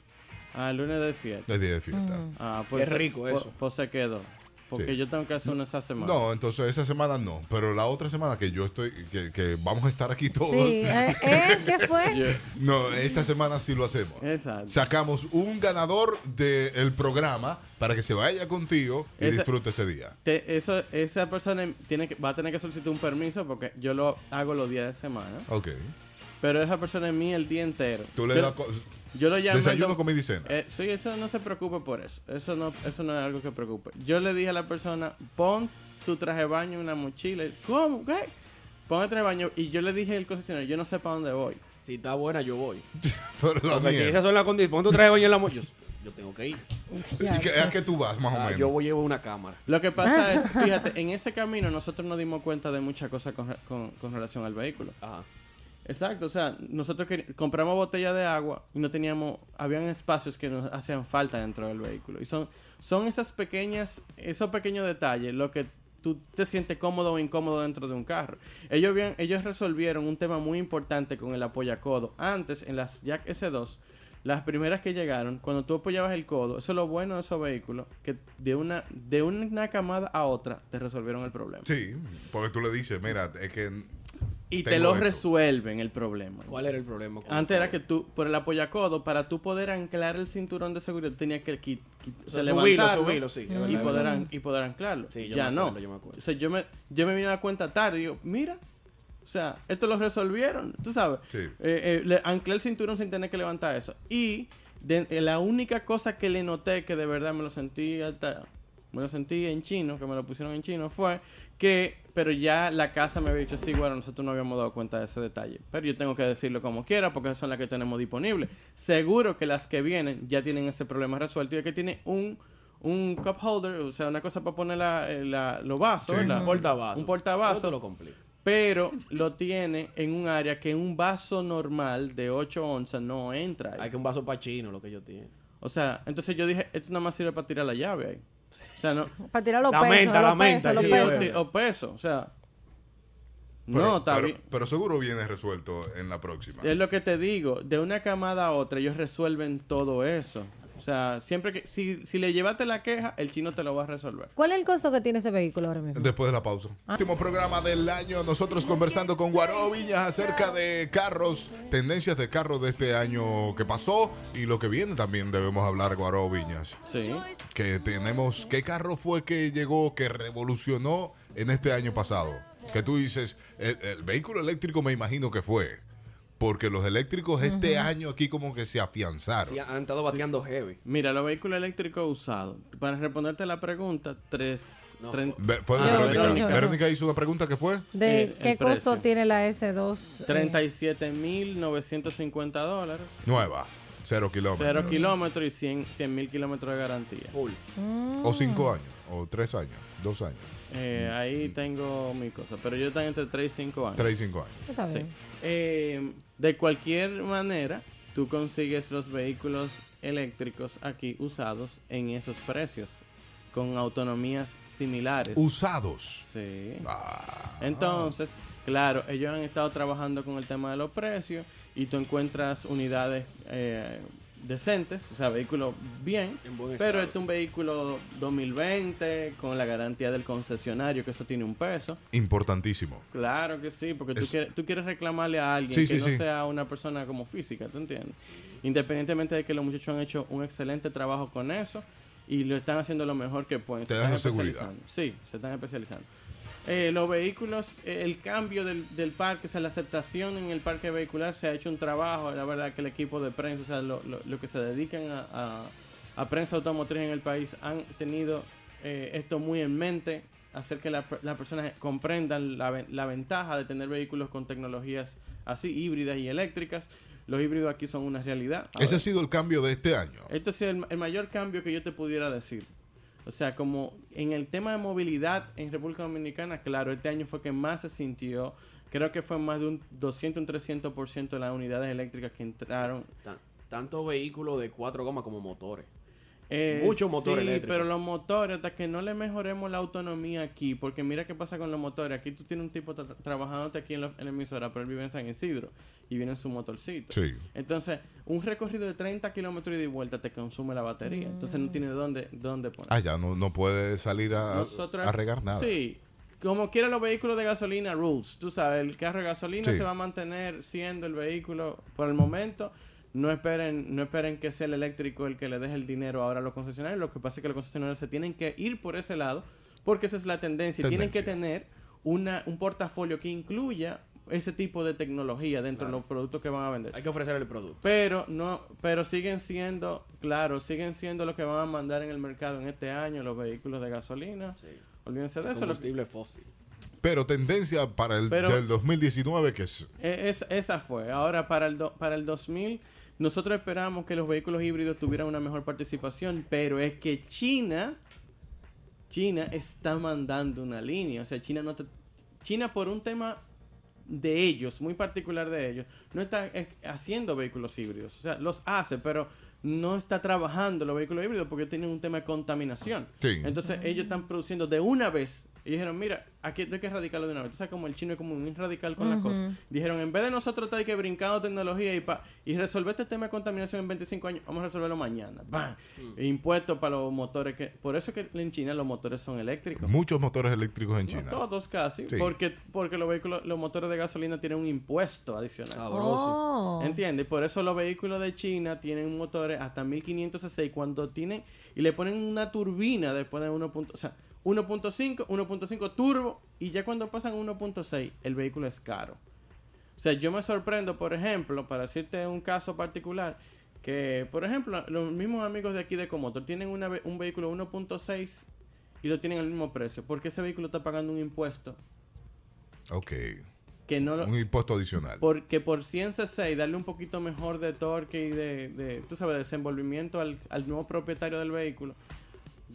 Speaker 15: Ah, el lunes de fiesta.
Speaker 1: El día de fiesta.
Speaker 15: Ujú. Ah, pues
Speaker 1: Qué
Speaker 15: se-
Speaker 1: rico
Speaker 15: pues-
Speaker 1: eso.
Speaker 15: Pues se quedó. Porque
Speaker 1: Sí.
Speaker 15: yo tengo que hacer una esa semana.
Speaker 1: No, entonces esa semana no, pero la otra semana que yo estoy, que, que vamos a estar aquí todos.
Speaker 2: Sí, eh, eh, ¿qué fue?
Speaker 1: No, esa semana sí lo hacemos.
Speaker 15: Exacto.
Speaker 1: Sacamos un ganador del programa para que se vaya contigo y
Speaker 15: Esa-
Speaker 1: disfrute ese día.
Speaker 15: Te- eso, esa persona tiene que, va a tener que solicitar un permiso porque yo lo hago los días de semana.
Speaker 1: Ok.
Speaker 15: Pero esa persona es mía el día entero.
Speaker 1: Tú le
Speaker 15: yo,
Speaker 1: das co-
Speaker 15: yo lo llamé.
Speaker 1: desayuno,
Speaker 15: lo-
Speaker 1: comida y cena.
Speaker 15: Eh, sí, eso no se preocupe por eso. Eso no, eso no es algo que preocupe. Yo le dije a la persona, pon tu traje de baño, una mochila. ¿Cómo? ¿Qué? Pon el traje de baño. Y yo le dije al concesionario, yo no sé para dónde voy.
Speaker 3: Si está buena, yo voy.
Speaker 1: Pero
Speaker 3: Porque si
Speaker 1: Daniel,
Speaker 3: esas son las condiciones, pon tu traje de baño en la mochila. Yo, yo tengo que ir.
Speaker 1: ¿y qué- ¿a qué tú vas más o
Speaker 3: Ah,
Speaker 1: menos?
Speaker 3: yo voy, llevo una cámara.
Speaker 15: Lo que pasa es, fíjate, en ese camino nosotros nos dimos cuenta de muchas cosas con, re- con- con relación al vehículo. Exacto, o sea, nosotros queri- compramos botellas de agua y no teníamos, habían espacios que nos hacían falta dentro del vehículo. Y son, son esas pequeñas, esos pequeños detalles, lo que tú te sientes cómodo o incómodo dentro de un carro. Ellos, habían- ellos resolvieron un tema muy importante con el apoyacodo. Antes, en las Jack S2, las primeras que llegaron, cuando tú apoyabas el codo, eso es lo bueno de esos vehículos, que de una, de una camada a otra te resolvieron el problema.
Speaker 1: Sí, porque tú le dices, mira, es que.
Speaker 15: Y te
Speaker 1: tengo
Speaker 15: lo
Speaker 1: esto.
Speaker 15: resuelven el problema.
Speaker 3: ¿Cuál era el problema? con
Speaker 15: Antes
Speaker 3: todo?
Speaker 15: era que tú, por el apoyacodo, para tú poder anclar el cinturón de seguridad, tenías que qui- qui- o sea,
Speaker 3: Subirlo,
Speaker 15: levantarlo
Speaker 3: subirlo, sí, es verdad,
Speaker 15: y,
Speaker 3: es
Speaker 15: poder
Speaker 3: verdad.
Speaker 15: an- y poder anclarlo.
Speaker 3: Sí, yo
Speaker 15: ya
Speaker 3: me
Speaker 15: no.
Speaker 3: acuerdo, yo me acuerdo.
Speaker 15: O sea, yo me, yo me vine a dar cuenta tarde y digo, mira, o sea, esto lo resolvieron, tú sabes.
Speaker 1: Sí.
Speaker 15: Eh, eh, le anclé el cinturón sin tener que levantar eso. Y de- eh, la única cosa que le noté que de verdad me lo sentí hasta- me lo sentí en chino, que me lo pusieron en chino, fue que, pero ya la casa me había dicho, sí, bueno, nosotros no habíamos dado cuenta de ese detalle. Pero yo tengo que decirlo como quiera, porque esas son las que tenemos disponibles. Seguro que las que vienen ya tienen ese problema resuelto y es que tiene un, un cup holder, o sea, una cosa para poner la, eh, la- los vasos,
Speaker 3: Sí.
Speaker 15: la-
Speaker 3: Un portavasos.
Speaker 15: Un portavasos.
Speaker 3: Otro lo complica.
Speaker 15: Pero lo tiene en un área que un vaso normal de 8 onzas no entra. Hay
Speaker 3: que un vaso pachino lo que yo tiene.
Speaker 15: O sea, entonces yo dije, esto nada más sirve para tirar la llave ahí. O sea, no.
Speaker 2: Para tirar los Lamenta, pesos, los lamenta, pesos, los
Speaker 15: Sí, o
Speaker 2: pesos.
Speaker 15: ti- O peso, o sea.
Speaker 1: Pero,
Speaker 15: no, está
Speaker 1: pero-
Speaker 15: bien.
Speaker 1: pero seguro viene resuelto en la próxima.
Speaker 15: Es lo que te digo, de una camada a otra ellos resuelven todo eso. O sea, siempre que si, si le llevaste la queja, el chino te lo va a resolver.
Speaker 2: ¿Cuál es el costo que tiene ese vehículo ahora mismo?
Speaker 1: Después de la pausa. Último programa del año, nosotros conversando con Guaró Viñas acerca de carros, tendencias de carros de este año que pasó y lo que viene también debemos hablar, Guaró Viñas.
Speaker 15: Sí.
Speaker 1: Que tenemos, ¿qué carro fue que llegó, que revolucionó en este año pasado? Que tú dices, el, el vehículo eléctrico me imagino que fue, porque los eléctricos este
Speaker 3: Ujú.
Speaker 1: año aquí como que se afianzaron.
Speaker 3: Sí,
Speaker 15: ah.
Speaker 3: han estado bateando heavy.
Speaker 15: Mira, los vehículos eléctricos usados. Para responderte la pregunta, tres... tren-
Speaker 1: Ve- Fue de
Speaker 15: Ah,
Speaker 1: Verónica. Verónica hizo una pregunta que fue.
Speaker 2: ¿De
Speaker 15: Eh,
Speaker 2: qué
Speaker 15: el
Speaker 2: costo
Speaker 15: precio.
Speaker 2: tiene la S2? eh?
Speaker 15: 37.950 dólares.
Speaker 1: Nueva, cero kilómetros.
Speaker 15: Cero kilómetros y 100 mil kilómetros de garantía.
Speaker 1: O cinco años, o tres años, dos años.
Speaker 15: Eh, ahí tengo mi cosa, pero yo están entre 3 y 5 años.
Speaker 1: Tres y cinco años.
Speaker 2: Está bien.
Speaker 15: Eh, de cualquier manera, tú consigues los vehículos eléctricos aquí usados en esos precios. con autonomías similares.
Speaker 1: Usados. Ah.
Speaker 15: Sí. Entonces, claro, ellos han estado trabajando con el tema de los precios y tú encuentras unidades eh, decentes, o sea, vehículos bien, pero
Speaker 3: estado.
Speaker 15: este es un vehículo 2020 con la garantía del concesionario, que eso tiene un peso.
Speaker 1: Importantísimo.
Speaker 15: Claro que sí, porque tú
Speaker 1: Es-
Speaker 15: quieres, tú quieres reclamarle a alguien
Speaker 1: Sí,
Speaker 15: que
Speaker 1: sí,
Speaker 15: no
Speaker 1: sí.
Speaker 15: sea una persona como física, ¿te entiendes? Independientemente de que los muchachos han hecho un excelente trabajo con eso y lo están haciendo lo mejor que pueden.
Speaker 1: Te
Speaker 15: Se están
Speaker 1: dan seguridad.
Speaker 15: especializando. Sí, se están especializando. Eh, los vehículos, eh, el cambio del, del parque, o sea, la aceptación en el parque vehicular, se ha hecho un trabajo, la verdad que el equipo de prensa, o sea, lo, lo- lo que se dedican a, a- a prensa automotriz en el país han tenido eh, esto muy en mente, hacer que la- las personas comprendan la, ven- la ventaja de tener vehículos con tecnologías así, híbridas y eléctricas. Los híbridos aquí son una realidad. A
Speaker 1: Ese
Speaker 15: ver.
Speaker 1: ha sido el cambio de este año.
Speaker 15: Esto es el, el mayor cambio que yo te pudiera decir. O sea, como en el tema de movilidad en República Dominicana, claro, este año fue que más se sintió. Creo que fue más de un 200, un 300% de las unidades eléctricas que entraron.
Speaker 3: Tan- tanto vehículos de cuatro gomas como motores.
Speaker 15: Eh,
Speaker 3: Muchos motores
Speaker 15: sí,
Speaker 3: eléctricos.
Speaker 15: pero los motores, hasta que no le mejoremos la autonomía aquí, porque mira qué pasa con los motores. Aquí tú tienes un tipo tra- trabajándote aquí en, la- en la emisora, pero él vive en San Isidro y viene en su motorcito.
Speaker 1: Sí.
Speaker 15: Entonces, un recorrido de 30 kilómetros y de vuelta te consume la batería. Entonces, no tiene dónde, dónde poner.
Speaker 1: Ah, ya no, no puede salir a,
Speaker 15: Nosotras-
Speaker 1: a regar nada.
Speaker 15: Sí. Como quieran los vehículos de gasolina, rules. Tú sabes, el carro de gasolina
Speaker 1: Sí.
Speaker 15: se va a mantener siendo el vehículo por el momento. No esperen, no esperen que sea el eléctrico el que le deje el dinero ahora a los concesionarios. Lo que pasa es que los concesionarios se tienen que ir por ese lado porque esa es la tendencia. Y Tienen que tener una, un portafolio que incluya ese tipo de tecnología dentro de los productos que van a vender.
Speaker 3: Hay que ofrecer el producto.
Speaker 15: Pero no, pero siguen siendo, claro, siguen siendo los que van a mandar en el mercado en este año los vehículos de gasolina. Olvídense de
Speaker 3: El
Speaker 15: eso.
Speaker 3: combustible fósil.
Speaker 1: Pero tendencia para el
Speaker 15: Pero-
Speaker 1: del 2019 que es...
Speaker 15: E, esa fue. Ahora para el do- para el 2000 nosotros esperamos que los vehículos híbridos tuvieran una mejor participación, pero es que China China está mandando una línea, o sea, China no te- China por un tema de ellos, muy particular de ellos, no está eh, haciendo vehículos híbridos. O sea, los hace, pero no está trabajando los vehículos híbridos porque tienen un tema de contaminación.
Speaker 1: Sí.
Speaker 15: Entonces ellos están produciendo de una vez. Y dijeron, mira, aquí hay que erradicarlo de una vez. O sea, como el chino es como muy radical con las
Speaker 16: Ujú.
Speaker 15: cosas. Dijeron, en vez de nosotros estar que brincando tecnología y, pa y resolver este tema de contaminación en 25 años, vamos a resolverlo mañana. ¡Bam!
Speaker 1: Mm.
Speaker 15: Impuestos para los motores. que Por eso que en China los motores son eléctricos.
Speaker 1: Muchos motores eléctricos en China.
Speaker 15: Todos casi,
Speaker 1: Sí.
Speaker 15: porque, porque los vehículos, los motores de gasolina tienen un impuesto adicional.
Speaker 1: Ah,
Speaker 2: Sabroso. Oh.
Speaker 15: ¿Entiendes? Por eso los vehículos de China tienen motores hasta 1500 cc y cuando tienen y le ponen una turbina después de 1. punto- o sea, 1.5, 1.5 turbo y ya cuando pasan 1.6 el vehículo es caro. O sea, yo me sorprendo, por ejemplo, para decirte un caso particular, que, por ejemplo, los mismos amigos de aquí de Comotor tienen una ve- un vehículo 1.6 y lo tienen al mismo precio. Porque ese vehículo está pagando un impuesto
Speaker 1: Ok.
Speaker 15: que no lo...
Speaker 1: Un impuesto adicional.
Speaker 15: Porque por 100 cc y darle un poquito mejor de torque y de, de, tú sabes, desenvolvimiento al, al nuevo propietario del vehículo,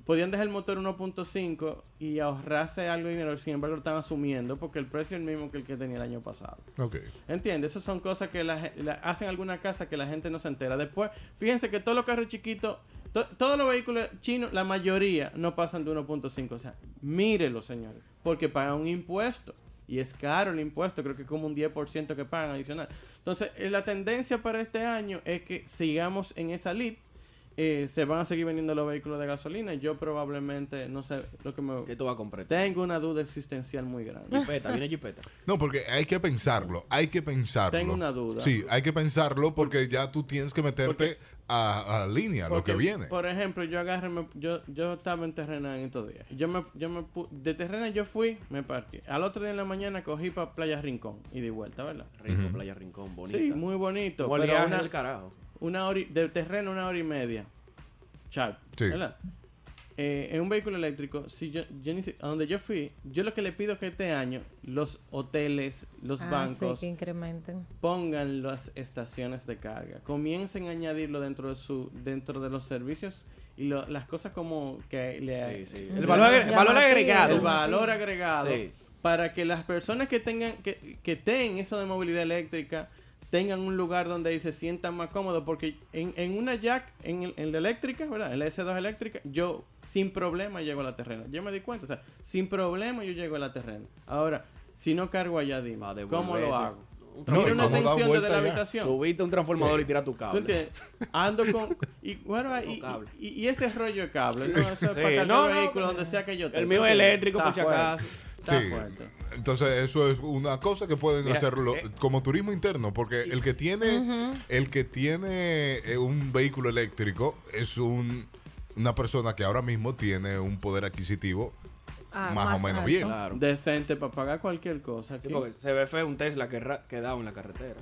Speaker 15: podían dejar el motor 1.5 y ahorrarse algo de dinero. Sin embargo, lo están asumiendo porque el precio es el mismo que el que tenía el año pasado.
Speaker 1: Ok.
Speaker 15: ¿Entiendes? Esas son cosas que la, ge- la- hacen alguna casa que la gente no se entera. Después, fíjense que todos los carros chiquitos, to- todos los vehículos chinos, la mayoría no pasan de 1.5. O sea, mírenlo, señores, porque pagan un impuesto. Y es caro el impuesto, creo que es como un 10% que pagan adicional. Entonces, eh, la tendencia para este año es que sigamos en esa lead. Eh, se van a seguir vendiendo los vehículos de gasolina. Yo probablemente, no sé, lo que me... ¿Qué
Speaker 3: tú vas a comprar?
Speaker 15: Tengo una duda existencial muy grande.
Speaker 3: Jipeta, viene jipeta.
Speaker 1: No, porque hay que pensarlo, hay que pensarlo.
Speaker 15: Tengo una duda.
Speaker 1: Sí, hay que pensarlo porque ya tú tienes que meterte a, a la línea, a lo
Speaker 15: Porque,
Speaker 1: que viene.
Speaker 15: Por ejemplo, yo agarré, me- yo, yo estaba en Terrena en estos días. Yo me, yo me pu- de Terrena yo fui, me parqué. Al otro día en la mañana cogí para Playa Rincón y de vuelta, ¿verdad?
Speaker 3: Rico, Playa Rincón, bonita.
Speaker 15: Sí, muy bonito.
Speaker 3: Un
Speaker 15: pero
Speaker 3: oleaje
Speaker 15: una,
Speaker 3: del carajo.
Speaker 15: Una hora, y- del terreno una hora y media. Char,
Speaker 3: Sí.
Speaker 15: ¿verdad? Eh, en un vehículo eléctrico, si yo, yo ni si- a donde yo fui, yo lo que le pido es que este año los hoteles, los
Speaker 2: Ah, sí,
Speaker 15: bancos,
Speaker 2: que incrementen.
Speaker 15: pongan las estaciones de carga. Comiencen a añadirlo dentro de su dentro de los servicios y lo- las cosas como que le
Speaker 3: Sí, sí. El valor agre- Llamativo, valor agregado.
Speaker 15: El valor agregado
Speaker 3: Sí.
Speaker 15: para que las personas que tengan que, que tengan eso de movilidad eléctrica tengan un lugar donde ahí se sientan más cómodos. Porque en, en una jack, en, el- en la eléctrica, ¿verdad? En la S2 eléctrica, yo sin problema llego a la terrena. Yo me di cuenta, o sea, sin problema yo llego a la terrena. Ahora, si no cargo allá, dime,
Speaker 3: Ah,
Speaker 15: ¿cómo lo hago? Tiene una tensión desde la habitación.
Speaker 3: Subiste un transformador y tira tu
Speaker 15: ¿Tú
Speaker 3: cable.
Speaker 15: entiendes? Ando con. Y, bueno, y, y- y ese rollo de cable.
Speaker 3: Sí.
Speaker 15: No, eso es para
Speaker 3: Sí,
Speaker 15: cargar
Speaker 3: no,
Speaker 15: el
Speaker 3: no,
Speaker 15: vehículo
Speaker 3: no.
Speaker 15: donde sea que yo
Speaker 3: El
Speaker 15: tenga.
Speaker 3: mío es eléctrico, por si
Speaker 15: fuerte.
Speaker 3: acaso.
Speaker 15: Está
Speaker 1: Sí.
Speaker 15: fuerte.
Speaker 1: Entonces eso es una cosa que pueden
Speaker 3: Mira,
Speaker 1: hacerlo
Speaker 3: eh.
Speaker 1: como turismo interno, porque el que tiene
Speaker 3: Ujú.
Speaker 1: el que tiene eh, un vehículo eléctrico es un una persona que ahora mismo tiene un poder adquisitivo
Speaker 15: Ah,
Speaker 1: más, o menos bien.
Speaker 15: Decente para pagar cualquier cosa.
Speaker 3: Sí,
Speaker 15: aquí.
Speaker 3: porque se ve feo un Tesla que ra- quedado en la carretera.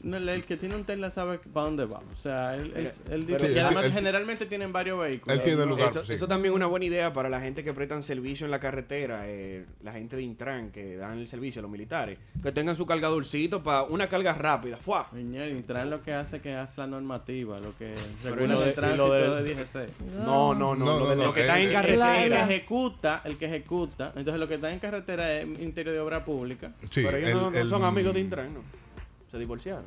Speaker 15: No, el- el que tiene un Tesla sabe para dónde va. O sea, él, él-
Speaker 3: Mira,
Speaker 15: él
Speaker 3: pero-
Speaker 15: dice.
Speaker 3: Sí,
Speaker 15: y
Speaker 3: él-
Speaker 15: además,
Speaker 3: él-
Speaker 15: generalmente tienen varios vehículos.
Speaker 3: Eso, eso también es una buena idea para la gente que prestan servicio en la carretera, eh, la gente de Intran que dan el servicio, los militares, que tengan su cargadorcito para una carga rápida. ¡Fua!
Speaker 15: Señor, Intran lo que hace que hace la normativa, lo que
Speaker 3: Pero
Speaker 15: regula
Speaker 3: lo de-
Speaker 15: el
Speaker 3: y lo
Speaker 15: tránsito
Speaker 3: del-
Speaker 15: de DGC.
Speaker 3: No, no, no, No, lo de- no, lo que no, está
Speaker 1: eh,
Speaker 3: el- en carretera.
Speaker 15: El que ejecuta, el que ejecuta. Entonces lo que está en carretera es Interior de Obra Pública.
Speaker 1: Sí,
Speaker 3: Pero ellos
Speaker 1: el-
Speaker 3: no, no
Speaker 1: el-
Speaker 3: son amigos de Intran, ¿no? Se divorciaron.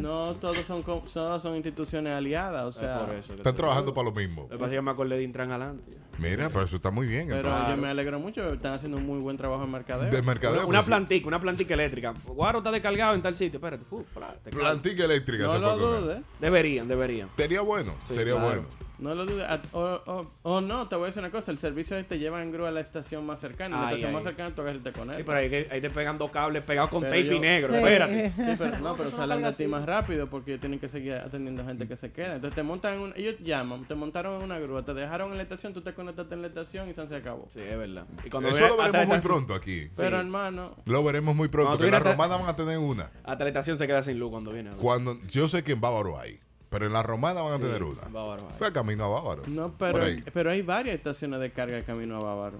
Speaker 15: No, todos son, co- todos son instituciones aliadas, o sea.
Speaker 3: por eso que
Speaker 1: Están trabajando para lo mismo.
Speaker 3: Lo que pasa es que yo me acordé de Intran adelante.
Speaker 1: Mira, pero eso está muy bien.
Speaker 15: Pero
Speaker 1: entonces.
Speaker 15: yo me alegro mucho, están haciendo un muy buen trabajo en mercadeo.
Speaker 1: De mercadeo, pues
Speaker 3: Una, una plantica, una plantica eléctrica. Guaro está descargado en tal sitio. Espérate, fu, pla- te carga.
Speaker 1: Plantica eléctrica
Speaker 15: No
Speaker 1: se
Speaker 15: lo
Speaker 1: fue con él.
Speaker 15: dudes.
Speaker 3: Deberían, deberían.
Speaker 1: Sería bueno,
Speaker 3: Sí,
Speaker 1: sería
Speaker 3: claro.
Speaker 1: bueno.
Speaker 15: No lo dudes. A- O, o- o no, te voy a decir una cosa. El servicio te lleva en grúa a la estación más cercana. y la
Speaker 3: Ay,
Speaker 15: estación
Speaker 3: ay.
Speaker 15: más cercana tú agarras y te conectas.
Speaker 3: Sí, pero ahí, que- ahí te pegan dos cables pegados con
Speaker 15: Pero
Speaker 3: tape y
Speaker 15: yo-
Speaker 3: negro. Espérate.
Speaker 15: Sí, pero no, pero salen de ti más rápido porque ellos tienen que seguir atendiendo gente que se queda. Entonces te montan en un- ellos llaman, te montaron en una grúa, te dejaron en la estación, tú te conectaste en la estación y se se acabó.
Speaker 3: Sí, es verdad. Y cuando
Speaker 1: Eso
Speaker 3: veas-
Speaker 1: lo
Speaker 3: hasta
Speaker 1: veremos
Speaker 3: la
Speaker 1: muy
Speaker 3: estación-
Speaker 1: pronto aquí.
Speaker 15: Pero
Speaker 3: Sí.
Speaker 15: hermano,
Speaker 1: Lo veremos muy pronto.
Speaker 3: Cuando
Speaker 1: Que en la
Speaker 3: tuviera-
Speaker 1: romana van a tener una.
Speaker 3: Hasta la estación se queda sin luz cuando viene.
Speaker 1: Cuando yo sé que en Bávaro hay, pero en la romana van a tener una.
Speaker 3: Bávaro
Speaker 1: Fue camino a Bávaro.
Speaker 15: no,
Speaker 1: Por
Speaker 15: pero,
Speaker 1: ahí.
Speaker 15: pero hay varias estaciones de carga de camino a Bávaro.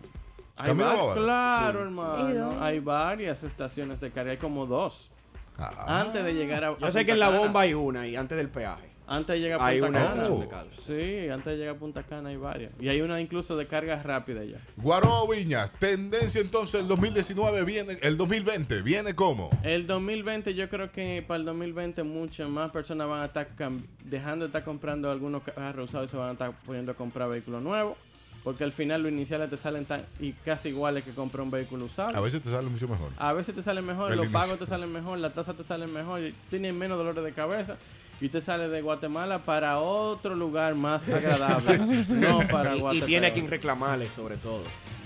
Speaker 15: Hay
Speaker 1: ¿Camino a
Speaker 15: var-
Speaker 1: Bávaro?
Speaker 15: Claro,
Speaker 1: Sí.
Speaker 2: ¿Y
Speaker 15: hermano.
Speaker 2: dónde?
Speaker 15: Hay varias estaciones de carga, hay como dos.
Speaker 1: Ah.
Speaker 15: Antes de llegar a. a
Speaker 3: Yo sé
Speaker 15: Punta
Speaker 3: que en la
Speaker 15: Cana.
Speaker 3: bomba hay una y antes del peaje.
Speaker 15: Antes de llegar a
Speaker 3: Hay
Speaker 15: Punta
Speaker 3: una
Speaker 15: Cana.
Speaker 3: estación de carga.
Speaker 15: Sí, antes de llegar a Punta Cana hay varias. Y hay una incluso de carga rápida ya.
Speaker 1: Guaroa Viñas, tendencia entonces el 2019 viene, el 2020 viene como.
Speaker 15: El 2020, yo creo que para el 2020 muchas más personas van a estar cam- dejando de estar comprando algunos carros usados y se van a estar poniendo a comprar vehículos nuevos. Porque al final los iniciales te salen tan y casi iguales que comprar un vehículo usado.
Speaker 1: A veces te sale mucho mejor.
Speaker 15: A veces te salen mejor,
Speaker 1: El
Speaker 15: los
Speaker 1: inicio.
Speaker 15: pagos te salen mejor, las tasas te salen mejor, y tienen menos dolores de cabeza. Y usted sale de Guatemala para otro lugar más agradable. no para
Speaker 3: Y- y,
Speaker 15: Guatemala.
Speaker 3: tiene a quien reclamarle, sobre todo.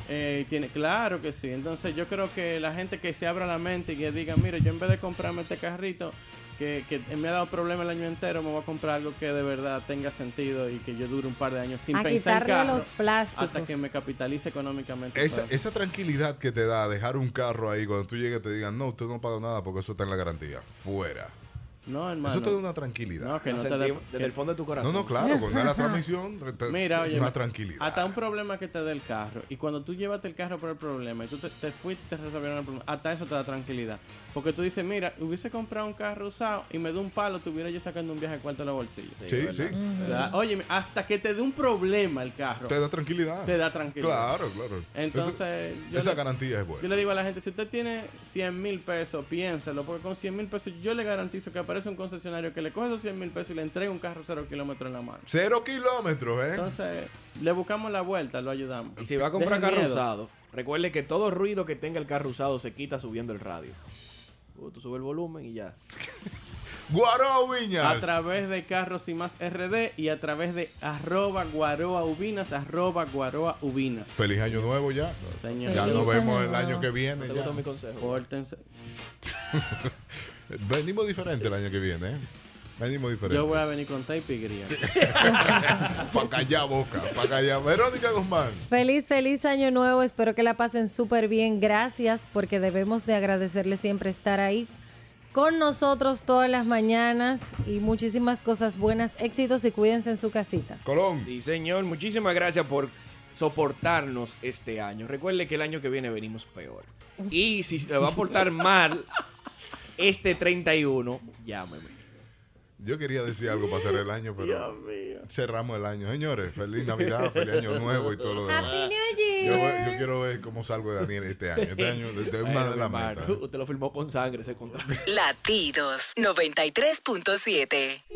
Speaker 15: Eh, tiene, claro que sí. Entonces yo creo que la gente que se abra la mente y que diga, mire, yo en vez de comprarme este carrito que, que me ha dado problema el año entero, me voy a comprar algo que de verdad tenga sentido y que yo dure un par de años sin
Speaker 2: A
Speaker 15: pensar en
Speaker 2: quitarle
Speaker 15: carro,
Speaker 2: los plásticos.
Speaker 15: hasta que me capitalice económicamente.
Speaker 1: Esa,
Speaker 15: para-
Speaker 1: esa tranquilidad que te da dejar un carro ahí cuando tú llegas te digan, no, usted no paga nada porque eso está en la garantía. Fuera.
Speaker 15: No, hermano.
Speaker 1: Eso te da una tranquilidad.
Speaker 15: No, que no te da- que-
Speaker 1: No, no, claro, cuando es la transmisión, te-
Speaker 15: Mira, oye,
Speaker 1: una tranquilidad.
Speaker 15: Hasta un problema que te dé el carro. Y cuando tú llevaste el carro por el problema y tú te, te fuiste y te resolvieron el problema, hasta eso te da tranquilidad. Porque tú dices, mira, hubiese comprado un carro usado y me da un palo, tuviera yo sacando un viaje de cuarto de la bolsilla.
Speaker 1: Sí, ¿verdad? sí.
Speaker 15: O sea, Oye, hasta que te dé un problema el carro.
Speaker 1: Te da tranquilidad.
Speaker 15: Te da tranquilidad.
Speaker 1: Claro, claro.
Speaker 15: Entonces.
Speaker 1: Esto-
Speaker 15: yo
Speaker 1: esa
Speaker 15: le-
Speaker 1: garantía es buena.
Speaker 15: Yo le digo a la gente: si usted tiene 100 mil pesos, piénselo, porque con 100 mil pesos yo le garantizo que aparece un concesionario que le coge esos 100 mil pesos y le entrega un carro cero kilómetros en la mano.
Speaker 1: Cero kilómetros, ¿eh?
Speaker 15: Entonces, le buscamos la vuelta, lo ayudamos.
Speaker 3: Y si va a comprar
Speaker 15: Dejen
Speaker 3: carro
Speaker 15: miedo.
Speaker 3: usado, recuerde que todo ruido que tenga el carro usado se quita subiendo el radio. Uh, tú subes el volumen y ya.
Speaker 1: Guaroa
Speaker 15: A
Speaker 1: Viñas.
Speaker 15: través de Carros y Más RD y a través de arroba guaroa ubinas, arroba guaroa ubinas.
Speaker 1: Feliz año nuevo ya.
Speaker 15: Señor.
Speaker 1: Ya nos
Speaker 15: Feliz
Speaker 1: vemos
Speaker 15: año
Speaker 1: el año
Speaker 15: nuevo.
Speaker 1: que viene.
Speaker 15: ¿No te
Speaker 1: ya.
Speaker 15: gustó mi consejo? Pórtense.
Speaker 1: Venimos diferente el año que viene, ¿eh? Venimos diferente.
Speaker 15: Yo voy a venir con tape y gría.
Speaker 1: Pa' callar boca, pa' callar. Verónica Guzmán.
Speaker 2: Feliz, feliz año nuevo. Espero que la pasen súper bien. Gracias porque debemos de agradecerle siempre estar ahí con nosotros todas las mañanas y muchísimas cosas buenas, éxitos y cuídense en su casita.
Speaker 1: Colón.
Speaker 3: Sí, señor. Muchísimas gracias por soportarnos este año. Recuerde que el año que viene venimos peor. Y si se va a portar mal este 31, llámeme.
Speaker 1: Yo quería decir algo para cerrar el año, pero cerramos el año. Señores, feliz Navidad, feliz año nuevo y todo lo demás.
Speaker 2: New
Speaker 1: Yo, yo quiero ver cómo salgo de Daniel este año. Este año es una de las metas.
Speaker 7: Usted lo firmó con sangre ese contrato.
Speaker 17: Latidos 93.7.